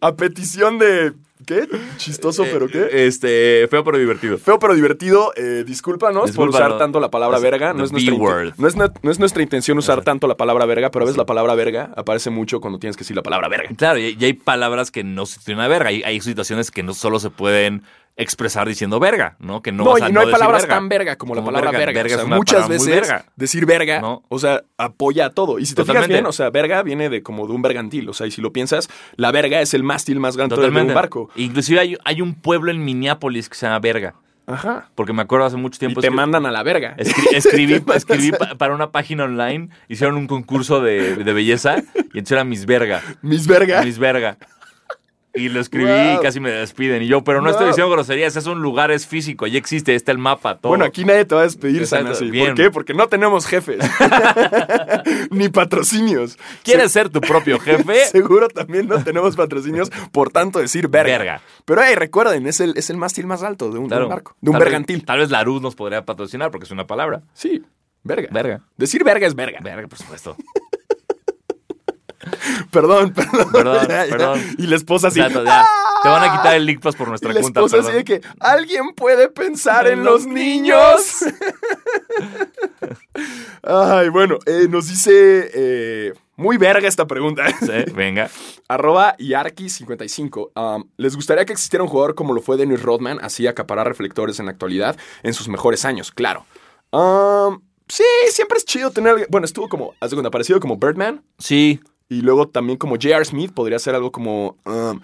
Speaker 2: a petición de. ¿Qué? Chistoso,
Speaker 1: Eh,
Speaker 2: pero qué.
Speaker 1: este, feo pero divertido.
Speaker 2: Feo pero divertido, eh, discúlpanos por
Speaker 1: Discúlpanos.
Speaker 2: usar tanto la palabra
Speaker 1: Es
Speaker 2: verga. No
Speaker 1: the
Speaker 2: es, nuestra
Speaker 1: B word.
Speaker 2: inten- no, es, na- no es nuestra intención usar tanto la palabra verga, pero a veces la palabra verga aparece mucho cuando tienes que decir la palabra verga.
Speaker 1: Claro, y, y hay palabras que no se tienen a verga. Hay, hay situaciones que no solo se pueden expresar diciendo verga, ¿no? Que no,
Speaker 2: No,
Speaker 1: vas
Speaker 2: y
Speaker 1: a
Speaker 2: no hay
Speaker 1: decir
Speaker 2: palabras
Speaker 1: verga.
Speaker 2: tan verga como, la
Speaker 1: Como
Speaker 2: palabra verga.
Speaker 1: verga. Verga
Speaker 2: O sea,
Speaker 1: es una
Speaker 2: muchas
Speaker 1: palabra
Speaker 2: veces
Speaker 1: muy verga.
Speaker 2: decir verga,
Speaker 1: No.
Speaker 2: o sea, apoya a todo. Y si te fijas
Speaker 1: Totalmente.
Speaker 2: bien, o sea, verga viene de como de un bergantil. O sea, y si lo piensas, la verga es el mástil más grande de
Speaker 1: Totalmente.
Speaker 2: un barco.
Speaker 1: Inclusive hay, hay un pueblo en Minneapolis que se llama Verga.
Speaker 2: Ajá.
Speaker 1: Porque me acuerdo hace mucho
Speaker 2: Y
Speaker 1: tiempo...
Speaker 2: te
Speaker 1: escri-
Speaker 2: mandan a la verga.
Speaker 1: escri- escribí escribí pa- para una página online, hicieron un concurso de, de belleza y entonces era Miss Verga.
Speaker 2: Mis vergas.
Speaker 1: Miss Verga. Y lo escribí
Speaker 2: Wow.
Speaker 1: y casi me despiden. Y yo, pero no, estoy
Speaker 2: No.
Speaker 1: diciendo groserías, es un lugar, es físico, ya existe, está el mapa, todo.
Speaker 2: Bueno, aquí nadie te va a despedir,
Speaker 1: Exacto,
Speaker 2: Sanasi. ¿Por
Speaker 1: bien.
Speaker 2: qué? Porque no tenemos jefes. Ni patrocinios.
Speaker 1: ¿Quieres ser tu propio jefe?
Speaker 2: Se- Seguro también no tenemos patrocinios, por tanto decir verga.
Speaker 1: Verga.
Speaker 2: Pero hey, recuerden, es el, es el mástil más alto de un, de un
Speaker 1: Claro.
Speaker 2: barco, de un
Speaker 1: Tal vez-
Speaker 2: bergantil.
Speaker 1: tal vez Larus nos podría patrocinar porque es una palabra.
Speaker 2: Sí, verga.
Speaker 1: Verga.
Speaker 2: Decir verga es verga.
Speaker 1: Verga, por supuesto.
Speaker 2: Perdón, perdón.
Speaker 1: Perdón, perdón.
Speaker 2: Y la esposa así.
Speaker 1: Exacto, ya.
Speaker 2: ¡ah!
Speaker 1: Te van a quitar el link pass por
Speaker 2: Y
Speaker 1: nuestra
Speaker 2: la
Speaker 1: cuenta.
Speaker 2: esposa así
Speaker 1: perdón.
Speaker 2: de que alguien puede pensar en,
Speaker 1: En
Speaker 2: los
Speaker 1: los
Speaker 2: niños. Ay, bueno, eh, nos dice eh, muy verga esta pregunta.
Speaker 1: Sí, venga.
Speaker 2: Arroba Yarki55. Um, ¿Les gustaría que existiera un jugador como lo fue Dennis Rodman, así acaparar reflectores en la actualidad, en sus mejores años? Claro. Um, sí, siempre es chido tener. alguien- Bueno, estuvo como, haz de cuenta, parecido como Birdman.
Speaker 1: Sí,
Speaker 2: Y luego también como J.R. Smith podría ser algo como. um,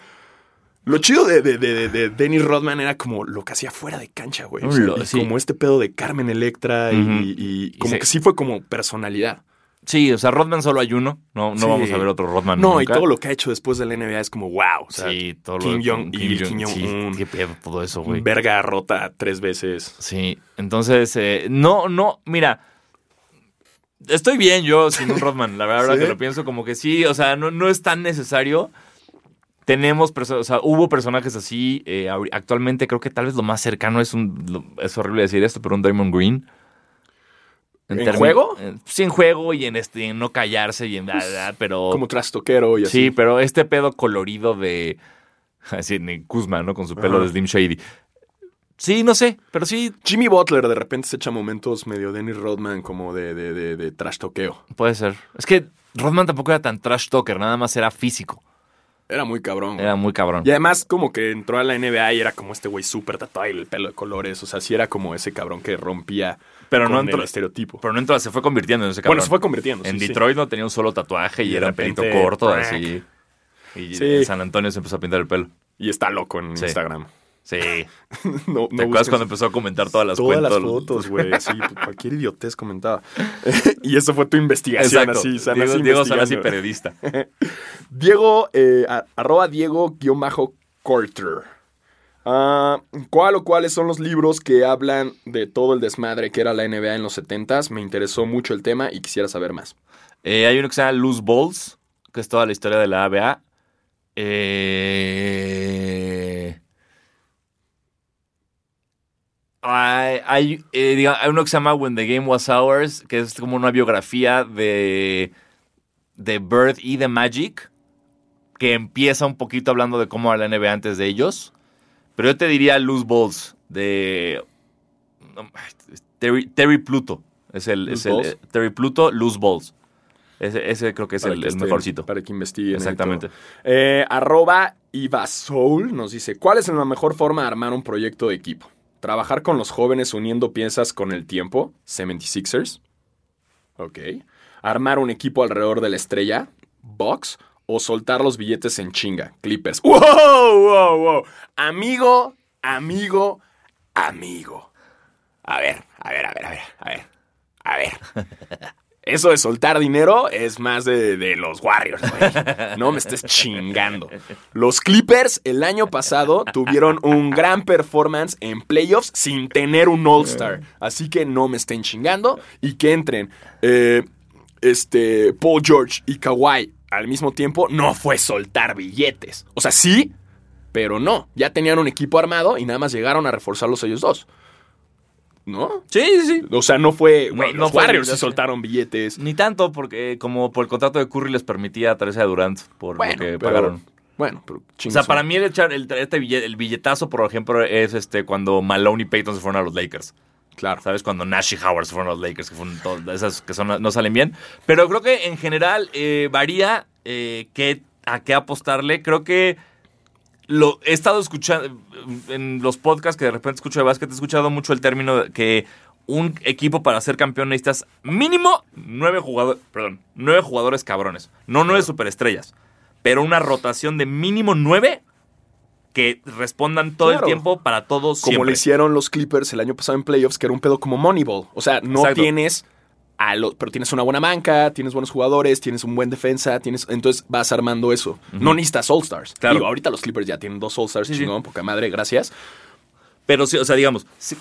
Speaker 2: lo chido de, de- de- de- de Dennis Rodman era como lo que hacía fuera de cancha, güey. O sea,
Speaker 1: Lo-
Speaker 2: y
Speaker 1: sí.
Speaker 2: Como este pedo de Carmen Electra y-
Speaker 1: Ujú.
Speaker 2: y, y como
Speaker 1: se-
Speaker 2: que sí fue como personalidad.
Speaker 1: sí, o sea, Rodman solo hay uno. No, no
Speaker 2: Sí.
Speaker 1: vamos a ver otro Rodman.
Speaker 2: No, y
Speaker 1: nunca.
Speaker 2: todo lo que ha hecho después de la NBA es como wow. O sea,
Speaker 1: Sí, todo
Speaker 2: Kim
Speaker 1: lo
Speaker 2: Jong Il,
Speaker 1: Jong-
Speaker 2: Kim Jong-un.
Speaker 1: Sí, qué pedo todo eso, güey.
Speaker 2: verga rota tres veces.
Speaker 1: Sí, entonces, eh, no, no, mira. Estoy bien yo sin un Rodman, la verdad
Speaker 2: ¿Sí?
Speaker 1: que lo pienso como que sí, o sea, no, no es tan necesario. Tenemos, perso- o sea, hubo personajes así, eh, ahori- actualmente creo que tal vez lo más cercano es un, lo- es horrible decir esto, pero un Draymond Green.
Speaker 2: ¿En
Speaker 1: termi-
Speaker 2: juego?
Speaker 1: eh, sí, en juego y en, este, en no callarse y en da, da, pero...
Speaker 2: Como trastoquero y así.
Speaker 1: Oh. Sí, pero este pedo colorido de. Así, ni Kuzma, ¿no? Con su pelo
Speaker 2: Ajá.
Speaker 1: de Slim Shady. Sí, no sé, pero sí
Speaker 2: Jimmy Butler de repente se echa momentos medio Dennis Rodman como de, de, de, de trastoqueo.
Speaker 1: puede ser. Es que Rodman tampoco era tan trash talker, nada más era físico.
Speaker 2: Era muy cabrón. güey.
Speaker 1: Era muy cabrón.
Speaker 2: Y además como que entró a la NBA y era como este güey súper tatuado y el pelo de colores. O sea, sí era como ese cabrón que rompía
Speaker 1: Pero
Speaker 2: con
Speaker 1: no
Speaker 2: el este.
Speaker 1: entró-
Speaker 2: estereotipo.
Speaker 1: Pero no entró, se fue convirtiendo en ese cabrón.
Speaker 2: bueno, se fue convirtiendo.
Speaker 1: en
Speaker 2: sí, sí.
Speaker 1: Detroit no tenía un solo tatuaje y
Speaker 2: de
Speaker 1: era
Speaker 2: repente,
Speaker 1: pelito corto,
Speaker 2: ¡tac!
Speaker 1: así. Y
Speaker 2: Sí.
Speaker 1: en San Antonio se empezó a pintar el pelo.
Speaker 2: Y está loco en
Speaker 1: Sí.
Speaker 2: Instagram.
Speaker 1: Sí.
Speaker 2: No,
Speaker 1: ¿Te acuerdas cuando empezó a comentar todas las
Speaker 2: Todas las
Speaker 1: cuentas?
Speaker 2: fotos, güey. Así, cualquier idiotez comentaba. y eso fue tu investigación.
Speaker 1: Exacto.
Speaker 2: Así, Sanasi
Speaker 1: Diego, Diego Sanasi,
Speaker 2: investigando.
Speaker 1: periodista.
Speaker 2: Diego, eh, a- arroba Diego guión bajo Corter. Ah, ¿Cuál o cuáles son los libros que hablan de todo el desmadre que era la NBA en los 70s? Me interesó mucho el tema y quisiera saber más.
Speaker 1: Eh, hay uno que se llama Loose Balls, que es toda la historia de la ABA. Eh, Hay, hay, eh, diga- hay uno que se llama When the Game Was Ours, que es como una biografía de, de Bird y de Magic, que empieza un poquito hablando de cómo era la NBA antes de ellos. Pero yo te diría Loose Balls, de no, ay, Terry, Terry Pluto. Es el, es
Speaker 2: ¿Loose
Speaker 1: el-
Speaker 2: Balls?
Speaker 1: eh, Terry Pluto, Loose Balls. Ese, ese creo que es
Speaker 2: Para
Speaker 1: el,
Speaker 2: que
Speaker 1: el
Speaker 2: estén-
Speaker 1: mejorcito.
Speaker 2: Para que investiguen. ahí
Speaker 1: Exactamente.
Speaker 2: todo. Eh, arroba Ivasoul nos dice, ¿cuál es la mejor forma de armar un proyecto de equipo? ¿Trabajar con los jóvenes uniendo piezas con el tiempo? 76ers. Ok. ¿Armar un equipo alrededor de la estrella? ¿Box? ¿O soltar los billetes en chinga? Clippers. ¡Wow, wow, wow! Amigo, amigo, amigo. A ver, a ver, a ver, a ver, a ver. A ver. Eso de soltar dinero es más de, de los Warriors, güey. No me estés chingando. Los Clippers el año pasado tuvieron un gran performance en playoffs sin tener un All-Star. Así que no me estén chingando y que entren eh, este, Paul George y Kawhi al mismo tiempo no fue soltar billetes. O sea, sí, pero no. Ya tenían un equipo armado y nada más llegaron a reforzarlos ellos dos. ¿No?
Speaker 1: Sí, sí, sí.
Speaker 2: O sea, no fue.
Speaker 1: No,
Speaker 2: güey,
Speaker 1: no
Speaker 2: los
Speaker 1: fue-
Speaker 2: Warriors sí
Speaker 1: ya sé.
Speaker 2: soltaron billetes.
Speaker 1: Ni tanto, porque eh, como por el contrato de Curry les permitía traerse a Durant por
Speaker 2: Bueno,
Speaker 1: lo que
Speaker 2: pero-
Speaker 1: pagaron.
Speaker 2: Bueno, pero
Speaker 1: O
Speaker 2: chingas.
Speaker 1: sea, para mí el, echar- el, este billet- el billetazo, por ejemplo, es este cuando Malone y Payton se fueron a los Lakers.
Speaker 2: Claro.
Speaker 1: ¿Sabes? Cuando Nash y Howard se fueron a los Lakers, que fueron todas esas que son, no salen bien. Pero creo que en general eh, varía eh, qué- a qué apostarle. Creo que lo he estado escuchando en los podcasts que de repente escucho de básquet, he escuchado mucho el término de que un equipo para ser campeón necesitas mínimo nueve jugadores, perdón, nueve jugadores cabrones, no nueve superestrellas, pero una rotación de mínimo nueve que respondan todo
Speaker 2: Claro.
Speaker 1: el tiempo para todos
Speaker 2: Como
Speaker 1: siempre.
Speaker 2: lo hicieron los Clippers el año pasado en playoffs, que era un pedo como Moneyball. O sea, no
Speaker 1: Exacto.
Speaker 2: tienes. A lo- pero tienes una buena banca, tienes buenos jugadores, tienes un buen defensa, tienes, entonces vas armando eso. No necesitas All-Stars.
Speaker 1: Claro.
Speaker 2: Digo, ahorita los Clippers ya tienen dos All-Stars,
Speaker 1: Sí, sí.
Speaker 2: chingón, poca madre, gracias.
Speaker 1: Pero sí, o sea, digamos, sí,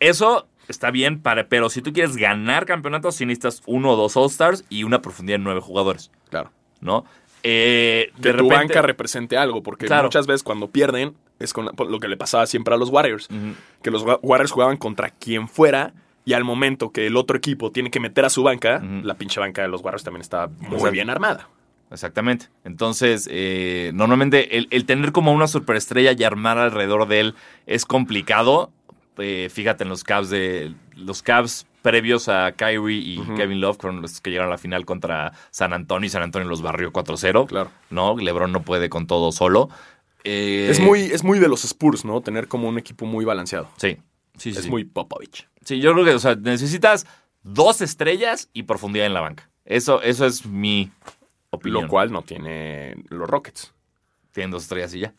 Speaker 1: eso está bien, para, pero si tú quieres ganar campeonatos, sí necesitas uno o dos All-Stars y una profundidad de nueve jugadores,
Speaker 2: Claro.
Speaker 1: ¿no? Eh,
Speaker 2: Que
Speaker 1: de
Speaker 2: tu
Speaker 1: repente-
Speaker 2: banca represente algo, porque
Speaker 1: Claro.
Speaker 2: muchas veces cuando pierden es con la- por lo que le pasaba siempre a los Warriors.
Speaker 1: Ujú.
Speaker 2: que los Wa- Warriors jugaban contra quien fuera y al momento que el otro equipo tiene que meter a su banca,
Speaker 1: Ujú. Pues
Speaker 2: la pinche banca de los Warriors también está muy
Speaker 1: Exacto.
Speaker 2: bien armada.
Speaker 1: Exactamente. Entonces, eh, normalmente el, el tener como una superestrella y armar alrededor de él es complicado. Eh, fíjate en los Cavs de los Cavs previos a Kyrie y
Speaker 2: Ujú.
Speaker 1: Kevin Love, con los que llegaron a la final contra San Antonio y San Antonio los barrió 4-0.
Speaker 2: Claro.
Speaker 1: No, LeBron no puede con todo solo. Eh,
Speaker 2: es, muy, es muy de los Spurs, ¿no? Tener como un equipo muy balanceado.
Speaker 1: Sí. Sí, sí,
Speaker 2: es
Speaker 1: sí.
Speaker 2: muy Popovich.
Speaker 1: Sí, yo creo que, o sea, necesitas dos estrellas y profundidad en la banca. Eso, eso es mi opinión.
Speaker 2: Lo cual no tiene los Rockets.
Speaker 1: Tienen dos estrellas y ya.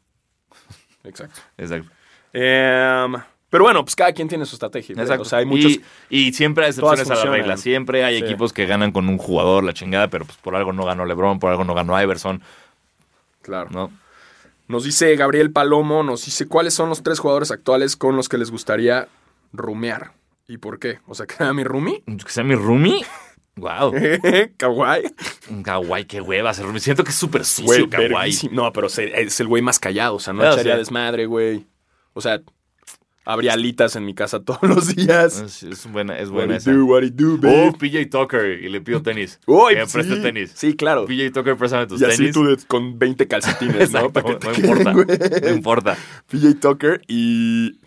Speaker 2: Exacto.
Speaker 1: Exacto.
Speaker 2: Em, pero bueno, pues cada quien tiene su estrategia. ¿verdad?
Speaker 1: Exacto.
Speaker 2: O sea, hay muchos...
Speaker 1: y, y siempre hay excepciones
Speaker 2: Todas
Speaker 1: a la
Speaker 2: funcionan.
Speaker 1: regla. Siempre hay
Speaker 2: Sí.
Speaker 1: equipos que ganan con un jugador, la chingada, pero pues por algo no ganó LeBron, por algo no ganó Iverson,
Speaker 2: Claro.
Speaker 1: ¿no?
Speaker 2: Nos dice Gabriel Palomo, nos dice cuáles son los tres jugadores actuales con los que les gustaría rumear. ¿Y por qué? O sea, ¿queda mi roomie?
Speaker 1: Que sea mi roomie. Wow,
Speaker 2: Kawhi.
Speaker 1: kawaii, qué hueva. ser roomie. Siento que es súper
Speaker 2: Güey,
Speaker 1: sucio, kawaii.
Speaker 2: verguísimo. No, pero se- es el güey más callado. O sea, no
Speaker 1: Claro,
Speaker 2: echaría
Speaker 1: sí.
Speaker 2: desmadre, güey. O sea, habría alitas en mi casa todos los días.
Speaker 1: Es, es buena, es
Speaker 2: What
Speaker 1: buena
Speaker 2: it
Speaker 1: esa.
Speaker 2: do, what it do,
Speaker 1: Oh,
Speaker 2: babe.
Speaker 1: PJ Tucker, y le pido tenis.
Speaker 2: Uy,
Speaker 1: Que me preste
Speaker 2: sí.
Speaker 1: tenis.
Speaker 2: Sí, claro. Y
Speaker 1: PJ Tucker, préstame tus
Speaker 2: así
Speaker 1: tenis.
Speaker 2: tú de- con 20 calcetines, ¿no?
Speaker 1: Exacto,
Speaker 2: Para que te
Speaker 1: no
Speaker 2: queden,
Speaker 1: importa,
Speaker 2: güey.
Speaker 1: no importa.
Speaker 2: PJ Tucker y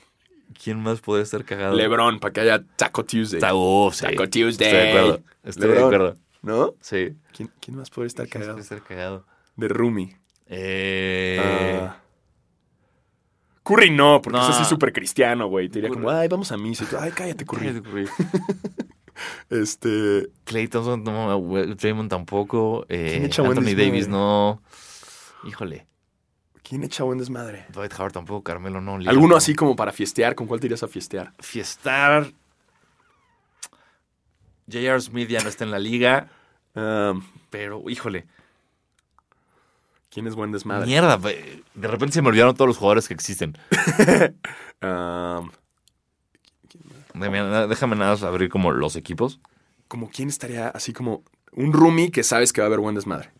Speaker 1: ¿Quién más podría estar cagado?
Speaker 2: LeBron para que haya Taco Tuesday.
Speaker 1: Está- oh, sí.
Speaker 2: Taco Tuesday.
Speaker 1: Estoy de acuerdo. Estoy de
Speaker 2: LeBron.
Speaker 1: acuerdo.
Speaker 2: ¿No?
Speaker 1: Sí.
Speaker 2: ¿Quién, quién más podría estar
Speaker 1: ¿Quién
Speaker 2: cagado?
Speaker 1: puede estar cagado?
Speaker 2: De Rumi.
Speaker 1: Eh...
Speaker 2: Ah, Curry no, porque
Speaker 1: No.
Speaker 2: es así súper cristiano, güey. Te diría
Speaker 1: Curry.
Speaker 2: como, ay, vamos a misa. y tú, Ay, cállate, Curry. Este.
Speaker 1: Clay Thompson, no, we- Draymond tampoco. eh,
Speaker 2: ¿Quién echa buen
Speaker 1: Anthony
Speaker 2: desmadre?
Speaker 1: Davis, no. Híjole.
Speaker 2: ¿Quién echa buen desmadre?
Speaker 1: Dwight Howard tampoco, Carmelo no. Lillard
Speaker 2: ¿Alguno
Speaker 1: no.
Speaker 2: así como para fiestear? ¿Con cuál te irías a fiestear?
Speaker 1: Fiestar. J.R. Smith ya no está en la liga,
Speaker 2: Um,
Speaker 1: pero híjole.
Speaker 2: ¿Quién es buen desmadre?
Speaker 1: Mierda, pe- de repente se me olvidaron todos los jugadores que existen.
Speaker 2: Um,
Speaker 1: Déjame, déjame nada más abrir como los equipos.
Speaker 2: como quién estaría así como un roomie que sabes que va a haber buen desmadre.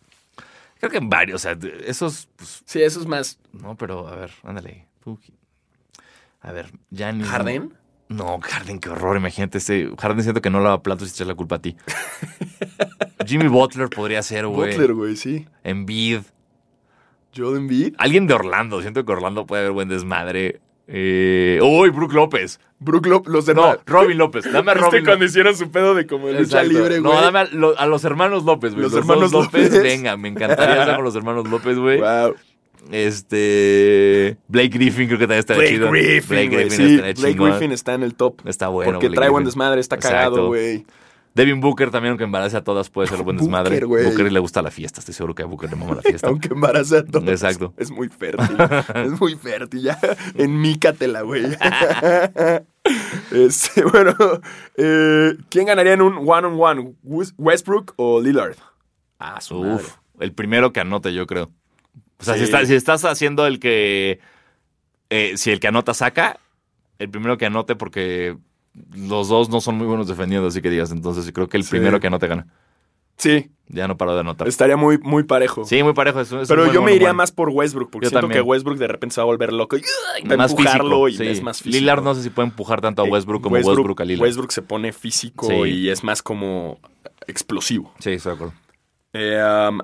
Speaker 1: Creo que varios, o sea, de- esos, pues,
Speaker 2: Sí, eso es más.
Speaker 1: no, pero a ver, ándale. Tú, qui- A ver, ya ni...
Speaker 2: ¿Jardín?
Speaker 1: No, Harden, qué horror, imagínate este. Harden siento que no lava platos y echas la culpa a ti. Jimmy Butler podría ser, güey.
Speaker 2: Butler, güey, sí.
Speaker 1: Embiid.
Speaker 2: Joel Embiid.
Speaker 1: Alguien de Orlando, siento que Orlando puede haber buen desmadre. Eh, Uy, Brook López.
Speaker 2: Brook Lop- los de
Speaker 1: No, Robin López. Dame a
Speaker 2: ¿Viste
Speaker 1: Robin
Speaker 2: cuando
Speaker 1: López.
Speaker 2: hicieron su pedo de como de Este lucha
Speaker 1: Exacto.
Speaker 2: libre,
Speaker 1: no,
Speaker 2: güey?
Speaker 1: dame a, lo- a los hermanos López, güey.
Speaker 2: Los
Speaker 1: Los,
Speaker 2: hermanos
Speaker 1: hermanos López,
Speaker 2: López.
Speaker 1: venga, me encantaría estar con los hermanos López, güey.
Speaker 2: Wow.
Speaker 1: Este. Blake Griffin, creo que también estaría
Speaker 2: Blake
Speaker 1: chido.
Speaker 2: Griffin,
Speaker 1: Blake
Speaker 2: güey,
Speaker 1: Griffin,
Speaker 2: sí,
Speaker 1: estaría
Speaker 2: Blake
Speaker 1: chingón.
Speaker 2: Griffin está en el top.
Speaker 1: Está bueno.
Speaker 2: porque
Speaker 1: Blake
Speaker 2: trae buen
Speaker 1: Griffin.
Speaker 2: desmadre, está
Speaker 1: Exacto.
Speaker 2: cagado, güey.
Speaker 1: Devin Booker también, aunque embarace a todas, puede ser buen
Speaker 2: Booker,
Speaker 1: desmadre.
Speaker 2: güey.
Speaker 1: Booker le gusta la fiesta, estoy seguro que a Booker le mama la fiesta.
Speaker 2: Aunque embaraza a todos.
Speaker 1: Exacto.
Speaker 2: Es muy fértil. es muy fértil. Ya enmícatela, güey. Este, bueno, eh, ¿quién ganaría en un one-on-one? Wes- ¿Westbrook o Lillard?
Speaker 1: ah, su
Speaker 2: madre.
Speaker 1: Uf, el primero que anote, yo creo. O sea,
Speaker 2: Sí.
Speaker 1: si, está- si estás haciendo el que. eh, si el que anota saca, el primero que anote, porque los dos no son muy buenos defendiendo, así que digas. Entonces, yo creo que el
Speaker 2: Sí.
Speaker 1: primero que anote gana.
Speaker 2: Sí,
Speaker 1: Ya no paro de anotar.
Speaker 2: estaría muy, muy parejo.
Speaker 1: Ah. Sí, muy parejo. es un- es un
Speaker 2: Pero
Speaker 1: buen
Speaker 2: yo me
Speaker 1: one-on-one.
Speaker 2: iría más por Westbrook, porque
Speaker 1: Yo
Speaker 2: siento
Speaker 1: también.
Speaker 2: que Westbrook de repente se va a volver loco y va a
Speaker 1: Más
Speaker 2: empujarlo
Speaker 1: físico.
Speaker 2: y
Speaker 1: sí.
Speaker 2: es más físico. Eh,
Speaker 1: Lillard no sé si puede empujar tanto a Westbrook como Westbrook, a Lillard.
Speaker 2: Westbrook se pone físico
Speaker 1: Sí.
Speaker 2: y es más como explosivo.
Speaker 1: Sí, estoy de acuerdo.
Speaker 2: Eh, um,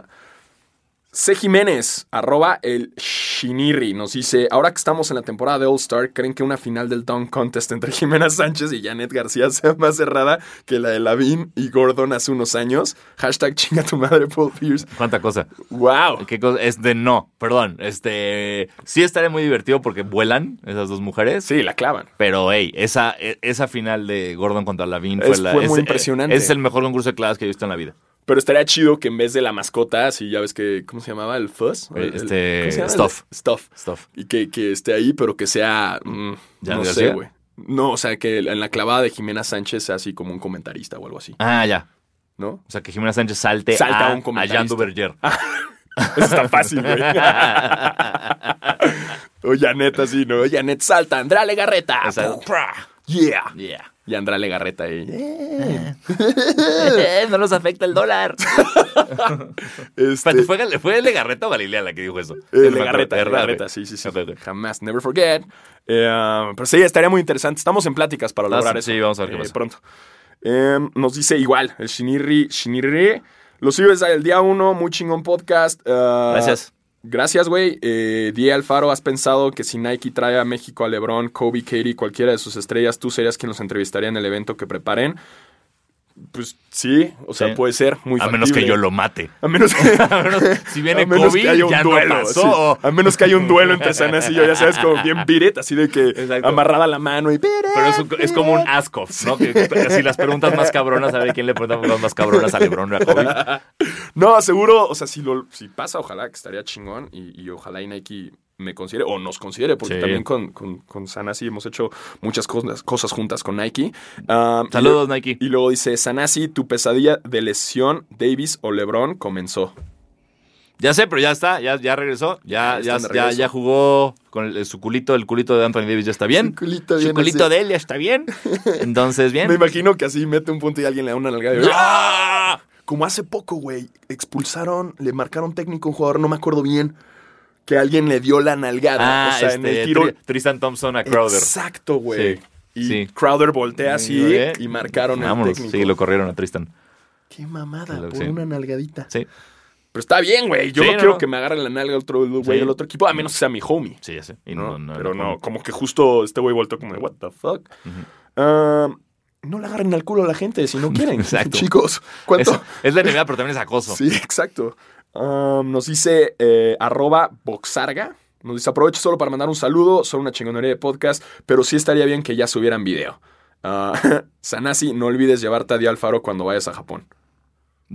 Speaker 2: C. Jiménez, arroba el Shiniri, nos dice: Ahora que estamos en la temporada de All-Star, ¿creen que una final del Dunk Contest entre Jimena Sánchez y Janet García sea más cerrada que la de Lavín y Gordon hace unos años? Hashtag chinga tu madre, Paul Pierce.
Speaker 1: ¿Cuánta cosa?
Speaker 2: ¡Wow!
Speaker 1: ¿Qué cosa? Este, no, perdón. Este, sí estaré muy divertido porque vuelan esas dos mujeres.
Speaker 2: Sí, la clavan.
Speaker 1: Pero, hey, esa, e- esa final de Gordon contra Lavín fue
Speaker 2: Es-
Speaker 1: la.
Speaker 2: fue muy
Speaker 1: es-
Speaker 2: impresionante.
Speaker 1: Es el mejor concurso de clases que he visto en la vida.
Speaker 2: Pero estaría chido que en vez de la mascota, así ya ves que, ¿cómo se llamaba? ¿El Fuzz?
Speaker 1: Eh,
Speaker 2: El- el-
Speaker 1: este,
Speaker 2: ¿cómo se llama?
Speaker 1: Stuff.
Speaker 2: El- Stuff.
Speaker 1: Stuff.
Speaker 2: Y que, que esté ahí, pero que sea. mm,
Speaker 1: ¿Ya
Speaker 2: no
Speaker 1: lo
Speaker 2: sé,
Speaker 1: hacía?
Speaker 2: güey. No, o sea, que en la clavada de Jimena Sánchez sea así como un comentarista o algo así,
Speaker 1: Ah, ya.
Speaker 2: ¿no?
Speaker 1: O sea, que Jimena Sánchez salte
Speaker 2: Salta
Speaker 1: a,
Speaker 2: un comentarista.
Speaker 1: a Jan Duverger.
Speaker 2: Eso está fácil, güey. o Janet así, ¿no? Janet salta, Andrea Legarreta.
Speaker 1: Exacto.
Speaker 2: Pum, pra. Yeah.
Speaker 1: Yeah. Eh.
Speaker 2: Y Andrea Legarreta ahí.
Speaker 1: no nos afecta el dólar.
Speaker 2: Este,
Speaker 1: ¿Fue, Gal- ¿Fue Legarreta o Galilea la que dijo eso?
Speaker 2: eh, Legarreta, Legarreta, sí, sí, sí. Jamás, never forget. Eh, um, pero sí, estaría muy interesante. Estamos en pláticas para
Speaker 1: Estás-
Speaker 2: lograr eso.
Speaker 1: Ah, sí, vamos a ver qué
Speaker 2: eh,
Speaker 1: pasa.
Speaker 2: Pronto. Eh, nos dice igual, el Shinirri, Shinirri. Los sigo desde el día uno, muy chingón podcast. Ah,
Speaker 1: Gracias.
Speaker 2: Gracias, güey. Eh, Die Alfaro, ¿has pensado que si Nike trae a México a LeBron, Kobe, Katie, cualquiera de sus estrellas, tú serías quien los entrevistaría en el evento que preparen? Pues sí, o sea,
Speaker 1: Sí.
Speaker 2: puede ser muy
Speaker 1: A menos que
Speaker 2: factible.
Speaker 1: yo lo mate.
Speaker 2: A menos que...
Speaker 1: A menos- si viene
Speaker 2: a menos
Speaker 1: Kobe,
Speaker 2: que haya un
Speaker 1: ya
Speaker 2: duelo,
Speaker 1: no pasó.
Speaker 2: sí. A menos que haya un duelo entre Sanas y yo, ya sabes, como bien beat it, así de que
Speaker 1: Exacto.
Speaker 2: amarrada la mano y beat it,
Speaker 1: Pero es, un- es como un asco, ¿no? Que, así las preguntas más cabronas, a ver quién le pregunta las más cabronas a Lebron o a Kobe.
Speaker 2: No, seguro, o sea, si, lo, si pasa, ojalá que estaría chingón y, y ojalá y Nike me considere o nos considere, porque
Speaker 1: Sí.
Speaker 2: también con, con, con Sanasi hemos hecho muchas cosas, cosas juntas con Nike. Um,
Speaker 1: Saludos, Nike.
Speaker 2: Y, y luego dice, Sanasi, tu pesadilla de lesión, Davis o Lebron comenzó.
Speaker 1: Ya sé, pero ya está, ya, ya regresó. Ya,
Speaker 2: Ya
Speaker 1: ya,
Speaker 2: están de
Speaker 1: ya,
Speaker 2: regreso.
Speaker 1: ya jugó con el- su culito, el culito de Anthony Davis ya está bien.
Speaker 2: Su culito
Speaker 1: Su
Speaker 2: bien
Speaker 1: culito
Speaker 2: así.
Speaker 1: de él ya está bien. Entonces,
Speaker 2: Me
Speaker 1: bien.
Speaker 2: imagino que así mete un punto y alguien le da una nalgada. y-
Speaker 1: ¡Ah!
Speaker 2: Como hace poco, güey, expulsaron, le marcaron técnico a un jugador, no me acuerdo bien, que alguien le dio la nalgada.
Speaker 1: Ah,
Speaker 2: o sea, en
Speaker 1: este,
Speaker 2: el tiro.
Speaker 1: Tri- Tristan Thompson a Crowder.
Speaker 2: Exacto, güey.
Speaker 1: Sí,
Speaker 2: Y
Speaker 1: sí.
Speaker 2: Crowder voltea así
Speaker 1: ¿Eh?
Speaker 2: y marcaron
Speaker 1: Vámonos,
Speaker 2: el técnico.
Speaker 1: sí, lo corrieron a Tristan.
Speaker 2: Qué mamada,
Speaker 1: Lo-
Speaker 2: por
Speaker 1: sí.
Speaker 2: una nalgadita.
Speaker 1: Sí,
Speaker 2: Pero está bien, güey. Yo
Speaker 1: Sí,
Speaker 2: no,
Speaker 1: no,
Speaker 2: quiero
Speaker 1: no.
Speaker 2: que me agarren la nalga otro güey
Speaker 1: Sí.
Speaker 2: del otro equipo, a menos que sea mi homie.
Speaker 1: sí, ya sé. Y
Speaker 2: ¿no?
Speaker 1: no, no,
Speaker 2: Pero
Speaker 1: no.
Speaker 2: no, como que justo este güey volteó como de, what the fuck. Ah, no le agarren al culo a la gente si no quieren.
Speaker 1: Exacto.
Speaker 2: Chicos, ¿cuánto?
Speaker 1: Es, es la NBA, pero también es acoso.
Speaker 2: Sí, exacto. Um, nos dice eh, arroba boxarga. Nos dice, aprovecho solo para mandar un saludo, son una chingonería de podcast, pero sí estaría bien que ya subieran video. Ah, Sanasi, no olvides llevarte a Di Alfaro cuando vayas a Japón.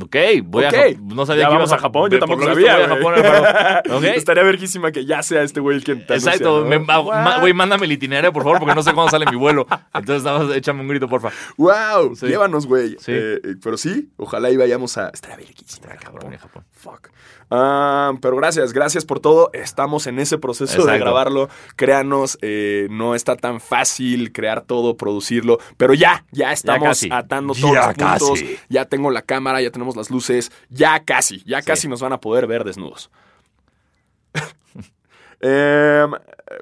Speaker 1: Ok, voy
Speaker 2: Ok.
Speaker 1: a Jap- No sabía
Speaker 2: Ya
Speaker 1: que iba
Speaker 2: vamos a Japón, yo
Speaker 1: por
Speaker 2: tampoco
Speaker 1: lo visto
Speaker 2: sabía,
Speaker 1: voy a Japón,
Speaker 2: güey.
Speaker 1: hermano. Ok.
Speaker 2: Estaría verguísima que ya sea este güey el que te anuncia,
Speaker 1: Exacto,
Speaker 2: ¿no?
Speaker 1: me- ma- ma- güey, mándame el itinerario, por favor, porque no sé cuándo sale mi vuelo. Entonces, nada más échame un grito, porfa.
Speaker 2: ¡Wow!
Speaker 1: Sí.
Speaker 2: Llévanos, güey.
Speaker 1: Sí.
Speaker 2: Eh, eh, pero sí, ojalá y vayamos a... Estaría verguísima.
Speaker 1: Está cabrón pues. en Japón.
Speaker 2: Fuck. Ah, pero gracias, gracias por todo. Estamos en ese proceso de
Speaker 1: Exacto.
Speaker 2: grabarlo. Créanos, eh, no está tan fácil crear todo, producirlo, pero ya, ya estamos
Speaker 1: casi.
Speaker 2: atando todos
Speaker 1: Ya
Speaker 2: los puntos.
Speaker 1: casi.
Speaker 2: Ya tengo la cámara, ya tenemos las luces, ya casi, ya
Speaker 1: Sí.
Speaker 2: casi nos van a poder ver desnudos. Em,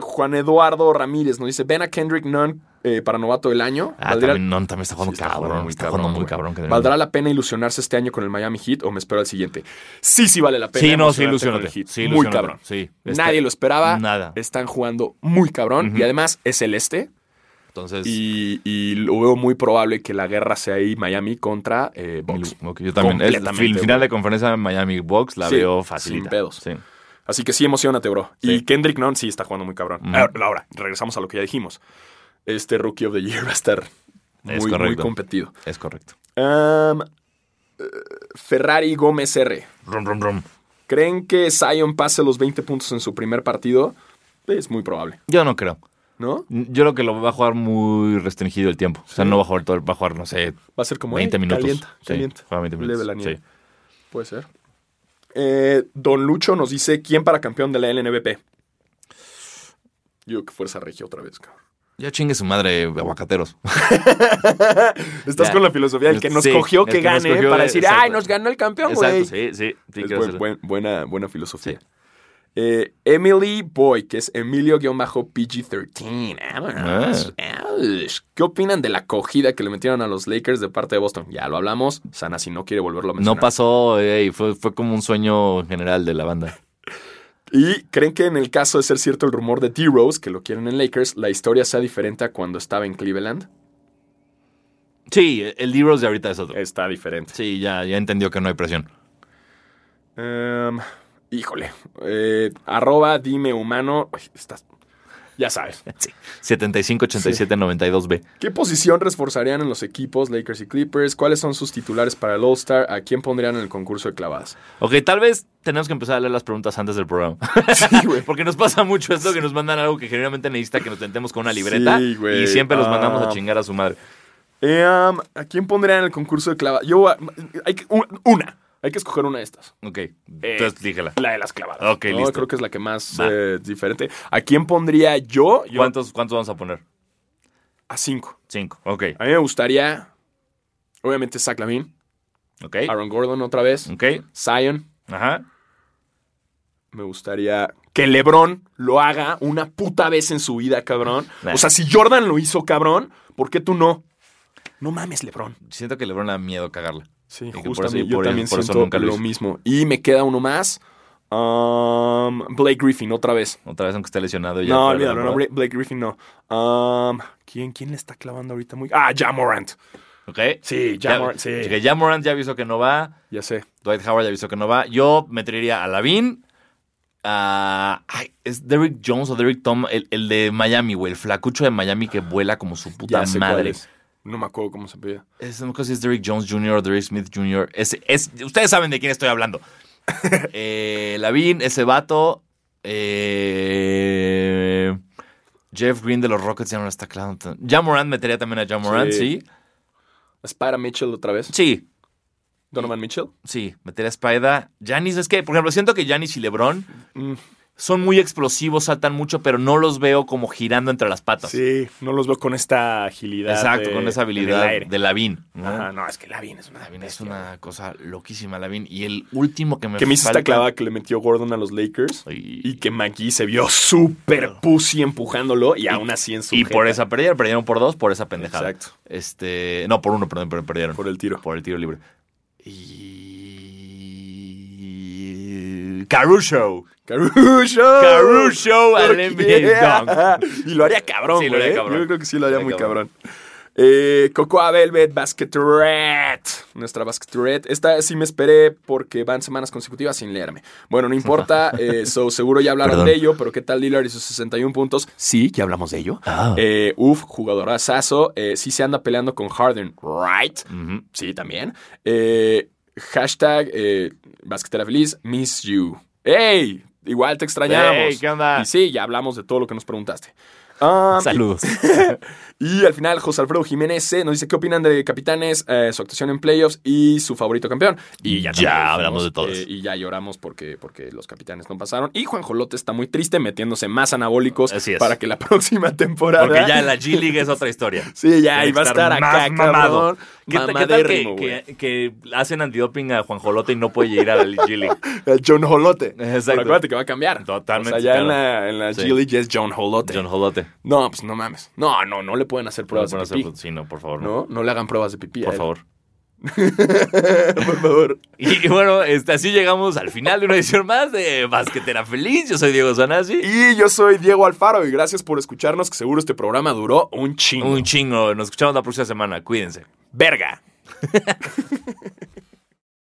Speaker 2: Juan Eduardo Ramírez nos dice: Ven a Kendrick Nunn eh, para novato del año.
Speaker 1: Ah,
Speaker 2: Valdría-
Speaker 1: también, no, también está jugando
Speaker 2: Sí, está
Speaker 1: cabrón.
Speaker 2: jugando muy
Speaker 1: está jugando
Speaker 2: cabrón,
Speaker 1: muy
Speaker 2: güey.
Speaker 1: cabrón. Kendrick
Speaker 2: ¿Valdrá la pena ilusionarse este año con el Miami Heat o me espero al siguiente? Sí, sí vale la pena.
Speaker 1: Sí, no, sí,
Speaker 2: emocionarte
Speaker 1: ilusionate.
Speaker 2: con el Heat.
Speaker 1: Sí,
Speaker 2: muy
Speaker 1: ilusiónate,
Speaker 2: cabrón.
Speaker 1: Sí. este,
Speaker 2: Nadie lo esperaba.
Speaker 1: Nada.
Speaker 2: Están jugando muy cabrón. Y además es el este.
Speaker 1: Entonces,
Speaker 2: Y, y lo veo muy probable que la guerra sea ahí Miami contra eh, Bucks.
Speaker 1: Milwaukee, yo también. Es la
Speaker 2: Completamente,
Speaker 1: fin- final de conferencia Miami Box la
Speaker 2: Sí,
Speaker 1: veo facilita.
Speaker 2: sin pedos.
Speaker 1: Sí.
Speaker 2: Así que sí, emocionate, bro.
Speaker 1: Sí.
Speaker 2: Y Kendrick Nunn sí está jugando muy cabrón.
Speaker 1: Ujú.
Speaker 2: Ahora, ahora, regresamos a lo que ya dijimos. Este Rookie of the Year va a estar
Speaker 1: Es
Speaker 2: muy, muy
Speaker 1: correcto.
Speaker 2: competido.
Speaker 1: Es correcto.
Speaker 2: Am, eh, Ferrari Gómez R.
Speaker 1: Rum, rum, rum.
Speaker 2: ¿Creen que Zion pase los 20 puntos en su primer partido? Es muy probable,
Speaker 1: Yo no creo.
Speaker 2: ¿no?
Speaker 1: Yo creo que lo va a jugar muy restringido el tiempo. O sea, no va a jugar todo, el- va a jugar, no sé.
Speaker 2: Va a ser como
Speaker 1: 20
Speaker 2: eh,
Speaker 1: minutos.
Speaker 2: Calienta,
Speaker 1: Sí,
Speaker 2: calienta.
Speaker 1: juega 20 minutos.
Speaker 2: Leve la nieve.
Speaker 1: Sí.
Speaker 2: Puede ser. Eh, Don Lucho nos dice: ¿Quién para campeón de la LNBP? Yo creo que Fuerza Regia otra vez, cabrón.
Speaker 1: Ya chingue su madre, aguacateros.
Speaker 2: Estás
Speaker 1: Ya.
Speaker 2: con la filosofía del que nos
Speaker 1: Sí,
Speaker 2: cogió
Speaker 1: el
Speaker 2: que
Speaker 1: que nos
Speaker 2: gane
Speaker 1: cogió,
Speaker 2: para
Speaker 1: eh,
Speaker 2: decir,
Speaker 1: exacto.
Speaker 2: ¡ay, nos ganó el campeón,
Speaker 1: Exacto,
Speaker 2: güey!
Speaker 1: sí, sí. sí,
Speaker 2: Es
Speaker 1: quiero
Speaker 2: buen-
Speaker 1: hacer-
Speaker 2: buen- buena, buena filosofía. Eh, Emily Boy, que es Emilio-PG13. Vámonos.
Speaker 1: Ah.
Speaker 2: Ouch. ¿Qué opinan de la acogida que le metieron a los Lakers de parte de Boston? Ya lo hablamos. Sana, si no quiere volverlo a mencionar.
Speaker 1: No pasó, ey, fue, fue como un sueño general de la banda.
Speaker 2: ¿Y creen que en el caso de ser cierto el rumor de T-Rose, que lo quieren en Lakers, la historia sea diferente a cuando estaba en Cleveland?
Speaker 1: Sí, el libros de ahorita es otro.
Speaker 2: Está diferente.
Speaker 1: Sí, ya, ya entendió que no hay presión.
Speaker 2: Em, híjole. Eh, arroba dime humano. Uy, estás- Ya sabes.
Speaker 1: 75, 87, 92B.
Speaker 2: ¿Qué posición reforzarían en los equipos Lakers y Clippers? ¿Cuáles son sus titulares para el All-Star? ¿A quién pondrían en el concurso de clavadas?
Speaker 1: Ok, tal vez tenemos que empezar a leer las preguntas antes del programa.
Speaker 2: Sí, güey.
Speaker 1: Porque nos pasa mucho esto que nos mandan algo que generalmente necesita que nos tentemos con una libreta.
Speaker 2: Sí, güey.
Speaker 1: y siempre los
Speaker 2: Ah.
Speaker 1: mandamos a chingar a su madre.
Speaker 2: Eh, um, ¿A quién pondrían en el concurso de clavadas? Yo, ah, hay que- un- una. Hay que escoger una de estas.
Speaker 1: Ok, entonces dígela.
Speaker 2: La de las clavadas.
Speaker 1: Ok, listo.
Speaker 2: Creo que es la que más
Speaker 1: Va.
Speaker 2: eh, diferente. ¿A quién pondría yo? Yo
Speaker 1: ¿Cuántos, ¿Cuántos vamos a poner?
Speaker 2: a cinco.
Speaker 1: Cinco. Ok,
Speaker 2: A mí me gustaría, obviamente, Zach Lavin,
Speaker 1: ok, Mm.
Speaker 2: Aaron Gordon otra vez,
Speaker 1: ok.
Speaker 2: Zion.
Speaker 1: Ajá.
Speaker 2: Me gustaría que LeBron lo haga una puta vez en su vida, cabrón.
Speaker 1: Nah.
Speaker 2: O sea, si Jordan lo hizo, cabrón, ¿por qué tú no? No mames, LeBron.
Speaker 1: Siento que LeBron le da miedo cagarla.
Speaker 2: Sí,
Speaker 1: Y que por
Speaker 2: justamente.
Speaker 1: eso-
Speaker 2: yo
Speaker 1: por-
Speaker 2: también
Speaker 1: por eso
Speaker 2: siento
Speaker 1: nunca lo
Speaker 2: lo
Speaker 1: hizo.
Speaker 2: mismo. Y me queda uno más. Um, Blake Griffin, otra vez.
Speaker 1: Otra vez, aunque esté lesionado. y ya
Speaker 2: No,
Speaker 1: fuera de la
Speaker 2: olvídalo, no,
Speaker 1: temporada.
Speaker 2: Bla- Blake Griffin no. Um, ¿quién, ¿Quién le está clavando ahorita muy...? Ah, Ja Morant.
Speaker 1: Ok.
Speaker 2: Sí, Ja Morant, sí.
Speaker 1: Que ya Morant ya avisó que no va.
Speaker 2: Ya sé.
Speaker 1: Dwight Howard ya avisó que no va. Yo me traería a Lavin. A, ay, es Derrick Jones o Derrick Tom, el, el de Miami, güey. El flacucho de Miami que vuela como su puta
Speaker 2: ya sé cuál
Speaker 1: madre.
Speaker 2: es. No me acuerdo cómo se pedía.
Speaker 1: Es, no sé si es Derrick Jones Jr. o Derrick Smith Jr. Es, es, ustedes saben de quién estoy hablando. eh, Lavin, ese vato. eh, Jeff Green de los Rockets ya no está claro. Jamorant metería también a Jamorant,
Speaker 2: Sí.
Speaker 1: sí.
Speaker 2: ¿Spara Mitchell otra vez?
Speaker 1: Sí,
Speaker 2: ¿Donovan Mitchell?
Speaker 1: sí. Metería a Spider. Janis, es que, por ejemplo, siento que Janis y LeBron
Speaker 2: Mm.
Speaker 1: son muy explosivos, saltan mucho, pero no los veo como girando entre las patas.
Speaker 2: Sí, no los veo con esta agilidad.
Speaker 1: Exacto,
Speaker 2: de-
Speaker 1: con esa
Speaker 2: en el
Speaker 1: habilidad
Speaker 2: aire.
Speaker 1: de Lavin. ¿no?
Speaker 2: Ajá, no, es que Lavin es una
Speaker 1: Lavin es
Speaker 2: bestia, güey.
Speaker 1: una cosa loquísima, Lavin. Y el último que me
Speaker 2: Que me hizo esta
Speaker 1: falta-
Speaker 2: clavada que le metió Gordon a los Lakers.
Speaker 1: Y,
Speaker 2: Y que McGee se vio súper pussy empujándolo y aún así en su.
Speaker 1: y por
Speaker 2: jeta.
Speaker 1: esa perdieron, perdieron por dos, por esa pendejada.
Speaker 2: Exacto.
Speaker 1: Este, no, por uno, perdón, pero perdieron.
Speaker 2: Por el tiro.
Speaker 1: Por el tiro libre. Y... Caruso.
Speaker 2: ¡Caruso!
Speaker 1: Caruso al
Speaker 2: ¡Lo
Speaker 1: NBA
Speaker 2: quiera! Y lo haría cabrón,
Speaker 1: Sí, lo haría
Speaker 2: güey. ¿eh?
Speaker 1: cabrón.
Speaker 2: Yo creo que sí lo haría,
Speaker 1: Lo haría
Speaker 2: muy cabrón. Eh, Cocoa Velvet Basketurette. Nuestra Basketurette. Esta sí me esperé porque van semanas consecutivas sin leerme. Bueno, no importa. eh, so, seguro ya hablaron
Speaker 1: Perdón.
Speaker 2: de ello, pero ¿qué tal Lillard y sus 61 puntos? Sí, ya hablamos de
Speaker 1: Ah.
Speaker 2: ello. Eh, uf, jugadorazazo. Eh, sí se anda peleando con Harden, right?
Speaker 1: Ujú.
Speaker 2: Sí, también. Eh, hashtag eh, basquetera feliz, miss you. ¡Ey! Igual te extrañamos.
Speaker 1: Ey, ¿qué onda?
Speaker 2: Y sí, ya hablamos de todo lo que nos preguntaste. Ah,
Speaker 1: Saludos.
Speaker 2: Y al final, José Alfredo Jiménez C. nos dice qué opinan de Capitanes, eh, su actuación en playoffs y su favorito campeón. Y
Speaker 1: Ya
Speaker 2: ya, también dijimos,
Speaker 1: hablamos de todos.
Speaker 2: eh, y ya lloramos porque, porque los Capitanes no pasaron. Y Juan Jolote está muy triste metiéndose más anabólicos
Speaker 1: Así es.
Speaker 2: para que la próxima temporada.
Speaker 1: Porque ya la G League es otra historia.
Speaker 2: Sí, ya, y va
Speaker 1: Tiene
Speaker 2: a
Speaker 1: que estar
Speaker 2: estar acá,
Speaker 1: más mamado.
Speaker 2: cabrón.
Speaker 1: ¿Qué, ta- qué tal
Speaker 2: Mamadérrimo,
Speaker 1: que,
Speaker 2: güey.
Speaker 1: que- que hacen antidoping a Juan Jolote y no puede ir a la G League?
Speaker 2: El John Jolote.
Speaker 1: Exacto.
Speaker 2: Pero acuérdate que va a cambiar.
Speaker 1: Totalmente,
Speaker 2: O sea, ya en
Speaker 1: claro.
Speaker 2: la, en la
Speaker 1: Sí.
Speaker 2: G League ya es John Jolote.
Speaker 1: John Jolote.
Speaker 2: No, pues no mames. No, no, no le pueden hacer
Speaker 1: Por
Speaker 2: pruebas de pipí.
Speaker 1: sí, no, por favor. No,
Speaker 2: No, no le hagan pruebas de pipí.
Speaker 1: por
Speaker 2: a él.
Speaker 1: favor.
Speaker 2: por favor.
Speaker 1: Y, y bueno, este, así llegamos al final de una edición más de Basquetera Feliz. Yo soy Diego Sanasi.
Speaker 2: Y yo soy Diego Alfaro y gracias por escucharnos, que seguro este programa duró un chingo.
Speaker 1: Un chingo. Nos escuchamos la próxima semana. Cuídense.
Speaker 2: Verga.